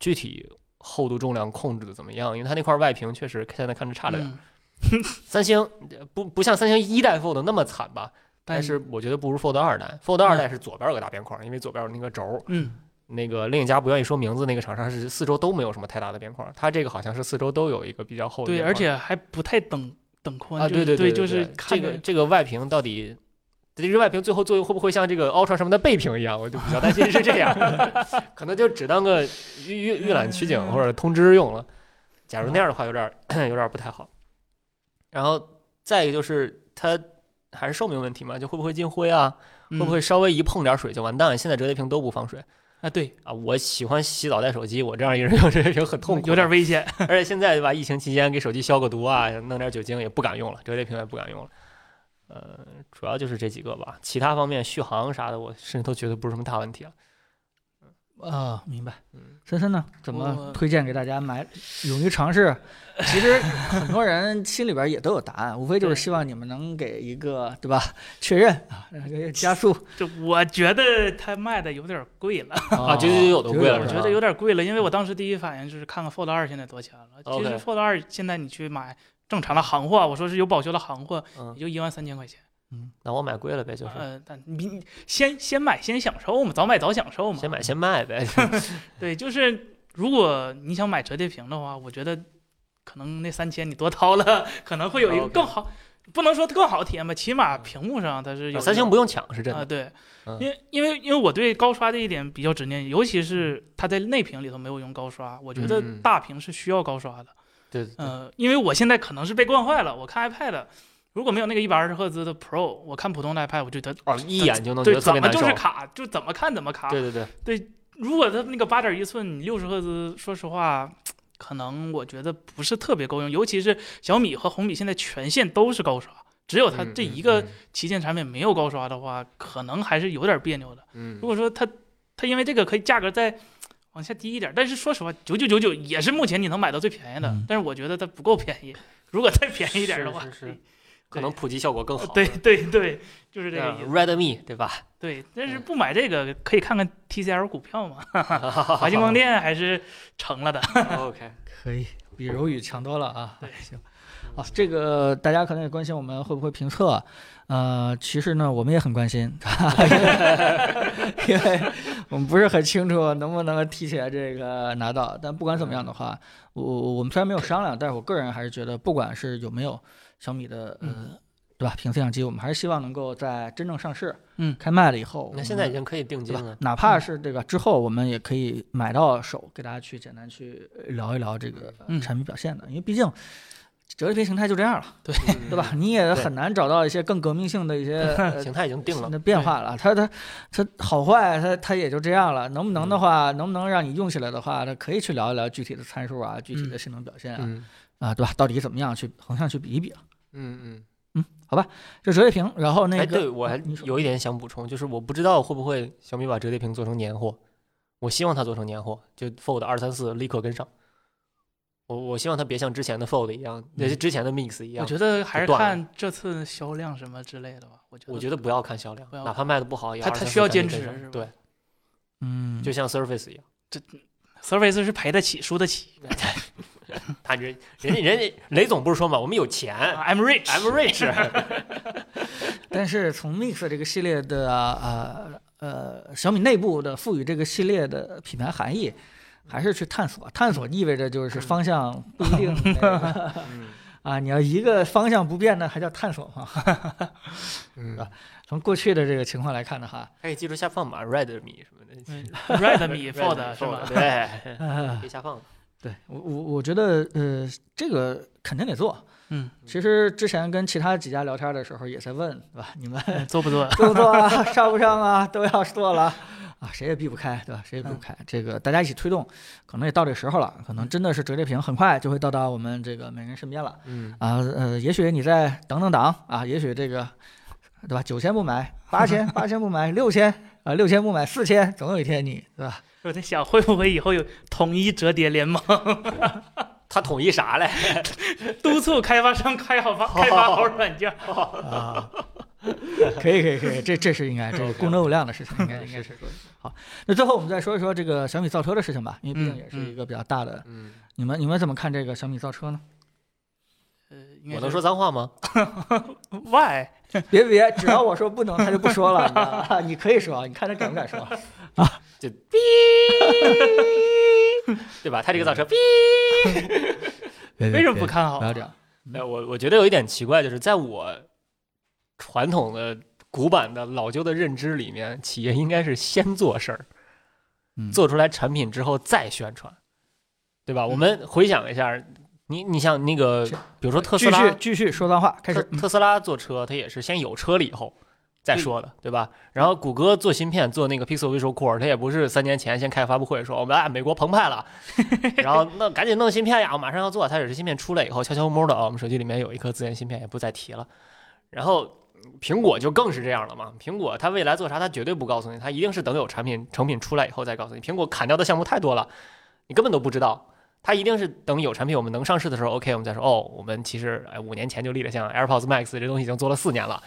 [SPEAKER 2] 具体厚度重量控制的怎么样，因为它那块外屏确实现在看着差了点儿。
[SPEAKER 3] 嗯
[SPEAKER 2] 三星呃不不像三星一代 Fold 那么惨吧，但
[SPEAKER 3] 但
[SPEAKER 2] 是我觉得不如 Fold 二代。Fold 二代是左边有个大边框，因为左边有那个轴儿，
[SPEAKER 3] 嗯，
[SPEAKER 2] 那个另一家不愿意说名字那个厂商是四周都没有什么太大的边框，它这个好像是四周都有一个比较厚的边
[SPEAKER 3] 对，
[SPEAKER 2] 框。
[SPEAKER 3] 而且还不太等等宽
[SPEAKER 2] 啊，
[SPEAKER 3] 就
[SPEAKER 2] 对
[SPEAKER 3] 是
[SPEAKER 2] 对对，
[SPEAKER 3] 就是
[SPEAKER 2] 对
[SPEAKER 3] 看
[SPEAKER 2] 这个
[SPEAKER 3] 着
[SPEAKER 2] 这个外屏到底，这个外屏最后作用会不会像这个 Ultra 什么的背屏一样？我就比较担心是这 样， 可能就只当个预预预览取景
[SPEAKER 3] 嗯
[SPEAKER 2] 或者通知用了。假如那样的话，有点儿 有点儿不太好。然后再一个就是它还是寿命问题嘛，就会不会进灰啊？会
[SPEAKER 3] 嗯
[SPEAKER 2] 不会稍微一碰点水就完蛋？现在折叠屏都不防水
[SPEAKER 3] 啊？对，
[SPEAKER 2] 啊！我喜欢洗澡带手机，我这样一个人用折叠屏很痛苦，
[SPEAKER 3] 嗯
[SPEAKER 2] 啊
[SPEAKER 3] 有点危险。
[SPEAKER 2] 而且现在对吧，疫情期间给手机消个毒啊，弄点酒精也不敢用了，折叠屏也不敢用了。呃，主要就是这几个吧，其他方面续航啥的，我甚至都觉得不是什么大问题了。
[SPEAKER 1] 啊，明白
[SPEAKER 2] 嗯。
[SPEAKER 1] 森森呢？怎么
[SPEAKER 3] 我
[SPEAKER 1] 推荐给大家买？勇于尝 试。其 实很多人心里边也都有答案，无非就是
[SPEAKER 3] 对
[SPEAKER 1] 希望你们能给一个对吧确认啊， 让这个加速
[SPEAKER 3] 就我觉得它卖的有点贵了，
[SPEAKER 1] 啊
[SPEAKER 2] 这就有的贵了
[SPEAKER 3] 我
[SPEAKER 2] 是
[SPEAKER 3] 觉
[SPEAKER 2] 吧
[SPEAKER 3] 得有点贵了，因为我当时第一反应就是看看 Fold 二现在多钱了。其
[SPEAKER 2] OK
[SPEAKER 3] 实 Fold 二现在你去买正常的行货，我说是有保修的行货，
[SPEAKER 2] 嗯
[SPEAKER 3] 也就一万三千块钱。
[SPEAKER 2] 那我买贵了呗，就是、
[SPEAKER 3] 呃，但你你先先买先享受嘛，早买早享受嘛。
[SPEAKER 2] 先买先卖 呗。
[SPEAKER 3] 对，就是如果你想买折叠屏的话，我觉得可能那三千你多掏了，可能会有一个
[SPEAKER 2] 哦 OK
[SPEAKER 3] 更好，不能说更好的体验吧，起码屏幕上它是有一个、
[SPEAKER 2] 啊三星不用抢是真
[SPEAKER 3] 啊，
[SPEAKER 2] 的，
[SPEAKER 3] 对
[SPEAKER 2] 嗯，
[SPEAKER 3] 因为因为因为我对高刷这一点比较执念，尤其是它在内屏里头没有用高刷，我觉
[SPEAKER 2] 嗯
[SPEAKER 3] 得
[SPEAKER 2] 嗯嗯嗯
[SPEAKER 3] 大屏是需要高刷的。
[SPEAKER 2] 对对对
[SPEAKER 3] 呃，因为我现在可能是被惯坏了，我看 iPad 如果没有那个一百二十赫兹的 Pro，我看普通的 iPad 我觉得
[SPEAKER 2] 哦，一眼就能觉
[SPEAKER 3] 对
[SPEAKER 2] 得特
[SPEAKER 3] 怎
[SPEAKER 2] 别
[SPEAKER 3] 么
[SPEAKER 2] 难
[SPEAKER 3] 就
[SPEAKER 2] 受
[SPEAKER 3] 是。卡，就怎么看怎么卡。
[SPEAKER 2] 对对对，
[SPEAKER 3] 如果它那个八点一寸六十赫兹，说实话，可能我觉得不是特别够用，尤其是小米和红米现在全线都是高刷，只有它
[SPEAKER 2] 嗯
[SPEAKER 3] 这一个旗舰产品没有高刷的话，可能还是有点别扭的。
[SPEAKER 2] 嗯，嗯，
[SPEAKER 3] 如果说它它因为这个可以价格再往下低一点，但是说实话，九九九九也是目前你能买到最便宜的，
[SPEAKER 1] 嗯
[SPEAKER 3] 但是我觉得它不够便宜。如果再便宜一点的话，
[SPEAKER 2] 是是是可能普及效果更好。呃
[SPEAKER 3] 对对对，就是这个意思。
[SPEAKER 2] ，Redmi 对啊 吧？
[SPEAKER 3] 对，但是
[SPEAKER 2] 嗯
[SPEAKER 3] 不买这个可以看看 TCL 股 票嘛，华星光电还是成了的。
[SPEAKER 2] 哦 OK，
[SPEAKER 1] 可以，比柔宇强多了啊。 行，啊，这个大家可能也关心我们会不会评测，呃，其实呢，我们也很关心， 因为因为我们不是很清楚能不能提前这个拿到。但不管怎么样的话，我我我们虽然没有商量，但是我个人还是觉得，不管是有没有小米的呃。
[SPEAKER 2] 嗯
[SPEAKER 1] 对吧？评测相机，我们还是希望能够在真正上市，
[SPEAKER 3] 嗯
[SPEAKER 1] 开卖了以后，
[SPEAKER 2] 那现在已经可以定金
[SPEAKER 1] 对吧
[SPEAKER 2] 了？。
[SPEAKER 1] 哪怕是这个之后，我们也可以买到手，给大家去简单去呃聊一聊这个呃
[SPEAKER 3] 嗯
[SPEAKER 1] 产品表现的，因为毕竟折叠屏形态就这样了，
[SPEAKER 2] 嗯
[SPEAKER 1] 对吧？？你也
[SPEAKER 2] 对
[SPEAKER 1] 很难找到一些更革命性的 一些呃
[SPEAKER 2] 形态已经定了
[SPEAKER 1] 新，的变化了。它它它好坏，它它也就这样了。能不能的
[SPEAKER 2] 嗯
[SPEAKER 1] 话，能不能让你用起来的话，那可以去聊一聊具体的参数啊，具体的性能表现啊，
[SPEAKER 2] 嗯
[SPEAKER 1] 啊，对吧？到底怎么样去横向去比一比啊？
[SPEAKER 2] 嗯嗯。
[SPEAKER 1] 这折叠屏，然后那
[SPEAKER 2] 哎，
[SPEAKER 1] 个啊
[SPEAKER 2] 对我还
[SPEAKER 3] 嗯
[SPEAKER 1] 你说
[SPEAKER 2] 有一点想补充，就是我不知道会不会小米把折叠屏做成年货，我希望它做成年货，就 Fold 二三四立刻跟上。我我希望它别像之前的 Fold 一样，那些之前的 Mix 一
[SPEAKER 3] 嗯我
[SPEAKER 2] 样。
[SPEAKER 3] 觉得还是
[SPEAKER 2] 断了
[SPEAKER 3] 看这次销量什么之类的吧。我觉得，
[SPEAKER 2] 我觉得不要看销量，
[SPEAKER 3] 不要
[SPEAKER 2] 哪怕卖的不好也
[SPEAKER 3] 它
[SPEAKER 2] 要。
[SPEAKER 3] 它需要坚持是吧
[SPEAKER 2] 对，
[SPEAKER 1] 嗯，
[SPEAKER 2] 就像 Surface 一样，
[SPEAKER 3] Surface 是赔得起、输得起。
[SPEAKER 2] 他人人家人家雷总不是说嘛，我们有 钱
[SPEAKER 3] 啊 I'm rich，
[SPEAKER 2] ，I'm rich。
[SPEAKER 1] 但是从 Mix 这个系列的呃呃小米内部的赋予这个系列的品牌含义，还是去探索。探索意味着就是方向不一定那个
[SPEAKER 2] 嗯
[SPEAKER 1] 啊，你要一个方向不变呢，还叫探索吗？
[SPEAKER 2] 嗯，
[SPEAKER 1] 从过去的这个情况来看的话，
[SPEAKER 2] 还可以哎记住下放码 Redmi 什么的
[SPEAKER 3] Redmi 嗯 Fold 是吗？
[SPEAKER 2] 对，
[SPEAKER 1] 呃
[SPEAKER 2] 可以下 放。
[SPEAKER 1] 对我我我觉得呃这个肯定得做。
[SPEAKER 3] 嗯，
[SPEAKER 1] 其实之前跟其他几家聊天的时候也在问，对吧？你们
[SPEAKER 3] 嗯做不做？
[SPEAKER 1] 做不做啊？上不上啊？都要做 了啊，谁也避不开，对吧？谁也避不开。这个大家一起推动，可能也到这时候了，可能真的是折叠屏很快就会到达我们这个每人身边了
[SPEAKER 2] 嗯，
[SPEAKER 1] 啊。呃，也许你再等等等啊，也许这个对吧？九千不买，八 千八千不买，六千啊六千不买，四千，总有一天你对吧？
[SPEAKER 3] 我在想会不会以后有统一折叠联盟，
[SPEAKER 2] 他统一啥嘞？
[SPEAKER 3] 督促开发商 开好发开发好软件。
[SPEAKER 1] 啊。可以可以可以，这这是应该，这是功能有量的事情，应 该应该是。好，那最后我们再说一说这个小米造车的事情吧，因为毕竟也是一个比较大的
[SPEAKER 2] 嗯，
[SPEAKER 1] 你们你们怎么看这个小米造车呢？
[SPEAKER 3] 呃，应
[SPEAKER 2] 我
[SPEAKER 3] 该是
[SPEAKER 2] 能说脏话吗？
[SPEAKER 3] why？
[SPEAKER 1] 别别，只要我说不能，他就不说了。你知道吧 你可以说，你看他敢不敢说？
[SPEAKER 2] 就哔，对吧？他
[SPEAKER 1] 嗯
[SPEAKER 2] 这个造车哔，
[SPEAKER 3] 为什么不？看好啊
[SPEAKER 1] 不？要这样。
[SPEAKER 2] 哎我我觉得有一点奇怪，就是在我传统的古板的老旧的认知里面，企业应该是先做事儿，
[SPEAKER 1] 嗯
[SPEAKER 2] 做出来产品之后再宣传，对吧？我们回想一下，你你像那个，
[SPEAKER 1] 嗯是呃
[SPEAKER 2] 比如说呃特斯
[SPEAKER 1] 继续
[SPEAKER 2] 拉，
[SPEAKER 1] 继续说脏话，开
[SPEAKER 2] 特
[SPEAKER 1] 始。嗯
[SPEAKER 2] 特斯拉做车，它也是先有车了以后。再说的，对吧？然后谷歌做芯片，做那个 Pixel Visual Core，它也不是三年前先开发布会说我们啊美国 澎湃了，然后那赶紧弄芯片呀，我马上要做。它也是芯片出来以后悄悄摸摸的啊，我们手机里面有一颗自研芯片，也不再提了。然后嗯苹果就更是这样了嘛，苹果它未来做啥，它绝对不告诉你，它一定是等有产品成品出来以后再告诉你。苹果砍掉的项目太多了，你根本都不知道。它一定是等有产品我们能上市的时候，OK，我们再说哦，我们其实哎五年前就立了项 AirPods Max 这东西已经做了四年了。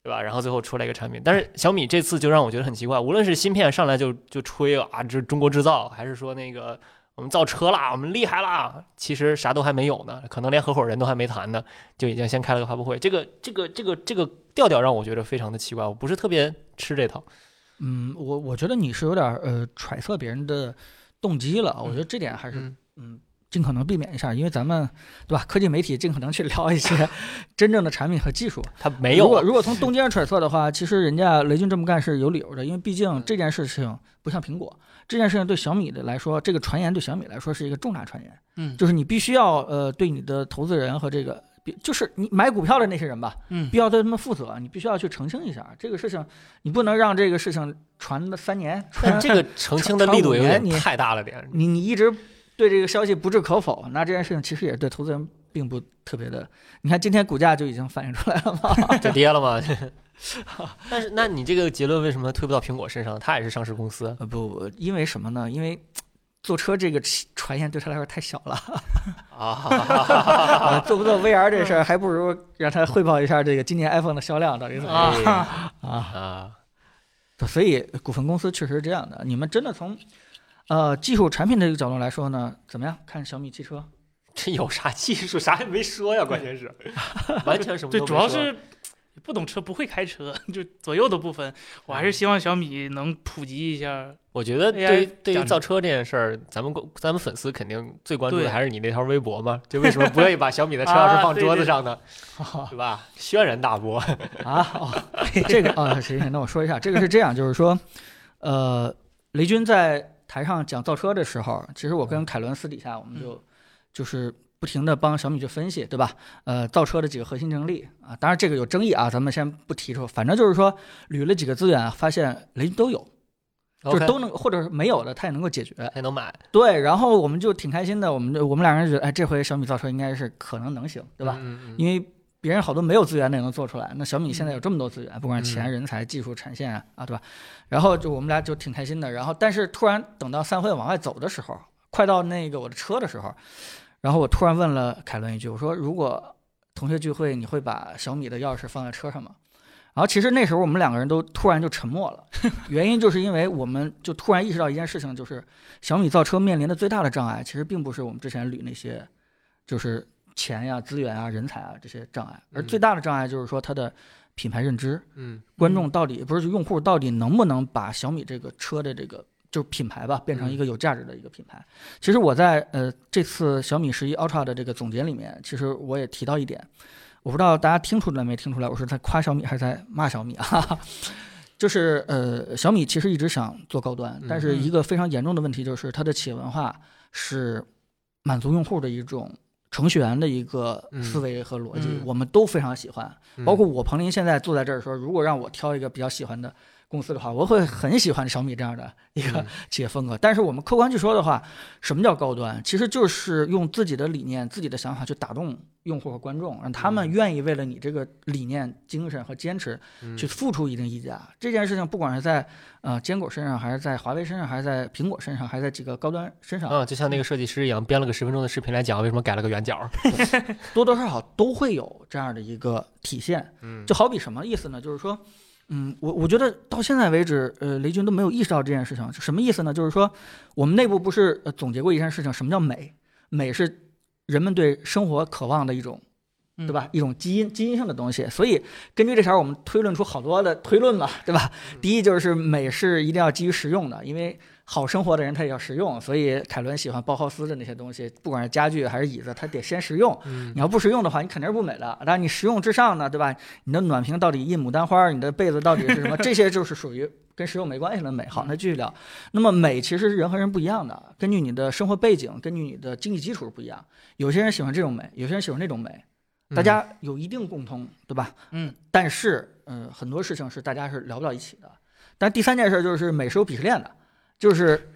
[SPEAKER 2] 对吧？然后最后出来一个产品，但是小米这次就让我觉得很奇怪，无论是芯片上来就就吹啊，这中国制造，还是说那个我们造车啦，我们厉害啦，其实啥都还没有呢，可能连合伙人都还没谈呢，就已经先开了个发布会。这个这个这个这个调调让我觉得非常的奇怪，我不是特别吃这套。
[SPEAKER 1] 嗯，我我觉得你是有点呃揣测别人的动机了，我觉得这点还是
[SPEAKER 2] 嗯
[SPEAKER 1] 嗯尽可能避免一下，因为咱们对吧？科技媒体尽可能去聊一 些真正的产品和技术。
[SPEAKER 2] 他没有
[SPEAKER 1] 如果
[SPEAKER 2] 啊，
[SPEAKER 1] 如果从动机上揣测的话，其实人家雷军这么干是有理由的，因为毕
[SPEAKER 2] 嗯
[SPEAKER 1] 竟这件事情不像苹果，这件事情对小米的来说，这个传言对小米来说是一个重大传言，
[SPEAKER 3] 嗯
[SPEAKER 1] 就是你必须要呃对你的投资人和这个。比就是你买股票的那些人吧，
[SPEAKER 3] 嗯
[SPEAKER 1] 必要对他们负责，你必须要去澄清一下这个事情，你不能让这个事情传了三 年，
[SPEAKER 2] 但这个澄清的力度有点太大了点。
[SPEAKER 1] 你你一直对这个消息不置可否，那这件事情其实也对投资人并不特别的。你看今天股价就已经反映出来了嘛，
[SPEAKER 2] 这跌了吗？但是，那你这个结论为什么推不到苹果身上？它也是上市公司，
[SPEAKER 1] 呃 不，因为什么呢？因为坐车这个传言对他来说太小了，
[SPEAKER 2] 啊，
[SPEAKER 1] 啊、做不做 VR 这事儿，还不如让他汇报一下这个今年 iPhone 的销量到底怎么样
[SPEAKER 2] 啊
[SPEAKER 1] 啊。
[SPEAKER 2] 啊，
[SPEAKER 1] 所以股份公司确实是这样的。你们真的从呃技术产品这个角度来说呢，怎么样看小米汽车？
[SPEAKER 2] 这有啥技术？啥也没说呀，关键是完全什么
[SPEAKER 3] 对，
[SPEAKER 2] 都没说
[SPEAKER 3] 主要是不懂车，不会开车，就左右都不分。我还是希望小米能普及一下。
[SPEAKER 2] 我觉得对于
[SPEAKER 3] AI
[SPEAKER 2] 对于
[SPEAKER 3] 讲
[SPEAKER 2] 造车这件事儿，咱们公咱们粉丝肯定最关注的
[SPEAKER 3] 对
[SPEAKER 2] 还是你那条微博嘛，就为什么不愿意把小米的车钥匙放桌子上 呢？对吧？轩然大 波，
[SPEAKER 1] 啊，哦，这个啊、行行，那我说一下，这个是这样，就是说，呃，雷军在台上讲造车的时候，其实我跟凯伦私底下我们就、就是不停的帮小米去分析，对吧？呃，造车的几个核心竞争力啊，当然这个有争议啊，咱们先不提出，反正就是说捋了几个资源啊，发现雷军都有，就是
[SPEAKER 2] OK，
[SPEAKER 1] 都能或者是没有的他也能够解决。
[SPEAKER 2] 还能买，
[SPEAKER 1] 对，然后我们就挺开心的，我们就我们两个人觉得，哎，这回小米造车应该是可能能行，对吧？
[SPEAKER 2] 嗯？嗯嗯
[SPEAKER 1] 因为别人好多没有资源的也能做出来，那小米现在有这么多资源，不管是钱、人才、技术、产线啊，啊，对吧？然后就我们俩就挺开心的。然后，但是突然等到散会往外走的时候，快到那个我的车的时候，然后我突然问了凯伦一句，我说：“如果同学聚会，你会把小米的钥匙放在车上吗？”然后其实那时候我们两个人都突然就沉默了，原因就是因为我们就突然意识到一件事情，就是小米造车面临的最大的障碍，其实并不是我们之前捋那些，就是钱呀、资源啊、人才啊这些障碍，而
[SPEAKER 2] 嗯
[SPEAKER 1] 最大的障碍就是说它的品牌认知，
[SPEAKER 2] 嗯
[SPEAKER 1] 观众到底不是用户到底能不能把小米这个车的这个就是品牌吧，变
[SPEAKER 2] 嗯
[SPEAKER 1] 成一个有价值的一个品牌。其实我在呃这次小米十一 Ultra 的这个总结里面，其实我也提到一点，我不知道大家听出来没听出来，我是在夸小米还是在骂小米啊？ 就是呃，小米其实一直想做高端，但
[SPEAKER 2] 嗯
[SPEAKER 1] 是一个非常严重的问题就是它的企业文化是满足用户的一种程序员的一个思维和逻辑，
[SPEAKER 2] 嗯嗯
[SPEAKER 1] 我们都非常喜欢。
[SPEAKER 2] 嗯
[SPEAKER 1] 包括我彭林现在坐在这儿说，如果让我挑一个比较喜欢的公司的话，我会很喜欢小米这样的一个
[SPEAKER 2] 嗯
[SPEAKER 1] 企业风格。但是我们客观去说的话，什么叫高端？其实就是用自己的理念、自己的想法去打动用户和观众，让他们
[SPEAKER 2] 嗯
[SPEAKER 1] 愿意为了你这个理念、精神和坚持
[SPEAKER 2] 嗯
[SPEAKER 1] 去付出一定溢价。这件事情，不管是在呃坚果身上，还是在华为身上，还是在苹果身上，还是在几个高端身上，
[SPEAKER 2] 啊，就像那个设计师一样，编了个十分钟的视频来讲为什么改了个圆角。
[SPEAKER 1] 多多少少都会有这样的一个体现。
[SPEAKER 2] 嗯，
[SPEAKER 1] 就好比什么意思呢？就是说，嗯，我我觉得到现在为止，呃，雷军都没有意识到这件事情，什么意思呢？就是说，我们内部不是、呃、总结过一件事情，什么叫美？美是人们对生活渴望的一种，
[SPEAKER 3] 嗯
[SPEAKER 1] 对吧？一种基因基因性的东西。所以根据这条，我们推论出好多的推论了，对吧？第一就是美是一定要基于实用的，因为。好生活的人他也要实用，所以凯伦喜欢包豪斯的那些东西，不管是家具还是椅子，他得先实用。
[SPEAKER 2] 嗯
[SPEAKER 1] 你要不实用的话，你肯定是不美的。但你实用之上呢，对吧？你的暖瓶到底印牡丹花，你的被子到底是什么？ 这些就是属于跟实用没关系的美好。那继续聊，那么美其实是人和人不一样的，根据你的生活背景，根据你的经济基础是不一样。有些人喜欢这种美，有些人喜欢那种美，
[SPEAKER 2] 嗯
[SPEAKER 1] 大家有一定共通，对吧？
[SPEAKER 3] 嗯，
[SPEAKER 1] 但是，嗯、很多事情是大家是聊不到一起的。但第三件事就是美是有鄙视链的，就是，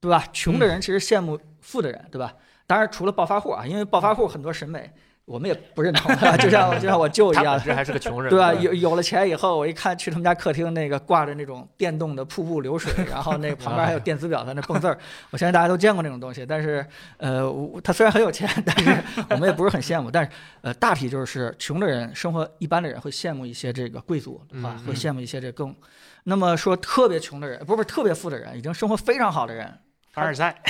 [SPEAKER 1] 对吧？穷的人其实羡慕富的人，对吧？当然，除了暴发户啊，因为暴发户很多审美我们也不认同，对吧就像就像我舅一
[SPEAKER 2] 他
[SPEAKER 1] 样
[SPEAKER 2] 本，身还是个 穷人，
[SPEAKER 1] 对吧？有有了钱以后，我一看去他们家客厅那个挂着那种电动的瀑布流水，然后那旁边还有电子表在那蹦字 儿。我相信大家都见过那种东西，但是呃，我他虽然很有钱，但是我们也不是很羡慕。但是呃，大体就是穷的人，生活一般的人会羡慕一些这个贵族，对吧
[SPEAKER 2] 嗯？嗯
[SPEAKER 1] 会羡慕一些这更。那么说特别穷的人，不是不是特别富的人，已经生活非常好的人，
[SPEAKER 3] 凡尔赛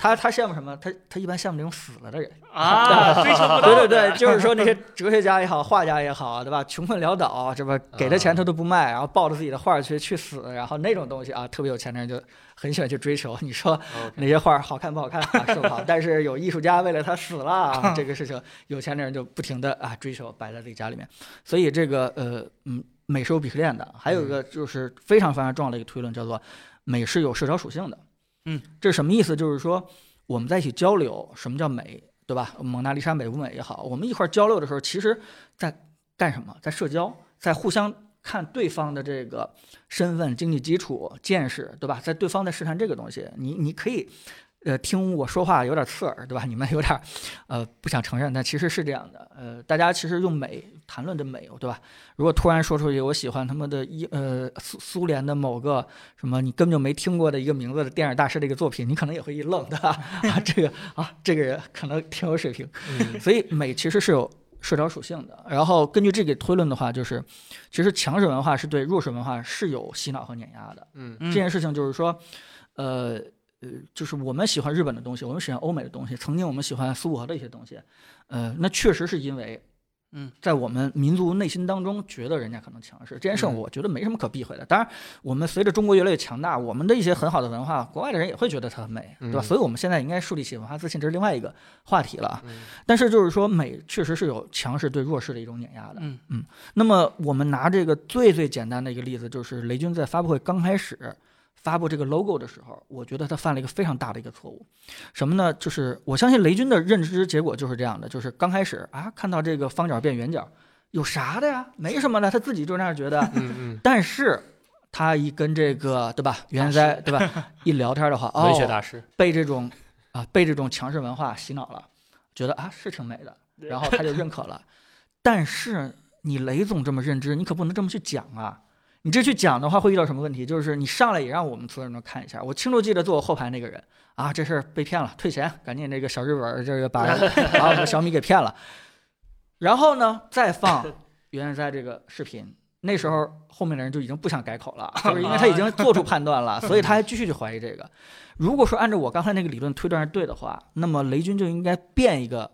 [SPEAKER 1] 他他羡慕什么？他他一般羡慕那种死了的人。
[SPEAKER 3] 啊，追求不到
[SPEAKER 1] 对对
[SPEAKER 3] 的，
[SPEAKER 1] 对，就是说那些哲学家也好，画家也好，对吧？穷困潦倒，这不给的
[SPEAKER 3] 啊
[SPEAKER 1] 钱他都不卖，然后抱着自己的画儿去去死，然后那种东西啊，特别有钱的人就很喜欢去追求。你说
[SPEAKER 2] OK
[SPEAKER 1] 那些画儿好看不好看啊？是不好，但是有艺术家为了他死了啊， 这个事情，有钱的人就不停的啊追求，摆在自己家里面。所以这个呃嗯，美是有鄙视链的，还有一个就是非常非常重要的一个推论，叫做美是有社交属性的。
[SPEAKER 3] 嗯，
[SPEAKER 1] 这是什么意思？就是说我们在一起交流，什么叫美？对吧？蒙娜丽莎美不美也好，我们一块儿交流的时候，其实在干什么？在社交，在互相看对方的这个身份、经济基础、见识，对吧？在对方在试探这个东西，你你可以。呃，听我说话有点刺耳，对吧？你们有点，呃，不想承认，但其实是这样的。呃，大家其实用美谈论的美，对吧？如果突然说出去，我喜欢他们的一呃苏苏联的某个什么你根本就没听过的一个名字的电影大师的一个作品，你可能也会一愣，对吧？ 啊，这个啊，这个人可能挺有水平。
[SPEAKER 2] 嗯
[SPEAKER 1] 所以美其实是有社交属性的。然后根据这个推论的话，就是其实强势文化是对弱势文化是有洗脑和碾压的。
[SPEAKER 2] 嗯
[SPEAKER 3] 嗯
[SPEAKER 1] 这件事情就是说，呃呃，就是我们喜欢日本的东西，我们喜欢欧美的东西，曾经我们喜欢苏俄的一些东西，呃，那确实是因为。
[SPEAKER 3] 嗯，
[SPEAKER 1] 在我们民族内心当中，觉得人家可能强势这件事，
[SPEAKER 2] 嗯
[SPEAKER 1] 我觉得没什么可避讳的。当然，我们随着中国越来越强大，我们的一些很好的文化，国外的人也会觉得它很美，对吧？
[SPEAKER 2] 嗯
[SPEAKER 1] 所以我们现在应该树立起文化自信，这是另外一个话题了啊。
[SPEAKER 2] 嗯
[SPEAKER 1] 但是就是说，美确实是有强势对弱势的一种碾压的。
[SPEAKER 3] 嗯
[SPEAKER 1] 那么我们拿这个最最简单的一个例子，就是雷军在发布会刚开始发布这个 logo 的时候，我觉得他犯了一个非常大的一个错误，什么呢？就是我相信雷军的认知结果就是这样的，就是刚开始啊看到这个方角变圆角，有啥的呀？没什么的，他自己就那样觉 得。
[SPEAKER 2] 嗯
[SPEAKER 1] 但是他一跟这个对吧原来对 吧一聊天的话，
[SPEAKER 2] 嗯，文学
[SPEAKER 1] 哦，
[SPEAKER 2] 大师，
[SPEAKER 1] 被这种啊被这种强势文化洗脑了，觉得啊是挺美的。然后他就认可了。但是你雷总这么认知，你可不能这么去讲啊！你这去讲的话，会遇到什么问题？就是你上来也让我们所有人都看一下。我清楚记得坐我后排那个人啊，这事儿被骗了，退钱，赶紧这个小日本儿这个把把我们小米给骗了。然后呢，再放原来在这个视频。那时候后面的人就已经不想改口了，就是因为他已经做出判断了，所以他还继续去怀疑这个。如果说按照我刚才那个理论推断是对的话，那么雷军就应该变一个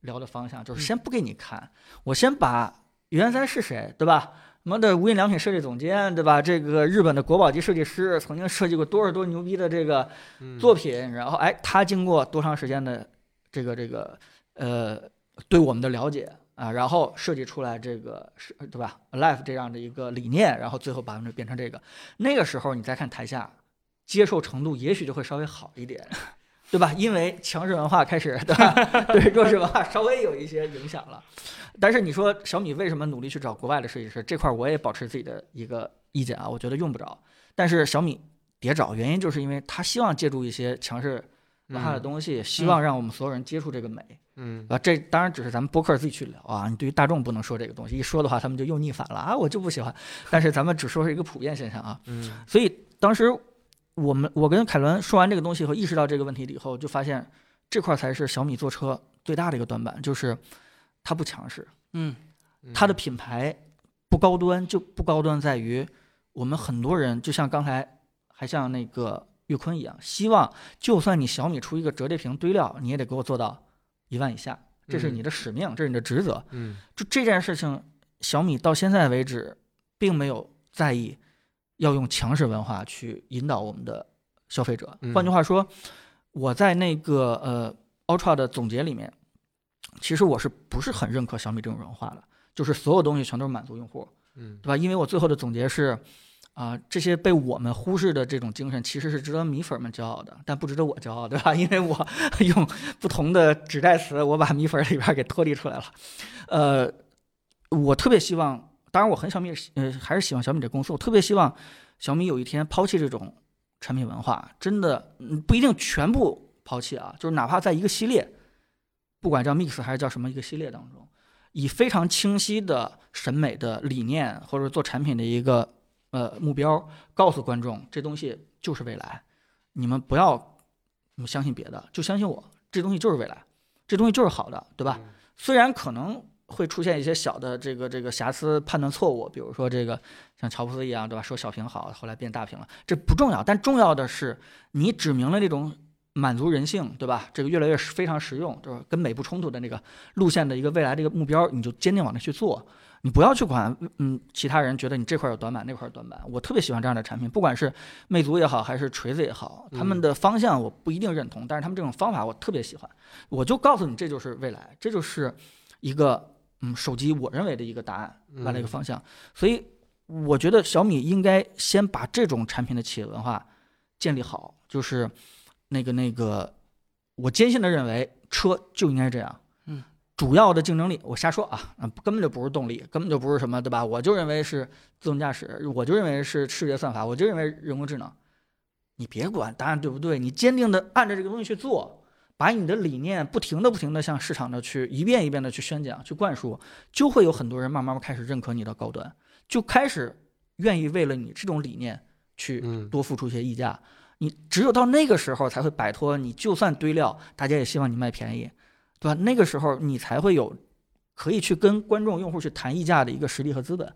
[SPEAKER 1] 聊的方向，就是先不给你看，我先把袁三是谁，对吧？妈的，无印良品设计总监，对吧？这个日本的国宝级设计师，曾经设计过多少多牛逼的这个
[SPEAKER 2] 嗯
[SPEAKER 1] 作品，然后哎，他经过多长时间的这个这个呃对我们的了解啊，然后设计出来这个是对吧？Life 这样的一个理念，然后最后把我们变成这个，那个时候你再看台下接受程度，也许就会稍微好一点。 对吧？因为强势文化开始， 对吧？对弱势文化稍微有一些影响了。但是你说小米为什么努力去找国外的设计师？这块儿我也保持自己的一个意见啊，我觉得用不着。但是小米别找，原因就是因为他希望借助一些强势文化的东西，希望让我们所有人接触这个美
[SPEAKER 2] 嗯
[SPEAKER 1] 啊。这当然只是咱们播客自己去聊啊，你对于大众不能说这个东西，一说的话他们就又逆反了啊，我就不喜欢。但是咱们只说是一个普遍现象啊，
[SPEAKER 2] 嗯
[SPEAKER 1] 所以当时我们我跟凯伦说完这个东西以后，意识到这个问题以后，就发现这块儿才是小米坐车最大的一个短板，就是它不强势，
[SPEAKER 3] 嗯
[SPEAKER 2] 嗯，
[SPEAKER 1] 它的品牌不高端，就不高端在于我们很多人就像刚才还像那个岳坤一样，希望就算你小米出一个折叠屏堆料，你也得给我做到一万以下，这是
[SPEAKER 2] 嗯
[SPEAKER 1] 你的使命，这是你的职责。
[SPEAKER 2] 嗯
[SPEAKER 1] 就这件事情，小米到现在为止，并没有在意要用强势文化去引导我们的消费者。
[SPEAKER 2] 嗯
[SPEAKER 1] 换句话说，我在那个呃 Ultra 的总结里面，其实我是不是很认可小米这种文化的？就是所有东西全都是满足用户，
[SPEAKER 2] 嗯
[SPEAKER 1] 对吧？因为我最后的总结是，啊、这些被我们忽视的这种精神，其实是值得米粉们骄傲的，但不值得我骄傲，对吧？因为我 用不同的指代词，我把米粉里边给脱离出来了。呃，我特别希望，当然我很小米，呃，还是喜欢小米这公司，我特别希望小米有一天抛弃这种产品文化，真的嗯不一定全部抛弃啊，就是哪怕在一个系列，不管叫 Mix 还是叫什么一个系列当中，以非常清晰的审美的理念或者做产品的一个呃目标，告诉观众这东西就是未来，你们不要你们相信别的，就相信我，这东西就是未来，这东西就是好的，对吧？？
[SPEAKER 2] 嗯
[SPEAKER 1] 虽然可能会出现一些小的这个这个瑕疵判断错误，比如说这个像乔布斯一样，对吧？说小屏好，后来变大屏了，这不重要。但重要的是，你指明了那种满足人性，对吧？这个越来越实非常实用，就是跟美不冲突的那个路线的一个未来的一个目标，你就坚定往那去做。你不要去管，嗯，其他人觉得你这块有短板，那块有短板。我特别喜欢这样的产品，不管是魅族也好，还是锤子也好，他们
[SPEAKER 2] 嗯
[SPEAKER 1] 的方向我不一定认同，但是他们这种方法我特别喜欢。我就告诉你，这就是未来，这就是一个嗯手机我认为的一个答案，完了一个
[SPEAKER 2] 嗯
[SPEAKER 1] 方向。所以我觉得小米应该先把这种产品的企业文化建立好，就是那个那个，我坚信的认为，车就应该这样。
[SPEAKER 3] 嗯，
[SPEAKER 1] 主要的竞争力，我瞎说啊，啊根本就不是动力，根本就不是什么，对吧？我就认为是自动驾驶，我就认为是视觉算法，我就认为人工智能。你别管答案对不对，你坚定的按照这个东西去做，把你的理念不停的、不停的向市场的去一遍一遍的去宣讲、去灌输，就会有很多人慢慢地开始认可你的高端，就开始愿意为了你这种理念去
[SPEAKER 2] 嗯，
[SPEAKER 1] 多付出一些溢价。你只有到那个时候才会摆脱，你就算堆料，大家也希望你卖便宜，对吧？那个时候你才会有可以去跟观众、用户去谈溢价的一个实力和资本。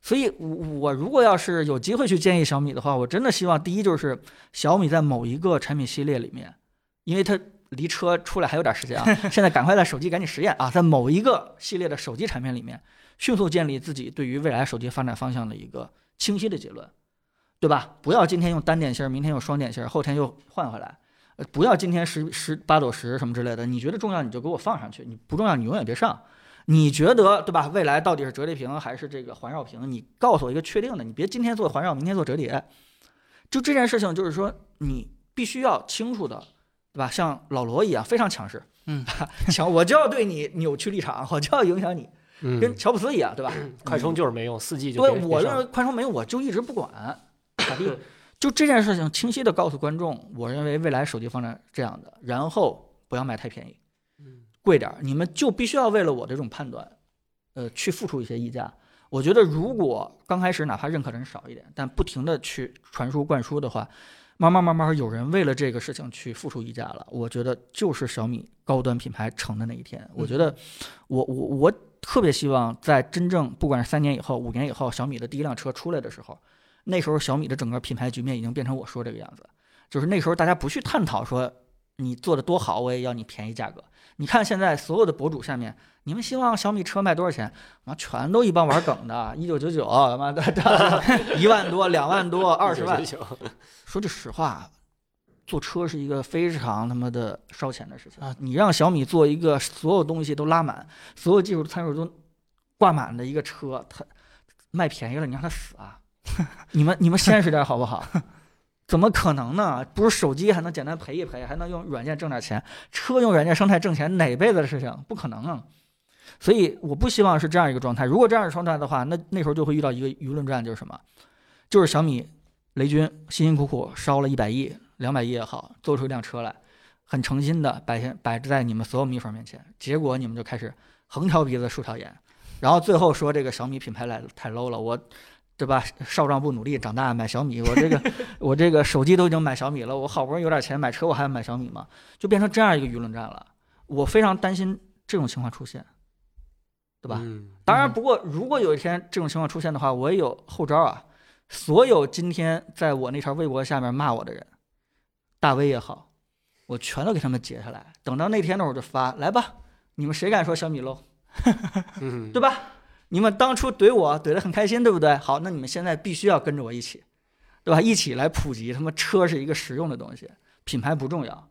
[SPEAKER 1] 所以我，我如果要是有机会去建议小米的话，我真的希望第一就是小米在某一个产品系列里面，因为它离车出来还有点时间啊，现在赶快在手机赶紧实验啊，在某一个系列的手机产品里面，迅速建立自己对于未来手机发展方向的一个清晰的结论。对吧？不要今天用单点芯儿，明天用双点芯儿，后天又换回来。呃不要今天十十八朵十什么之类的，你觉得重要你就给我放上去，你不重要你永远别上。你觉得对吧？未来到底是折叠屏还是这个环绕屏？你告诉我一个确定的，你别今天做环绕，明天做折叠。就这件事情，就是说你必须要清楚的，对吧？像老罗一样非常强势，
[SPEAKER 3] 嗯，
[SPEAKER 1] 强，我就要对你扭曲立场，我就要影响你，
[SPEAKER 2] 嗯
[SPEAKER 1] 跟乔布斯一样，对吧？
[SPEAKER 2] 快充就是没用，四 G 就
[SPEAKER 1] 对
[SPEAKER 2] 别，
[SPEAKER 1] 我
[SPEAKER 2] 别
[SPEAKER 1] 认
[SPEAKER 2] 上
[SPEAKER 1] 为
[SPEAKER 2] 了
[SPEAKER 1] 宽容没有，我就一直不 管，咋地？就这件事情清晰的告诉观众，我认为未来手机方展这样的，然后不要买太便宜，
[SPEAKER 2] 嗯
[SPEAKER 1] 贵点儿，你们就必须要为了我这种判断，呃，去付出一些溢价。我觉得如果刚开始哪怕认可的人少一点，但不停的去传输灌输的话，慢慢慢慢有人为了这个事情去付出溢价了，我觉得就是小米高端品牌成的那一天。我觉得我我我特别希望在真正不管是三年以后、五年以后，小米的第一辆车出来的时候，那时候小米的整个品牌局面已经变成我说这个样子，就是那时候大家不去探讨说你做的多好，我也要你便宜价格。你看现在所有的博主下面，你们希望小米车卖多少钱？妈，全都一帮玩梗的，一九九九，他妈的， 一万多、两万多、二十万，
[SPEAKER 2] 1999
[SPEAKER 1] 说句实话，啊坐车是一个非常他妈的烧钱的事情
[SPEAKER 3] 啊！
[SPEAKER 1] 你让小米做一个所有东西都拉满，所有技术参数都挂满的一个车，它卖便宜了，你让它死啊！ 你们你们现实点好不好？ 怎么可能呢？不是手机还能简单赔一赔，还能用软件挣点钱，车用软件生态挣钱，哪辈子的事情？不可能啊！所以我不希望是这样一个状态。如果这样的状态的话，那那时候就会遇到一个舆论战，就是什么？就是小米雷军辛辛苦苦烧了一百亿、两百亿也好，做出一辆车来，很诚心的摆现摆在你们所有米粉面前，结果你们就开始横挑鼻子竖挑眼，然后最后说这个小米品牌来太 low 了，我。对吧？少壮不努力，长大买小米。我这个，我这个手机都已经买小米了，我好不容易有点钱买车，我还要买小米吗？就变成这样一个舆论战了。我非常担心这种情况出现，对吧？
[SPEAKER 2] 嗯
[SPEAKER 1] 当然，不过如果有一天这种情况出现的话，我也有后招啊。所有今天在我那条微博下面骂我的人，大 V 也好，我全都给他们截下来。等到那天呢，我就发来吧，你们谁敢说小米 low，
[SPEAKER 2] 嗯，
[SPEAKER 1] 对吧？你们当初怼我怼得很开心，对不对？好，那你们现在必须要跟着我一起，对吧？一起来普及他妈车是一个实用的东西，品牌不重要。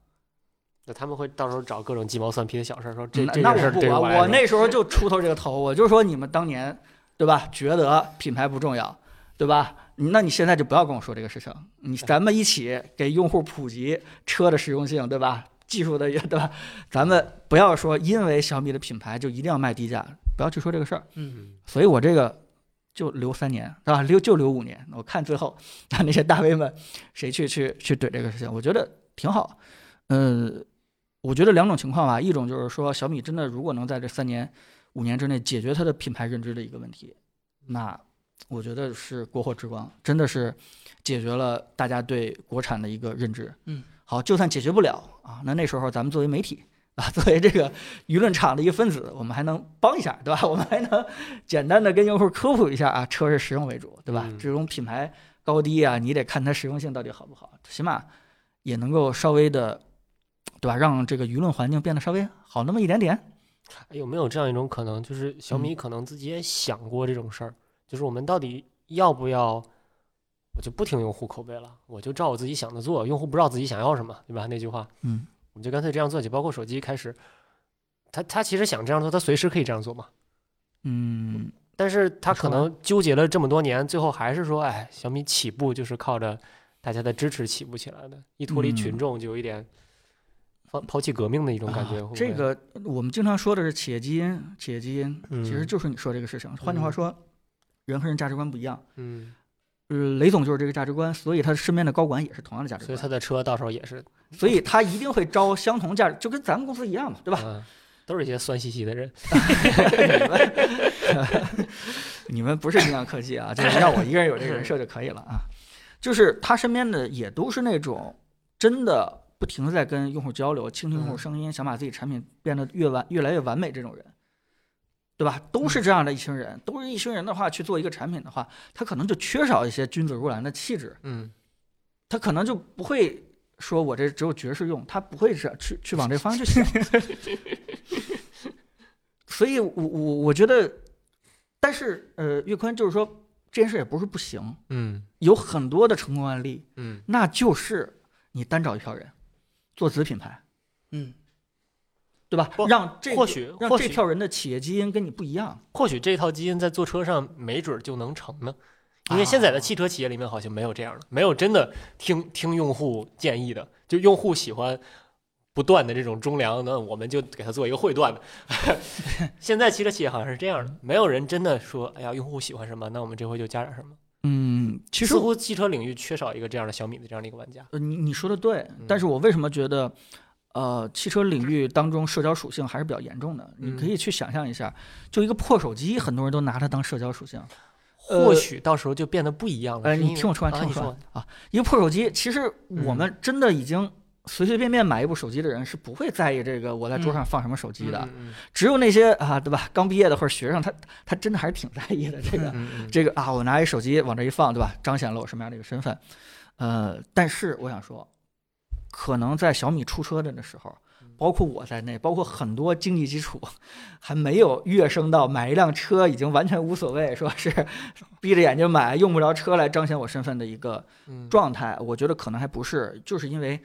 [SPEAKER 2] 那他们会到时候找各种鸡毛蒜皮的小事儿，说这
[SPEAKER 1] 那
[SPEAKER 2] 这
[SPEAKER 1] 那
[SPEAKER 2] 件事
[SPEAKER 1] 我
[SPEAKER 2] 儿
[SPEAKER 1] 不
[SPEAKER 2] 对于
[SPEAKER 1] 管，
[SPEAKER 2] 来
[SPEAKER 1] 我
[SPEAKER 2] 说
[SPEAKER 1] 那时候就出头这个头，我就说你们当年对吧，觉得品牌不重要，对吧？那你现在就不要跟我说这个事情，你咱们一起给用户普及车的实用性，对吧？技术的也对吧？咱们不要说因为小米的品牌就一定要卖低价，不要去说这个事儿。
[SPEAKER 3] 嗯，
[SPEAKER 1] 所以我这个就留三年，对吧？留就留五年，我看最后让那些大 V 们谁去去去怼这个事情，我觉得挺好。嗯，我觉得两种情况吧，一种就是说小米真的如果能在这三年、五年之内解决它的品牌认知的一个问题，那我觉得是国货之光，真的是解决了大家对国产的一个认知。
[SPEAKER 3] 嗯，
[SPEAKER 1] 好，就算解决不了啊，那那时候咱们作为媒体。啊，作为这个舆论场的一分子，我们还能帮一下，对吧？ 我们还能简单的跟用户科普一下啊，车是实用为主，对吧？
[SPEAKER 2] 嗯
[SPEAKER 1] 这种品牌高低啊，你得看它实用性到底好不好，起码也能够稍微的，对吧？让这个舆论环境变得稍微好那么一点点。
[SPEAKER 2] 有没有这样一种可能，就是小
[SPEAKER 1] 嗯
[SPEAKER 2] 米可能自己也想过这种事儿，就是我们到底要不要？我就不听用户口碑了，我就照我自己想的做。用户不知道自己想要什么，对吧？那句话，
[SPEAKER 1] 嗯，
[SPEAKER 2] 我们就干脆这样做起。包括手机开始，他他其实想这样做，他随时可以这样做嘛。
[SPEAKER 1] 嗯，
[SPEAKER 2] 但是他
[SPEAKER 1] 你说
[SPEAKER 2] 可
[SPEAKER 1] 吧
[SPEAKER 2] 能纠结了这么多年，最后还是说，哎，小米起步就是靠着大家的支持起步起来的，一脱离
[SPEAKER 1] 嗯
[SPEAKER 2] 群众就有一点放抛弃革命的一种感觉。会不会
[SPEAKER 1] 啊这，个我们经常说的是企业基因，企业基因
[SPEAKER 2] 嗯
[SPEAKER 1] 其实就是你说这个事情。换句话
[SPEAKER 2] 嗯
[SPEAKER 1] 说，人和人价值观不一样。
[SPEAKER 2] 嗯，
[SPEAKER 1] 呃，雷总就是这个价值观，所以他身边的高管也是同样的价值
[SPEAKER 2] 所以
[SPEAKER 1] 观，
[SPEAKER 2] 他的车到时候也是，
[SPEAKER 1] 所以他一定会招相同价值，就跟咱们公司一样嘛，对吧？
[SPEAKER 2] 嗯，都是一些酸兮兮的人。
[SPEAKER 1] 你们你们不是阴阳客气啊，就是让我一个人有这个人设就可以了啊。就是他身边的也都是那种真的不停的在跟用户交流，倾听用户
[SPEAKER 2] 嗯
[SPEAKER 1] 声音，想把自己产品变得越完越来越完美这种人，对吧？都是这样的一群人，都是一群人的话去做一个产品的话，他可能就缺少一些君子如兰的气质，
[SPEAKER 2] 嗯，
[SPEAKER 1] 他可能就不会说我这只有爵士用，他不会是去去往这方向去想。 所以我，我我觉得，但是呃，岳坤就是说这件事也不是不行，
[SPEAKER 2] 嗯
[SPEAKER 1] 有很多的成功案例，
[SPEAKER 2] 嗯
[SPEAKER 1] 那就是你单找一票人做子品牌，
[SPEAKER 3] 嗯，
[SPEAKER 1] 对吧
[SPEAKER 2] 或？
[SPEAKER 1] 让这个
[SPEAKER 2] 或许
[SPEAKER 1] 让
[SPEAKER 2] 或
[SPEAKER 1] 这
[SPEAKER 2] 许
[SPEAKER 1] 票人的企业基因跟你不一样，
[SPEAKER 2] 或许这套基因在坐车上没准儿就能成呢，因为现在的汽车企业里面好像没有这样的，没有真的听听用户建议的，就用户喜欢不断的这种中粮，那我们就给他做一个会断的。 现在汽车企业好像是这样的，没有人真的说，哎呀，用户喜欢什么，那我们这回就加点什么。
[SPEAKER 1] 嗯，其
[SPEAKER 2] 似乎汽车领域缺少一个这样的小米的这样的一个玩家。
[SPEAKER 1] 呃，你你说的对，
[SPEAKER 2] 嗯
[SPEAKER 1] 但是我为什么觉得，呃，汽车领域当中社交属性还是比较严重的？你可
[SPEAKER 2] 嗯
[SPEAKER 1] 以去想象一下，就一个破手机，很多人都拿它当社交属性。呃
[SPEAKER 2] 或许到时候就变得不一样了。
[SPEAKER 1] 呃，
[SPEAKER 2] 是因
[SPEAKER 1] 你
[SPEAKER 2] 为
[SPEAKER 1] 听我说完，
[SPEAKER 2] 啊
[SPEAKER 1] 听我
[SPEAKER 2] 你
[SPEAKER 1] 说
[SPEAKER 2] 说嗯
[SPEAKER 1] 完，啊，一个破手机，其实我们真的已经随随便便买一部手机的人是不会在意这个我在桌上放什么手机的，
[SPEAKER 2] 嗯嗯
[SPEAKER 1] 只有那些啊，对吧？刚毕业的或者学生，他他真的还是挺在意的这个。
[SPEAKER 2] 嗯嗯嗯
[SPEAKER 1] 这个啊，我拿一手机往这一放，对吧？彰显了我什么样的一个身份？呃，但是我想说，可能在小米出车的那时候，包括我在内，包括很多经济基础还没有跃升到买一辆车已经完全无所谓，说是闭着眼睛买，用不着车来彰显我身份的一个
[SPEAKER 2] 嗯
[SPEAKER 1] 状态，我觉得可能还不是，就是因为。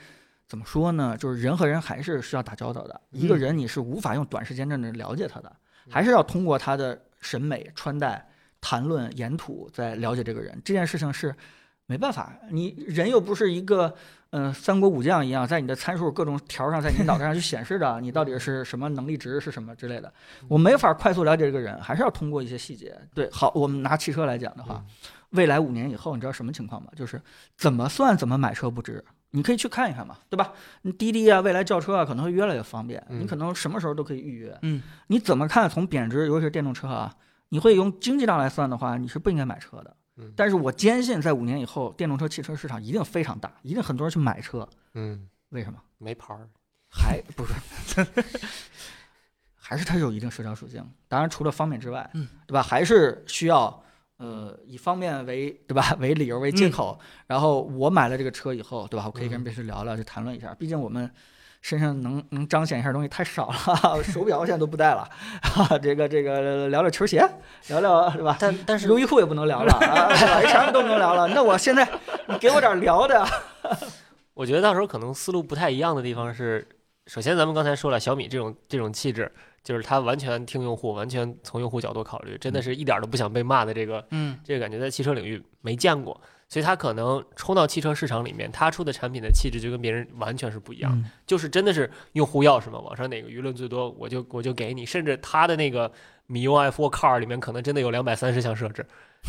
[SPEAKER 1] 怎么说呢？就是人和人还是需要打交道的。一个
[SPEAKER 2] 嗯
[SPEAKER 1] 人你是无法用短时间内了解他的，还是要通过他的审美、穿戴、谈论、言吐再了解这个人。这件事情是没办法，你人又不是一个嗯、呃三国武将一样，在你的参数各种条上，在你脑袋上去显示着你到底是什么能力值是什么之类的。我没法快速了解这个人，还是要通过一些细节。对，好，我们拿汽车来讲的话，未来五年以后，你知道什么情况吗？就是怎么算怎么买车不值。你可以去看一看嘛，对吧？你滴滴啊，未来叫车啊，可能会越来越方便，你
[SPEAKER 2] 嗯
[SPEAKER 1] 可能什么时候都可以预约。
[SPEAKER 3] 嗯，
[SPEAKER 1] 你怎么看？从贬值，尤其是电动车啊，你会用经济账来算的话，你是不应该买车的
[SPEAKER 2] 嗯。
[SPEAKER 1] 但是我坚信，在五年以后，电动车汽车市场一定非常大，一定很多人去买车。
[SPEAKER 2] 嗯，
[SPEAKER 1] 为什么？
[SPEAKER 2] 没牌儿。
[SPEAKER 1] 还不是， 还是它有一定社交属性。当然，除了方便之外，
[SPEAKER 3] 嗯，
[SPEAKER 1] 对吧？还是需要呃以方便为对吧 为理由为借口。然后我买了这个车以后，对吧？我可以跟
[SPEAKER 2] 嗯
[SPEAKER 1] 别人去聊聊，去谈论一下。毕竟我们身上能能彰显一下的东西太少了， 手表我现在都不戴了， 啊、这个这个聊聊球鞋，聊聊对吧？
[SPEAKER 2] 但但是
[SPEAKER 1] 优衣库也不能聊了啊， 对吧啥都不能聊了。那我现在你给我点聊的，啊
[SPEAKER 2] 我觉得到时候可能思路不太一样的地方是，首先咱们刚才说了，小米这种这种气质，就是它完全听用户，完全从用户角度考虑，真的是一点儿都不想被骂的这个
[SPEAKER 3] 嗯，
[SPEAKER 2] 这个感觉，在汽车领域没见过，所以它可能冲到汽车市场里面，它出的产品的气质就跟别人完全是不一样的。就是真的是用户要什么，网上哪个舆论最多，我就我就给你。甚至它的那个 MIUI Four Car 里面可能真的有两百三十项设置，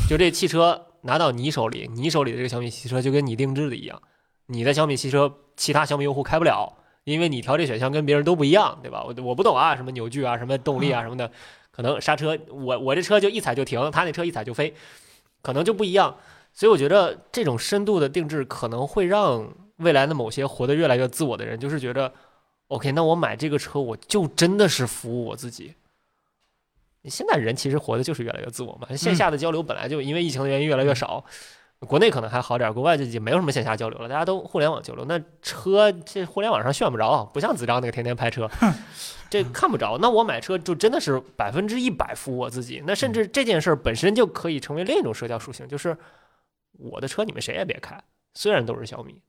[SPEAKER 2] 就这汽车拿到你手里，你手里的这个小米汽车就跟你定制的一样，你的小米汽车其他小米用户开不了，因为你调这选项跟别人都不一样，对吧？我我不懂啊，什么扭矩啊，什么动力啊什么的，可能刹车我我这车就一踩就停，他那车一踩就飞，可能就不一样。所以我觉得这种深度的定制可能会让未来的某些活得越来越自我的人，就是觉得，OK，那我买这个车，我就真的是服务我自己。现在人其实活的就是越来越自我嘛，线下的交流本来就因为疫情的原因越来越少，国内可能还好点儿，国外就已经没有什么线下交流了，大家都互联网交流。那车这互联网上炫不着，啊不像子章那个天天拍车，这
[SPEAKER 1] 嗯
[SPEAKER 2] 看不着。那我买车就真的是百分之一百服务我自己，那
[SPEAKER 1] 嗯
[SPEAKER 2] 甚至这件事儿本身就可以成为另一种社交属性，就是我的车你们谁也别开，虽然都是小米，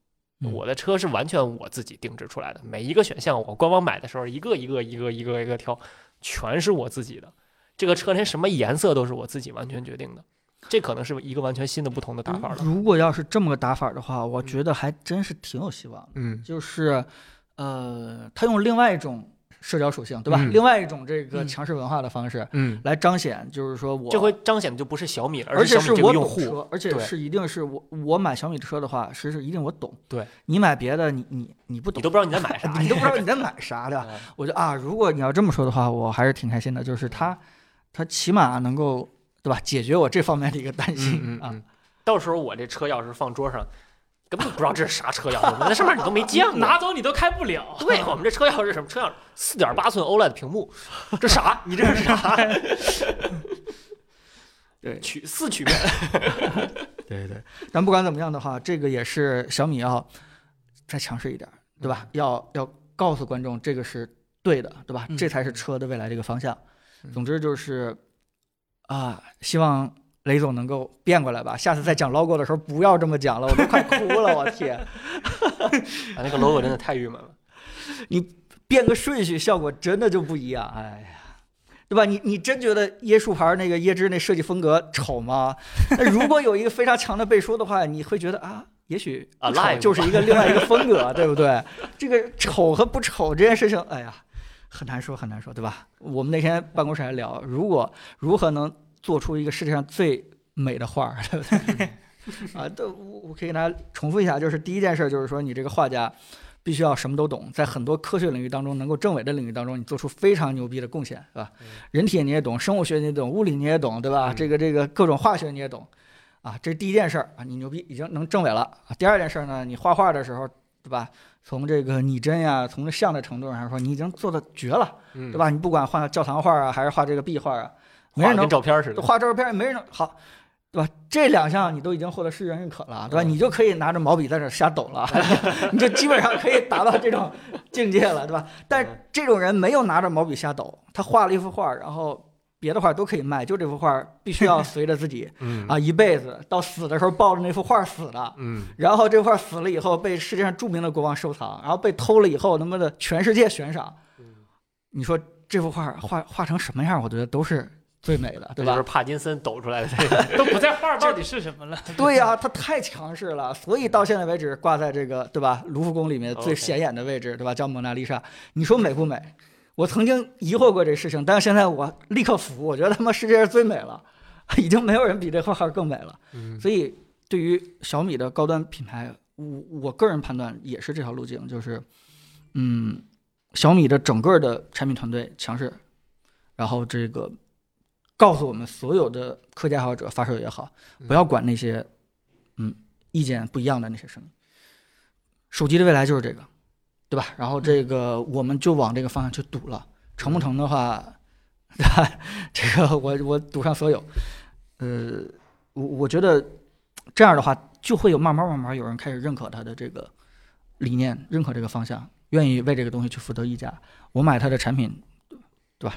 [SPEAKER 1] 嗯
[SPEAKER 2] 我的车是完全我自己定制出来的，每一个选项我官方买的时候，一个一个一个一个一个挑，全是我自己的。这个车连什么颜色都是我自己完全决定的，这可能是一个完全新的不同的嗯打法了。
[SPEAKER 1] 如果要是这么个打法的话，我觉得还真是挺有希望的。
[SPEAKER 2] 嗯
[SPEAKER 1] 就是，呃，他用另外一种社交属性，对吧？
[SPEAKER 2] 嗯
[SPEAKER 1] 另外一种这个
[SPEAKER 3] 嗯
[SPEAKER 1] 强势文化的方式
[SPEAKER 2] 嗯，
[SPEAKER 1] 来彰显，就是说我
[SPEAKER 2] 这回彰显的就不是小米了，
[SPEAKER 1] 而
[SPEAKER 2] 是
[SPEAKER 1] 且
[SPEAKER 2] 小米这
[SPEAKER 1] 我
[SPEAKER 2] 个用
[SPEAKER 1] 懂
[SPEAKER 2] 户。
[SPEAKER 1] 车，而且
[SPEAKER 2] 对
[SPEAKER 1] 是一定是我我买小米车的话，是是一定我懂。
[SPEAKER 2] 对，
[SPEAKER 1] 你买别的，你你你不懂，，
[SPEAKER 2] 你都不知道你在买啥
[SPEAKER 1] 你都不知道你在买啥的。
[SPEAKER 2] 嗯
[SPEAKER 1] 我就啊，如果你要这么说的话，我还是挺开心的，就是
[SPEAKER 2] 嗯
[SPEAKER 1] 它它起码能够对吧，解决我这方面的一个担心、
[SPEAKER 2] 嗯嗯
[SPEAKER 1] 啊。
[SPEAKER 2] 嗯，到时候我这车钥匙放桌上，根本就不知道这是啥车钥匙，那上面你都没见过。
[SPEAKER 3] 拿走你都开不了。
[SPEAKER 2] 对我们这车钥匙是什么车 钥匙？四点八寸 OLED 屏幕，这 啥？你这是啥？
[SPEAKER 1] 对
[SPEAKER 2] 曲四曲面。
[SPEAKER 1] 对对，但不管怎么样的话，这个也是小米要再强势一点，对
[SPEAKER 3] 嗯
[SPEAKER 1] 吧？要要告诉观众这个是对的，对吧？
[SPEAKER 3] 嗯
[SPEAKER 1] 这才是车的未来这个方向。
[SPEAKER 2] 嗯
[SPEAKER 1] 总之就是啊，希望雷总能够变过来吧。下次
[SPEAKER 3] 嗯
[SPEAKER 1] 再讲 logo 的时候不要这么讲了，我都快哭了，我 天！
[SPEAKER 2] 啊，那个 logo 真的太郁闷了。
[SPEAKER 1] 变个顺序，效果真的就不一样。哎呀，对吧？你你真觉得椰树牌那个椰汁那设计风格丑吗？那如果有一个非常强的背书的话， 你会觉得啊，也许不丑
[SPEAKER 2] Alive
[SPEAKER 1] 就是一个另外一个风格，对不对？这个丑和不丑这件事情，哎呀，很难说，很难说，对吧？我们那天办公室还聊，如果如何能做出一个世界上最美的画儿，对不对？啊，都我我可以给大家重复一下，就是第一件事就是说，你这个画家必须要什么都懂，在很多科学领域当中，能够证伪的领域当中，你做出非常牛逼的贡献，是吧
[SPEAKER 2] 嗯？
[SPEAKER 1] 人体你也懂，生物学你也懂，物理你也懂，对吧？
[SPEAKER 2] 嗯
[SPEAKER 1] 这个这个各种化学你也懂，啊，这是第一件事儿啊，你牛逼已经能证伪了啊。第二件事儿呢，你画画的时候，对吧？从这个拟真呀，从像的程度上说，你已经做的绝了，
[SPEAKER 2] 嗯
[SPEAKER 1] 对？吧？你不管画教堂画啊，还是画这个壁画啊，没
[SPEAKER 2] 画
[SPEAKER 1] 人
[SPEAKER 2] 得
[SPEAKER 1] 能
[SPEAKER 2] 跟照片似的。
[SPEAKER 1] 画照片儿没人能好，对吧？这两项你都已经获得世人认可了，对吧？
[SPEAKER 2] 嗯
[SPEAKER 1] 你就可以拿着毛笔在这儿瞎抖了， 你就基本上可以达到这种境界了，对吧？但
[SPEAKER 2] 嗯
[SPEAKER 1] 这种人没有拿着毛笔瞎抖，他画了一幅画儿，然后别的画儿都可以卖，就这幅画儿必须要随着自己
[SPEAKER 2] 嗯
[SPEAKER 1] 啊一辈子到死的时候抱着那幅画儿死的。
[SPEAKER 2] 嗯，
[SPEAKER 1] 然后这幅画儿死了以后，被世界上著名的国王收藏，然后被偷了以后，他妈的全世界悬赏
[SPEAKER 2] 嗯。
[SPEAKER 1] 你说这幅画儿画画成什么样儿？我觉得都是最美的，对
[SPEAKER 2] 这
[SPEAKER 1] 吧
[SPEAKER 2] 就是？帕金森抖出来的。
[SPEAKER 3] 嗯都不在画到底是什么了。
[SPEAKER 1] 对呀、他太强势了，所以到现在为止挂在这个对吧卢浮宫里面
[SPEAKER 2] OK
[SPEAKER 1] 最显眼的位置，对吧？叫蒙娜丽莎，你说美不美？我曾经疑惑过这事情，但是现在我立刻服，我觉得他妈世界上最美了， 已经没有人比这画画更美了。
[SPEAKER 2] 嗯
[SPEAKER 1] 所以对于小米的高端品牌，我我个人判断也是这条路径，就是嗯，小米的整个的产品团队强势，然后这个告诉我们所有的科技爱好者、发烧友也好，
[SPEAKER 2] 嗯
[SPEAKER 1] 不要管那些嗯意见不一样的那些声音。手机的未来就是这个，对吧？然后这个我们就往这个方向去赌了，成不成的话， 对吧？这个我我赌上所有。呃，我我觉得这样的话，就会有慢慢慢慢有人开始认可他的这个理念，认可这个方向，愿意为这个东西去负责溢价。我买它的产品，对吧？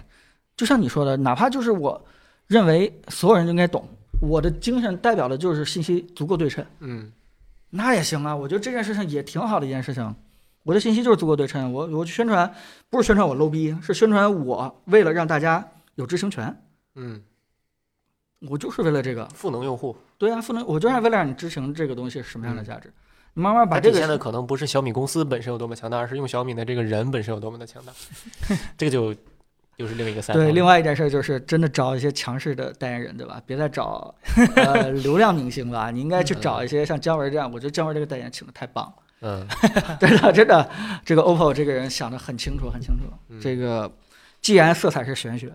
[SPEAKER 1] 就像你说的，哪怕就是我认为所有人都应该懂，我的精神代表的就是信息足够对称，
[SPEAKER 2] 嗯
[SPEAKER 1] 那也行啊。我觉得这件事情也挺好的一件事情。我的信息就是足够对称，我我去宣传，不是宣传我 low 逼，是宣传我为了让大家有知情权，
[SPEAKER 2] 嗯，
[SPEAKER 1] 我就是为了这个。
[SPEAKER 2] 赋能用户，
[SPEAKER 1] 对啊，赋能，我就是为了让你知情这个东西是什么样的价值。你慢慢把
[SPEAKER 2] 它
[SPEAKER 1] 这
[SPEAKER 2] 体
[SPEAKER 1] 个
[SPEAKER 2] 现的可能不是小米公司本身有多么强大，而是用小米的这个人本身有多么 的强大。这个就又是另一个赛道了。
[SPEAKER 1] 对，另
[SPEAKER 2] 外
[SPEAKER 1] 外一件事儿就是真的找一些强势的代言人，对吧？别再找呃流量明星吧，你应该去找一些像姜文这样。我觉得姜文这个代言请的太棒了，
[SPEAKER 2] 嗯
[SPEAKER 1] 真的真的，这个 OPPO 这个人想的很清楚，很清楚。
[SPEAKER 2] 嗯
[SPEAKER 1] 这个既然色彩是玄学，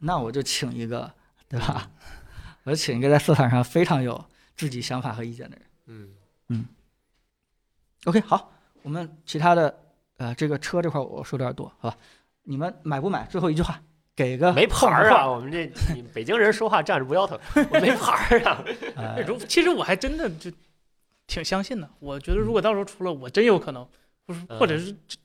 [SPEAKER 1] 那我就请一个，对吧？ 我就请一个在色彩上非常有自己想法和意见的人。
[SPEAKER 2] 嗯
[SPEAKER 1] OK，好，我们其他的呃这个车这块儿我说的有点多，好吧？你们买不买？最后一句话，给个
[SPEAKER 2] 没牌
[SPEAKER 1] 碰
[SPEAKER 2] 儿
[SPEAKER 1] 碰
[SPEAKER 2] 啊！我们这你北京人说话站着不腰疼，我 没牌儿啊。
[SPEAKER 1] 呃
[SPEAKER 3] 如其实我还真的就挺相信的，我觉得如果到时候出了，我真有可能，不是
[SPEAKER 2] 嗯
[SPEAKER 3] 或者是这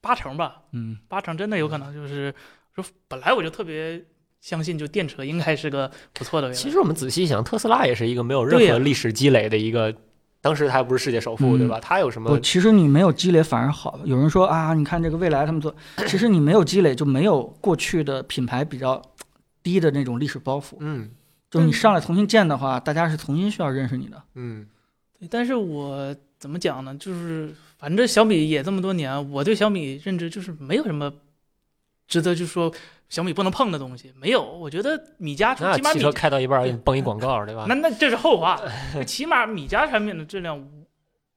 [SPEAKER 3] 八成吧，
[SPEAKER 1] 嗯
[SPEAKER 3] 八成真的有可能就是说，本来我就特别相信，就电车应该是个不错的未来。
[SPEAKER 2] 其实我们仔细一想，特斯拉也是一个没有任
[SPEAKER 3] 对呀
[SPEAKER 2] 何历史积累的一个，当时它还不是世界首富，
[SPEAKER 1] 嗯
[SPEAKER 2] 对吧？它有什
[SPEAKER 1] 不，
[SPEAKER 2] 么？
[SPEAKER 1] 其实你没有积累反而好。有人说啊，你看这个未来他们做，其实你没有积累就没有过去的品牌比较低的那种历史包袱。
[SPEAKER 2] 嗯
[SPEAKER 1] 就你上来重新建的话，大家是重新需要认识你的。
[SPEAKER 2] 嗯
[SPEAKER 3] 对，但是我怎么讲呢？就是反正小米也这么多年，我对小米认知就是没有什么值得就说小米不能碰的东西，没有。我觉得米家起
[SPEAKER 2] 那
[SPEAKER 3] 码
[SPEAKER 2] 汽
[SPEAKER 3] 米
[SPEAKER 2] 车开到一半儿给你蹦一广告，对吧
[SPEAKER 3] 那？那这是后 话，起码米家产品的质量，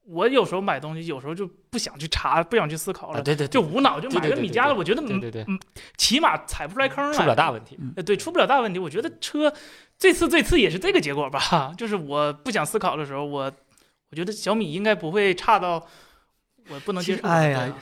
[SPEAKER 3] 我有时候买东西有时候就不想去查，不想去思考
[SPEAKER 2] 啊，
[SPEAKER 3] 了，
[SPEAKER 2] 对对，
[SPEAKER 3] 就
[SPEAKER 2] 对
[SPEAKER 3] 无脑就买
[SPEAKER 2] 对对
[SPEAKER 3] 个
[SPEAKER 2] 对
[SPEAKER 3] 米
[SPEAKER 2] 对
[SPEAKER 3] 家的。
[SPEAKER 2] 对
[SPEAKER 3] 我觉得嗯
[SPEAKER 2] 对对对，
[SPEAKER 3] 起码踩不出来坑来，
[SPEAKER 2] 出不了大问题。
[SPEAKER 3] 呃，对，出不了大问题。我觉得车这次这次也是这个结果吧， 就是我不想思考的时候，我我觉得小米应该不会差到我不能
[SPEAKER 1] 其
[SPEAKER 3] 接
[SPEAKER 1] 实
[SPEAKER 3] 受。，
[SPEAKER 1] 哎呀，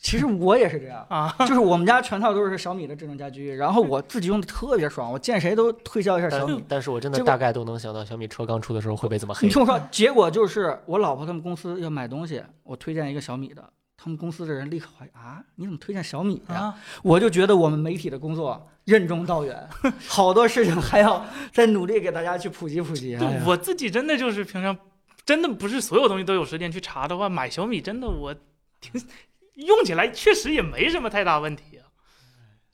[SPEAKER 1] 其实我也是这样
[SPEAKER 3] 啊，
[SPEAKER 1] 就是我们家全套都是小米的智能家居，然后我自己用的特别爽，我见谁都推销一下小米。
[SPEAKER 2] 但但是我真的
[SPEAKER 1] 嗯结果
[SPEAKER 2] 大概都能想到小米车刚出的时候会被怎么黑
[SPEAKER 1] 你。听我说，结果就是我老婆他们公司要买东西，我推荐一个小米的，他们公司的人立刻怀疑啊，你怎么推荐小米呀、
[SPEAKER 3] 啊
[SPEAKER 1] 我就觉得我们媒体的工作任重道 远，好多事情还要再努力给大家去普及普及。哎
[SPEAKER 3] 对
[SPEAKER 1] 呀
[SPEAKER 3] 我自己真的就是平常真的不是所有东西都有时间去查的话，买小米真的我挺 用起来确实也没什么太大问题啊。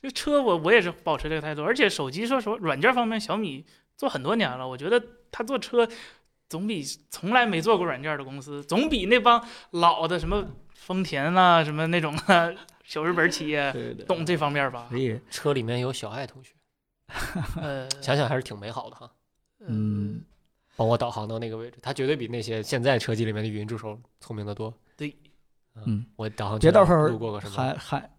[SPEAKER 3] 这车我我也是保持这个态度，而且手机说实话，软件方面小米做很多年了，我觉得他做车总比从来没做过软件的公司，总比那帮老的什么丰田啊、什么那种啊小日本企业
[SPEAKER 1] 对对，
[SPEAKER 3] 懂这方面吧
[SPEAKER 1] 所？以
[SPEAKER 2] 车里面有小爱同学，
[SPEAKER 3] 呃，
[SPEAKER 2] 想想还是挺美好的哈。
[SPEAKER 1] 嗯。
[SPEAKER 2] 帮我导航到那个位置，它绝对比那些现在车机里面的语音助手聪明得多。
[SPEAKER 3] 对，
[SPEAKER 1] 嗯，
[SPEAKER 2] 我导航
[SPEAKER 1] 别
[SPEAKER 2] 渠道
[SPEAKER 1] 到时候
[SPEAKER 2] 路过个什么
[SPEAKER 1] 喊喊，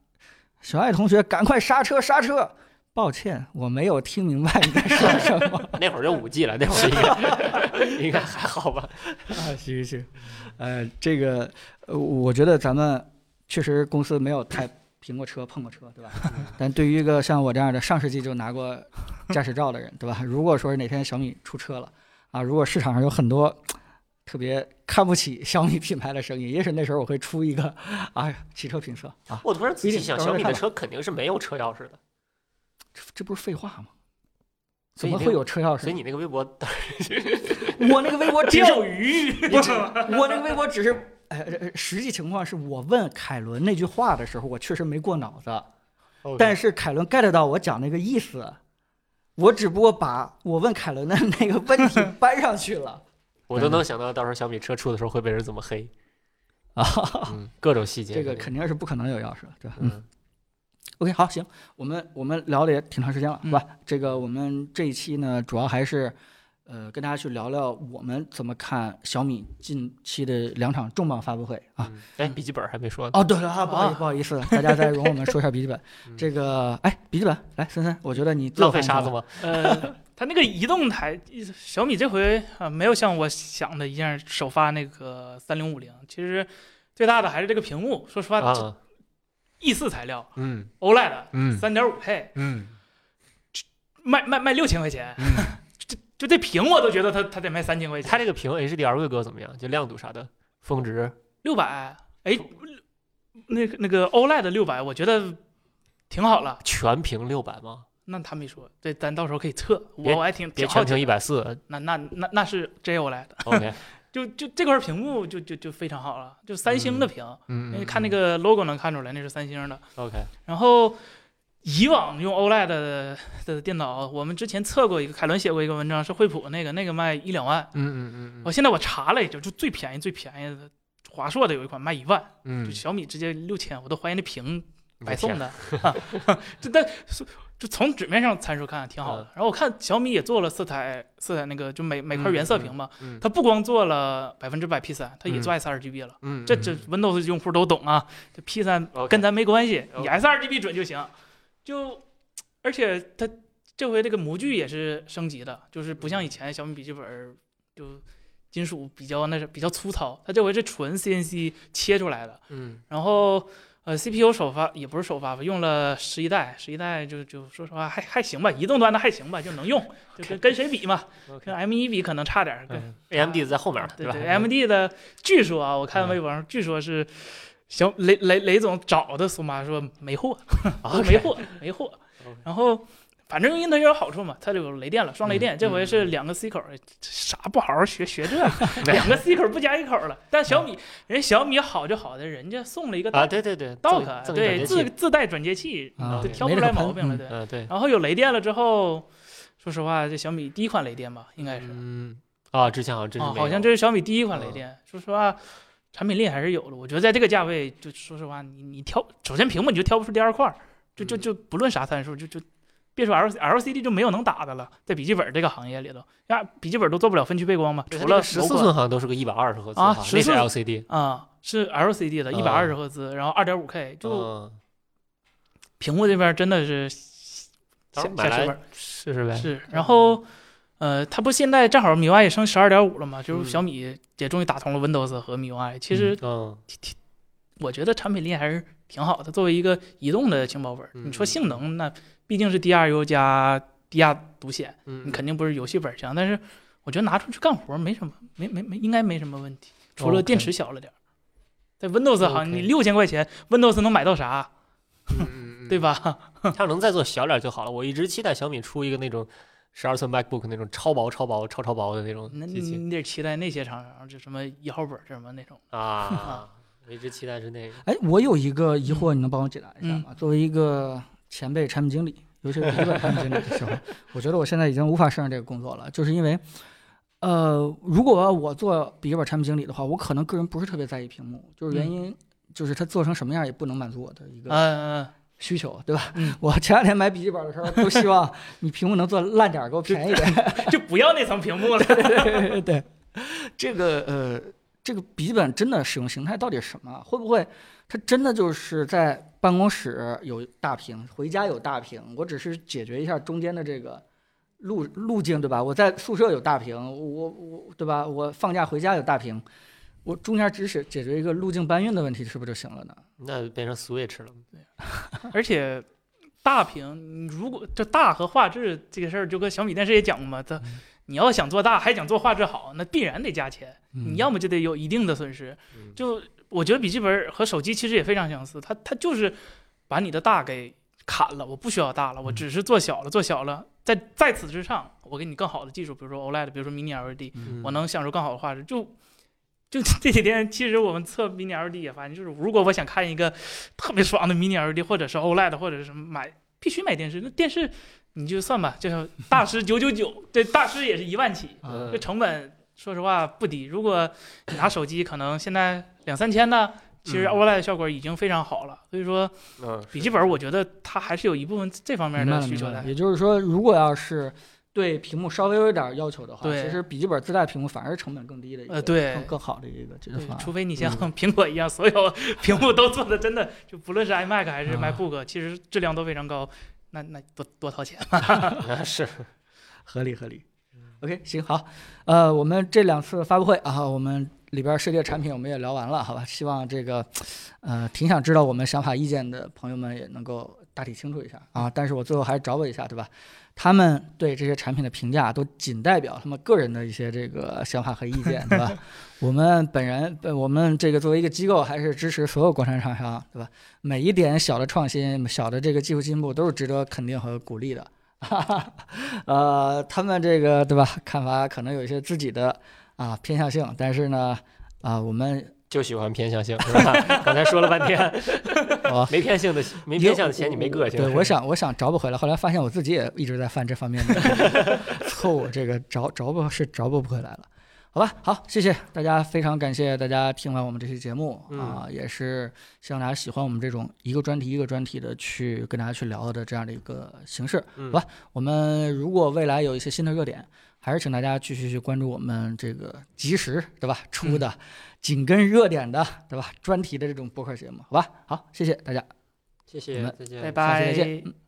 [SPEAKER 1] 小爱同学，赶快刹车刹车！抱歉，我没有听明白你在说什 么。
[SPEAKER 2] 那会儿就五 G 了，那会儿 应该应该还好吧？
[SPEAKER 1] 啊，行行，呃，这个呃我觉得咱们确实公司没有太评过车、碰过车，对吧？但对于一个像我这样的上世纪就拿过驾驶照的人，对吧？如果说是哪天小米出车了啊，如果市场上有很多特别看不起小米品牌的声音，也许那时候我会出一个啊汽车评测啊，
[SPEAKER 2] 我突然仔细想，
[SPEAKER 1] 不一定
[SPEAKER 2] 小米
[SPEAKER 1] 到
[SPEAKER 2] 的
[SPEAKER 1] 时
[SPEAKER 2] 车肯定是没有车钥匙的，
[SPEAKER 1] 这这不是废话吗？
[SPEAKER 2] 所
[SPEAKER 1] 怎
[SPEAKER 2] 以
[SPEAKER 1] 么会
[SPEAKER 2] 那个
[SPEAKER 1] 有车钥匙
[SPEAKER 2] 所以
[SPEAKER 1] 呢？
[SPEAKER 2] 你那个微博，
[SPEAKER 1] 我那个微博只是
[SPEAKER 3] 钓鱼，
[SPEAKER 1] 我只我那个微博只是，呃，呃实际情况是我问凯伦那句话的时候，我确实没过脑子，但
[SPEAKER 2] 是
[SPEAKER 1] 是凯伦 get 到我讲那个意思，我只不过把我问凯伦的那个问题搬上去了
[SPEAKER 2] 我都能想到，到时候小米车出的时候会被人怎么黑，
[SPEAKER 1] 啊，
[SPEAKER 2] 嗯，各种细节。
[SPEAKER 1] 这个肯定是不可能有钥匙的，对吧？嗯
[SPEAKER 2] 嗯，
[SPEAKER 1] OK，好，行，我们我们聊的也挺长时间了，是
[SPEAKER 3] 嗯
[SPEAKER 1] 吧？这个我们这一期呢，主要还是，呃，跟大家去聊聊我们怎么看小米近期的两场重磅发布会啊。
[SPEAKER 2] 嗯哎，笔记本还没说呢，
[SPEAKER 1] 哦，对了啊，不好意思，
[SPEAKER 3] 啊
[SPEAKER 1] 不好意思，大家再容我们说一下笔记本
[SPEAKER 2] 嗯。
[SPEAKER 1] 这个，哎，笔记本，来，森森，我觉得你
[SPEAKER 2] 浪费沙子
[SPEAKER 1] 吗？
[SPEAKER 2] 吗？
[SPEAKER 3] 呃，它那个移动台，小米这回啊、没有像我想的一样首发那个三零五零，其实最大的还是这个屏幕。说实话，这
[SPEAKER 2] 啊，
[SPEAKER 3] E 四材料
[SPEAKER 2] 嗯
[SPEAKER 3] OLED
[SPEAKER 2] 嗯
[SPEAKER 3] 三点五 K，
[SPEAKER 2] 嗯，
[SPEAKER 3] 卖卖卖六千块钱，这 就这屏我都觉得它它得卖三千块
[SPEAKER 2] 它
[SPEAKER 3] 钱，
[SPEAKER 2] 这个屏 HDR 规格怎么样？就亮度啥的，峰值
[SPEAKER 3] 六百，哎，那个那个 OLED 六百，我觉得挺好了。
[SPEAKER 2] 全屏六百吗？
[SPEAKER 3] 那他没说，对，咱到时候可以测，
[SPEAKER 2] 别
[SPEAKER 3] 我我还挺
[SPEAKER 2] 别
[SPEAKER 3] 挺好
[SPEAKER 2] 全
[SPEAKER 3] 奇
[SPEAKER 2] 屏。一百四
[SPEAKER 3] 那那那那是 JOLED，
[SPEAKER 2] ，OK，
[SPEAKER 3] 就就这块屏幕就就就非常好了，就三星的屏。
[SPEAKER 2] 嗯，
[SPEAKER 3] 因
[SPEAKER 2] 嗯
[SPEAKER 3] 为看那
[SPEAKER 2] 嗯
[SPEAKER 3] 个 logo 能看出来那是三星的。
[SPEAKER 2] OK，
[SPEAKER 3] 然后以往用 OLED 的的电脑，我们之前测过一个，凯伦写过一个文章，是惠普那个，那个卖一两万。
[SPEAKER 2] 嗯嗯嗯
[SPEAKER 3] 我现在我查了一下，就最便宜最便宜的，华硕的有一款卖一万，
[SPEAKER 2] 嗯
[SPEAKER 3] 就小米直接六千，我都怀疑那屏
[SPEAKER 2] 嗯，
[SPEAKER 3] 白送的。啊这但是就从纸面上参数看挺好的。
[SPEAKER 2] 嗯
[SPEAKER 3] 然后我看小米也做了色彩色彩那个，就每每块原色屏嘛，
[SPEAKER 2] 嗯嗯
[SPEAKER 3] 它不光做了百分之百 P 三，它也做
[SPEAKER 2] 嗯
[SPEAKER 3] sRGB 了。
[SPEAKER 2] 嗯，
[SPEAKER 3] 这这 Windows 用户都懂啊，这 P 三
[SPEAKER 2] OK
[SPEAKER 3] 跟咱没关系，
[SPEAKER 2] OK
[SPEAKER 3] 你 sRGB 准就行。就而且它这回这个模具也是升级的，就是不
[SPEAKER 2] 嗯
[SPEAKER 3] 像以前小米笔记本儿就金属比较那是比较粗糙，它这回是纯 CNC 切出来的。
[SPEAKER 2] 嗯
[SPEAKER 3] 然后呃 CPU 首发也不是首发吧，用了十一代，十一代就就说实话还还行吧，移动端的还行吧，就能用，就跟跟谁比嘛，跟
[SPEAKER 2] OK，
[SPEAKER 3] M 一比可能差点儿，跟
[SPEAKER 2] 嗯，AMD 在后面
[SPEAKER 3] 对
[SPEAKER 2] 吧嗯
[SPEAKER 3] 对，AMD 的据说啊，我看微博上据说是小雷雷雷总找的苏妈说没货，
[SPEAKER 2] 啊哦
[SPEAKER 3] 没货，没货
[SPEAKER 2] OK。
[SPEAKER 3] 然后反正用它也有好处嘛，它有雷电了，双雷
[SPEAKER 2] 嗯
[SPEAKER 3] 电，这回是两个 C 口，啥不好好学学这， 两个 C 口不加一口了。但小米人小米好就好在人家送了一个
[SPEAKER 2] 嗯啊，对对对
[SPEAKER 3] dock，
[SPEAKER 2] 赠
[SPEAKER 3] 对自
[SPEAKER 2] 赠一款机器
[SPEAKER 3] 自带转接器，
[SPEAKER 1] 啊
[SPEAKER 3] 对
[SPEAKER 2] 没
[SPEAKER 3] 挑不
[SPEAKER 1] 这
[SPEAKER 3] 出
[SPEAKER 1] 个
[SPEAKER 3] 来
[SPEAKER 1] 喷
[SPEAKER 3] 毛病了，
[SPEAKER 1] 嗯
[SPEAKER 3] 对。
[SPEAKER 2] 嗯对，
[SPEAKER 3] 然后有雷电了之后，说实话，这小米第一款雷电吧，应该是。
[SPEAKER 2] 嗯，啊，之前好像真是
[SPEAKER 3] 啊，
[SPEAKER 2] 没有嗯
[SPEAKER 3] 好像这是小米第一款雷电。说实话，产品力还是有的。我觉得在这个价位，就说实话，你你挑，首先屏幕你就挑不出第二块儿，就就
[SPEAKER 2] 嗯
[SPEAKER 3] 就不论啥参数，就就别说 L L C D 就没有能打的了，在笔记本这个行业里头，呀，笔记本都做不了分区背光嘛，
[SPEAKER 2] 对
[SPEAKER 3] 除
[SPEAKER 2] 它那
[SPEAKER 3] 了
[SPEAKER 2] 个十
[SPEAKER 3] 某
[SPEAKER 2] 四
[SPEAKER 3] 款
[SPEAKER 2] 寸好像都是个一百二十赫兹
[SPEAKER 3] 啊
[SPEAKER 2] 好像那是
[SPEAKER 3] 14
[SPEAKER 2] LCD，
[SPEAKER 3] 啊、是 LCD 的，
[SPEAKER 2] 嗯
[SPEAKER 3] 一百二十赫兹，然后二点五 K，就
[SPEAKER 2] 嗯
[SPEAKER 3] 屏幕这边真的是
[SPEAKER 2] 到时
[SPEAKER 3] 下
[SPEAKER 2] 候买
[SPEAKER 3] 下血
[SPEAKER 2] 来嗯
[SPEAKER 3] 本。
[SPEAKER 2] 试试呗。
[SPEAKER 3] 是，然后，呃，它不现在正好 MIUI 也升十二点五了嘛，就
[SPEAKER 2] 嗯
[SPEAKER 3] 是小米也终于打通了 Windows 和 MIUI。其实
[SPEAKER 2] 嗯，
[SPEAKER 3] 我觉得产品力还是挺好的，作为一个移动的轻薄本儿，你说
[SPEAKER 2] 嗯
[SPEAKER 3] 性能那毕竟是 DRU 加低压独显，
[SPEAKER 2] 嗯
[SPEAKER 3] 你肯定不是游戏本儿强，但是我觉得拿出去干活儿没什么，没没没应该没什么问题，除了电池小了点儿。在 Windows 行，你
[SPEAKER 2] OK
[SPEAKER 3] 六千块钱 Windows 能买到啥，
[SPEAKER 2] 嗯
[SPEAKER 3] 对？
[SPEAKER 2] 嗯嗯
[SPEAKER 3] 吧？
[SPEAKER 2] 嗯它能再做小点就好了。我一直期待小米出一个那种十二寸 MacBook 那种超薄、超薄、超超薄的那种
[SPEAKER 3] 那
[SPEAKER 2] 机器
[SPEAKER 3] 你得期待那些厂商，就什么一号本儿什么那种。
[SPEAKER 2] 啊。我一直期待是那个，
[SPEAKER 1] 哎，我有一个疑
[SPEAKER 2] 嗯
[SPEAKER 1] 惑，你能帮我解答一下吗？作为一个前辈产品经理，尤其是笔记本产品经理的时候，我觉得我现在已经无法胜任这个工作了，就是因为，呃，如果我做笔记本产品经理的话，我可能个人不是特别在意屏幕，就是
[SPEAKER 2] 嗯
[SPEAKER 1] 原因就是它做成什么样也不能满足我的一
[SPEAKER 2] 啊
[SPEAKER 1] 个
[SPEAKER 3] 嗯嗯
[SPEAKER 1] 需求，对吧？
[SPEAKER 3] 嗯
[SPEAKER 1] 我前两天买笔记本的时候，都希望你屏幕能做烂点儿，给我便宜一点。
[SPEAKER 3] 嗯，就不要那层屏幕了。
[SPEAKER 1] 对对，这个呃，这个笔记本真的使用形态到底是什么？啊会不会它真的就是在办公室有大屏，回家有大屏？我只是解决一下中间的这个路路径，对吧？我在宿舍有大屏，我我对吧？我放假回家有大屏，我中间只是解决一个路径搬运的问题，是不是就行了呢？
[SPEAKER 2] 那变成 Switch 了。
[SPEAKER 3] 而且大屏，你如果这大和画质这个事儿，就跟小米电视也讲过嘛，它你要想做大，还想做画质好，那必然得加钱，嗯
[SPEAKER 1] 嗯
[SPEAKER 3] 你要么就得有一定的损失。
[SPEAKER 2] 嗯
[SPEAKER 3] 就我觉得笔记本和手机其实也非常相似，它它就是把你的大给砍了，我不需要大了，我只是做小了，做小了，在在此之上，我给你更好的技术，比如说 OLED，比如说 Mini LED，
[SPEAKER 2] 嗯
[SPEAKER 3] 我能享受更好的画质。就就这几天，其实我们测 Mini LED 也发现，就是如果我想看一个特别爽的 Mini LED，或者是 OLED，或者是什么买，必须买电视。那电视你就算吧，就像大师九九九，这大师也是一万起，
[SPEAKER 1] 啊
[SPEAKER 3] 这成本说实话不低。如果你拿手机，可能现在两三千呢。其实
[SPEAKER 2] 嗯
[SPEAKER 3] OLED 效果已经非常好了，所以说
[SPEAKER 2] 嗯，
[SPEAKER 3] 笔记本我觉得它还是有一部分这方面
[SPEAKER 1] 明白
[SPEAKER 3] 的
[SPEAKER 1] 了，
[SPEAKER 3] 需
[SPEAKER 1] 明
[SPEAKER 3] 求
[SPEAKER 1] 白
[SPEAKER 3] 的
[SPEAKER 1] 了。。也就是说，如果要是对屏幕稍微有点要求的话，
[SPEAKER 3] 对
[SPEAKER 1] 其实笔记本自带屏幕反而是成本更低的一个，
[SPEAKER 3] 呃对
[SPEAKER 1] 更更好的一个解决
[SPEAKER 3] 对
[SPEAKER 1] 方，案。
[SPEAKER 3] 除非你像
[SPEAKER 2] 嗯
[SPEAKER 3] 苹果一样，所有屏幕都做的真的，就不论是 iMac 还是
[SPEAKER 1] 啊
[SPEAKER 3] MacBook，、其实质量都非常高。那那多多掏钱，
[SPEAKER 2] 那 是
[SPEAKER 1] 合理合理。OK，行好，呃，我们这两次发布会啊，我们里边涉及的产品我们也聊完了，好吧？希望这个，呃，挺想知道我们想法意见的朋友们也能够大体清楚一下啊。但是我最后还是找我一下，对吧？他们对这些产品的评价都仅代表他们个人的一些这个想法和意见，对吧？我们本人，呃我们这个作为一个机构，还是支持所有国产厂商，对吧？每一点小的创新、小的这个技术进步，都是值得肯定和鼓励的。 哈哈。呃，他们这个对吧？看法可能有一些自己的啊偏向性，但是呢，啊，我们
[SPEAKER 2] 就喜欢偏向性，是吧？刚才说了半天，
[SPEAKER 1] 我
[SPEAKER 2] 没偏性的，没偏向的嫌你没个性。
[SPEAKER 1] 对，我想我想找补回来，后来发现我自己也一直在犯这方面 的错误，这个找找补是找补不回来了。好吧，好，谢谢大家，非常感谢大家听完我们这期节目
[SPEAKER 2] 嗯
[SPEAKER 1] 啊、也是希望大家喜欢我们这种一个专题一个专题的去跟大家去聊的这样的一个形式。
[SPEAKER 2] 嗯
[SPEAKER 1] 好吧，我们如果未来有一些新的热点，还是请大家继续去关注我们这个及时对吧出
[SPEAKER 2] 嗯
[SPEAKER 1] 的、紧跟热点的对吧专题的这种播客节目，好吧？好，谢谢大家，
[SPEAKER 2] 谢
[SPEAKER 1] 我
[SPEAKER 2] 谢，
[SPEAKER 1] 们
[SPEAKER 2] 再见，
[SPEAKER 3] 拜
[SPEAKER 1] 下期再
[SPEAKER 3] 拜。
[SPEAKER 1] 见。嗯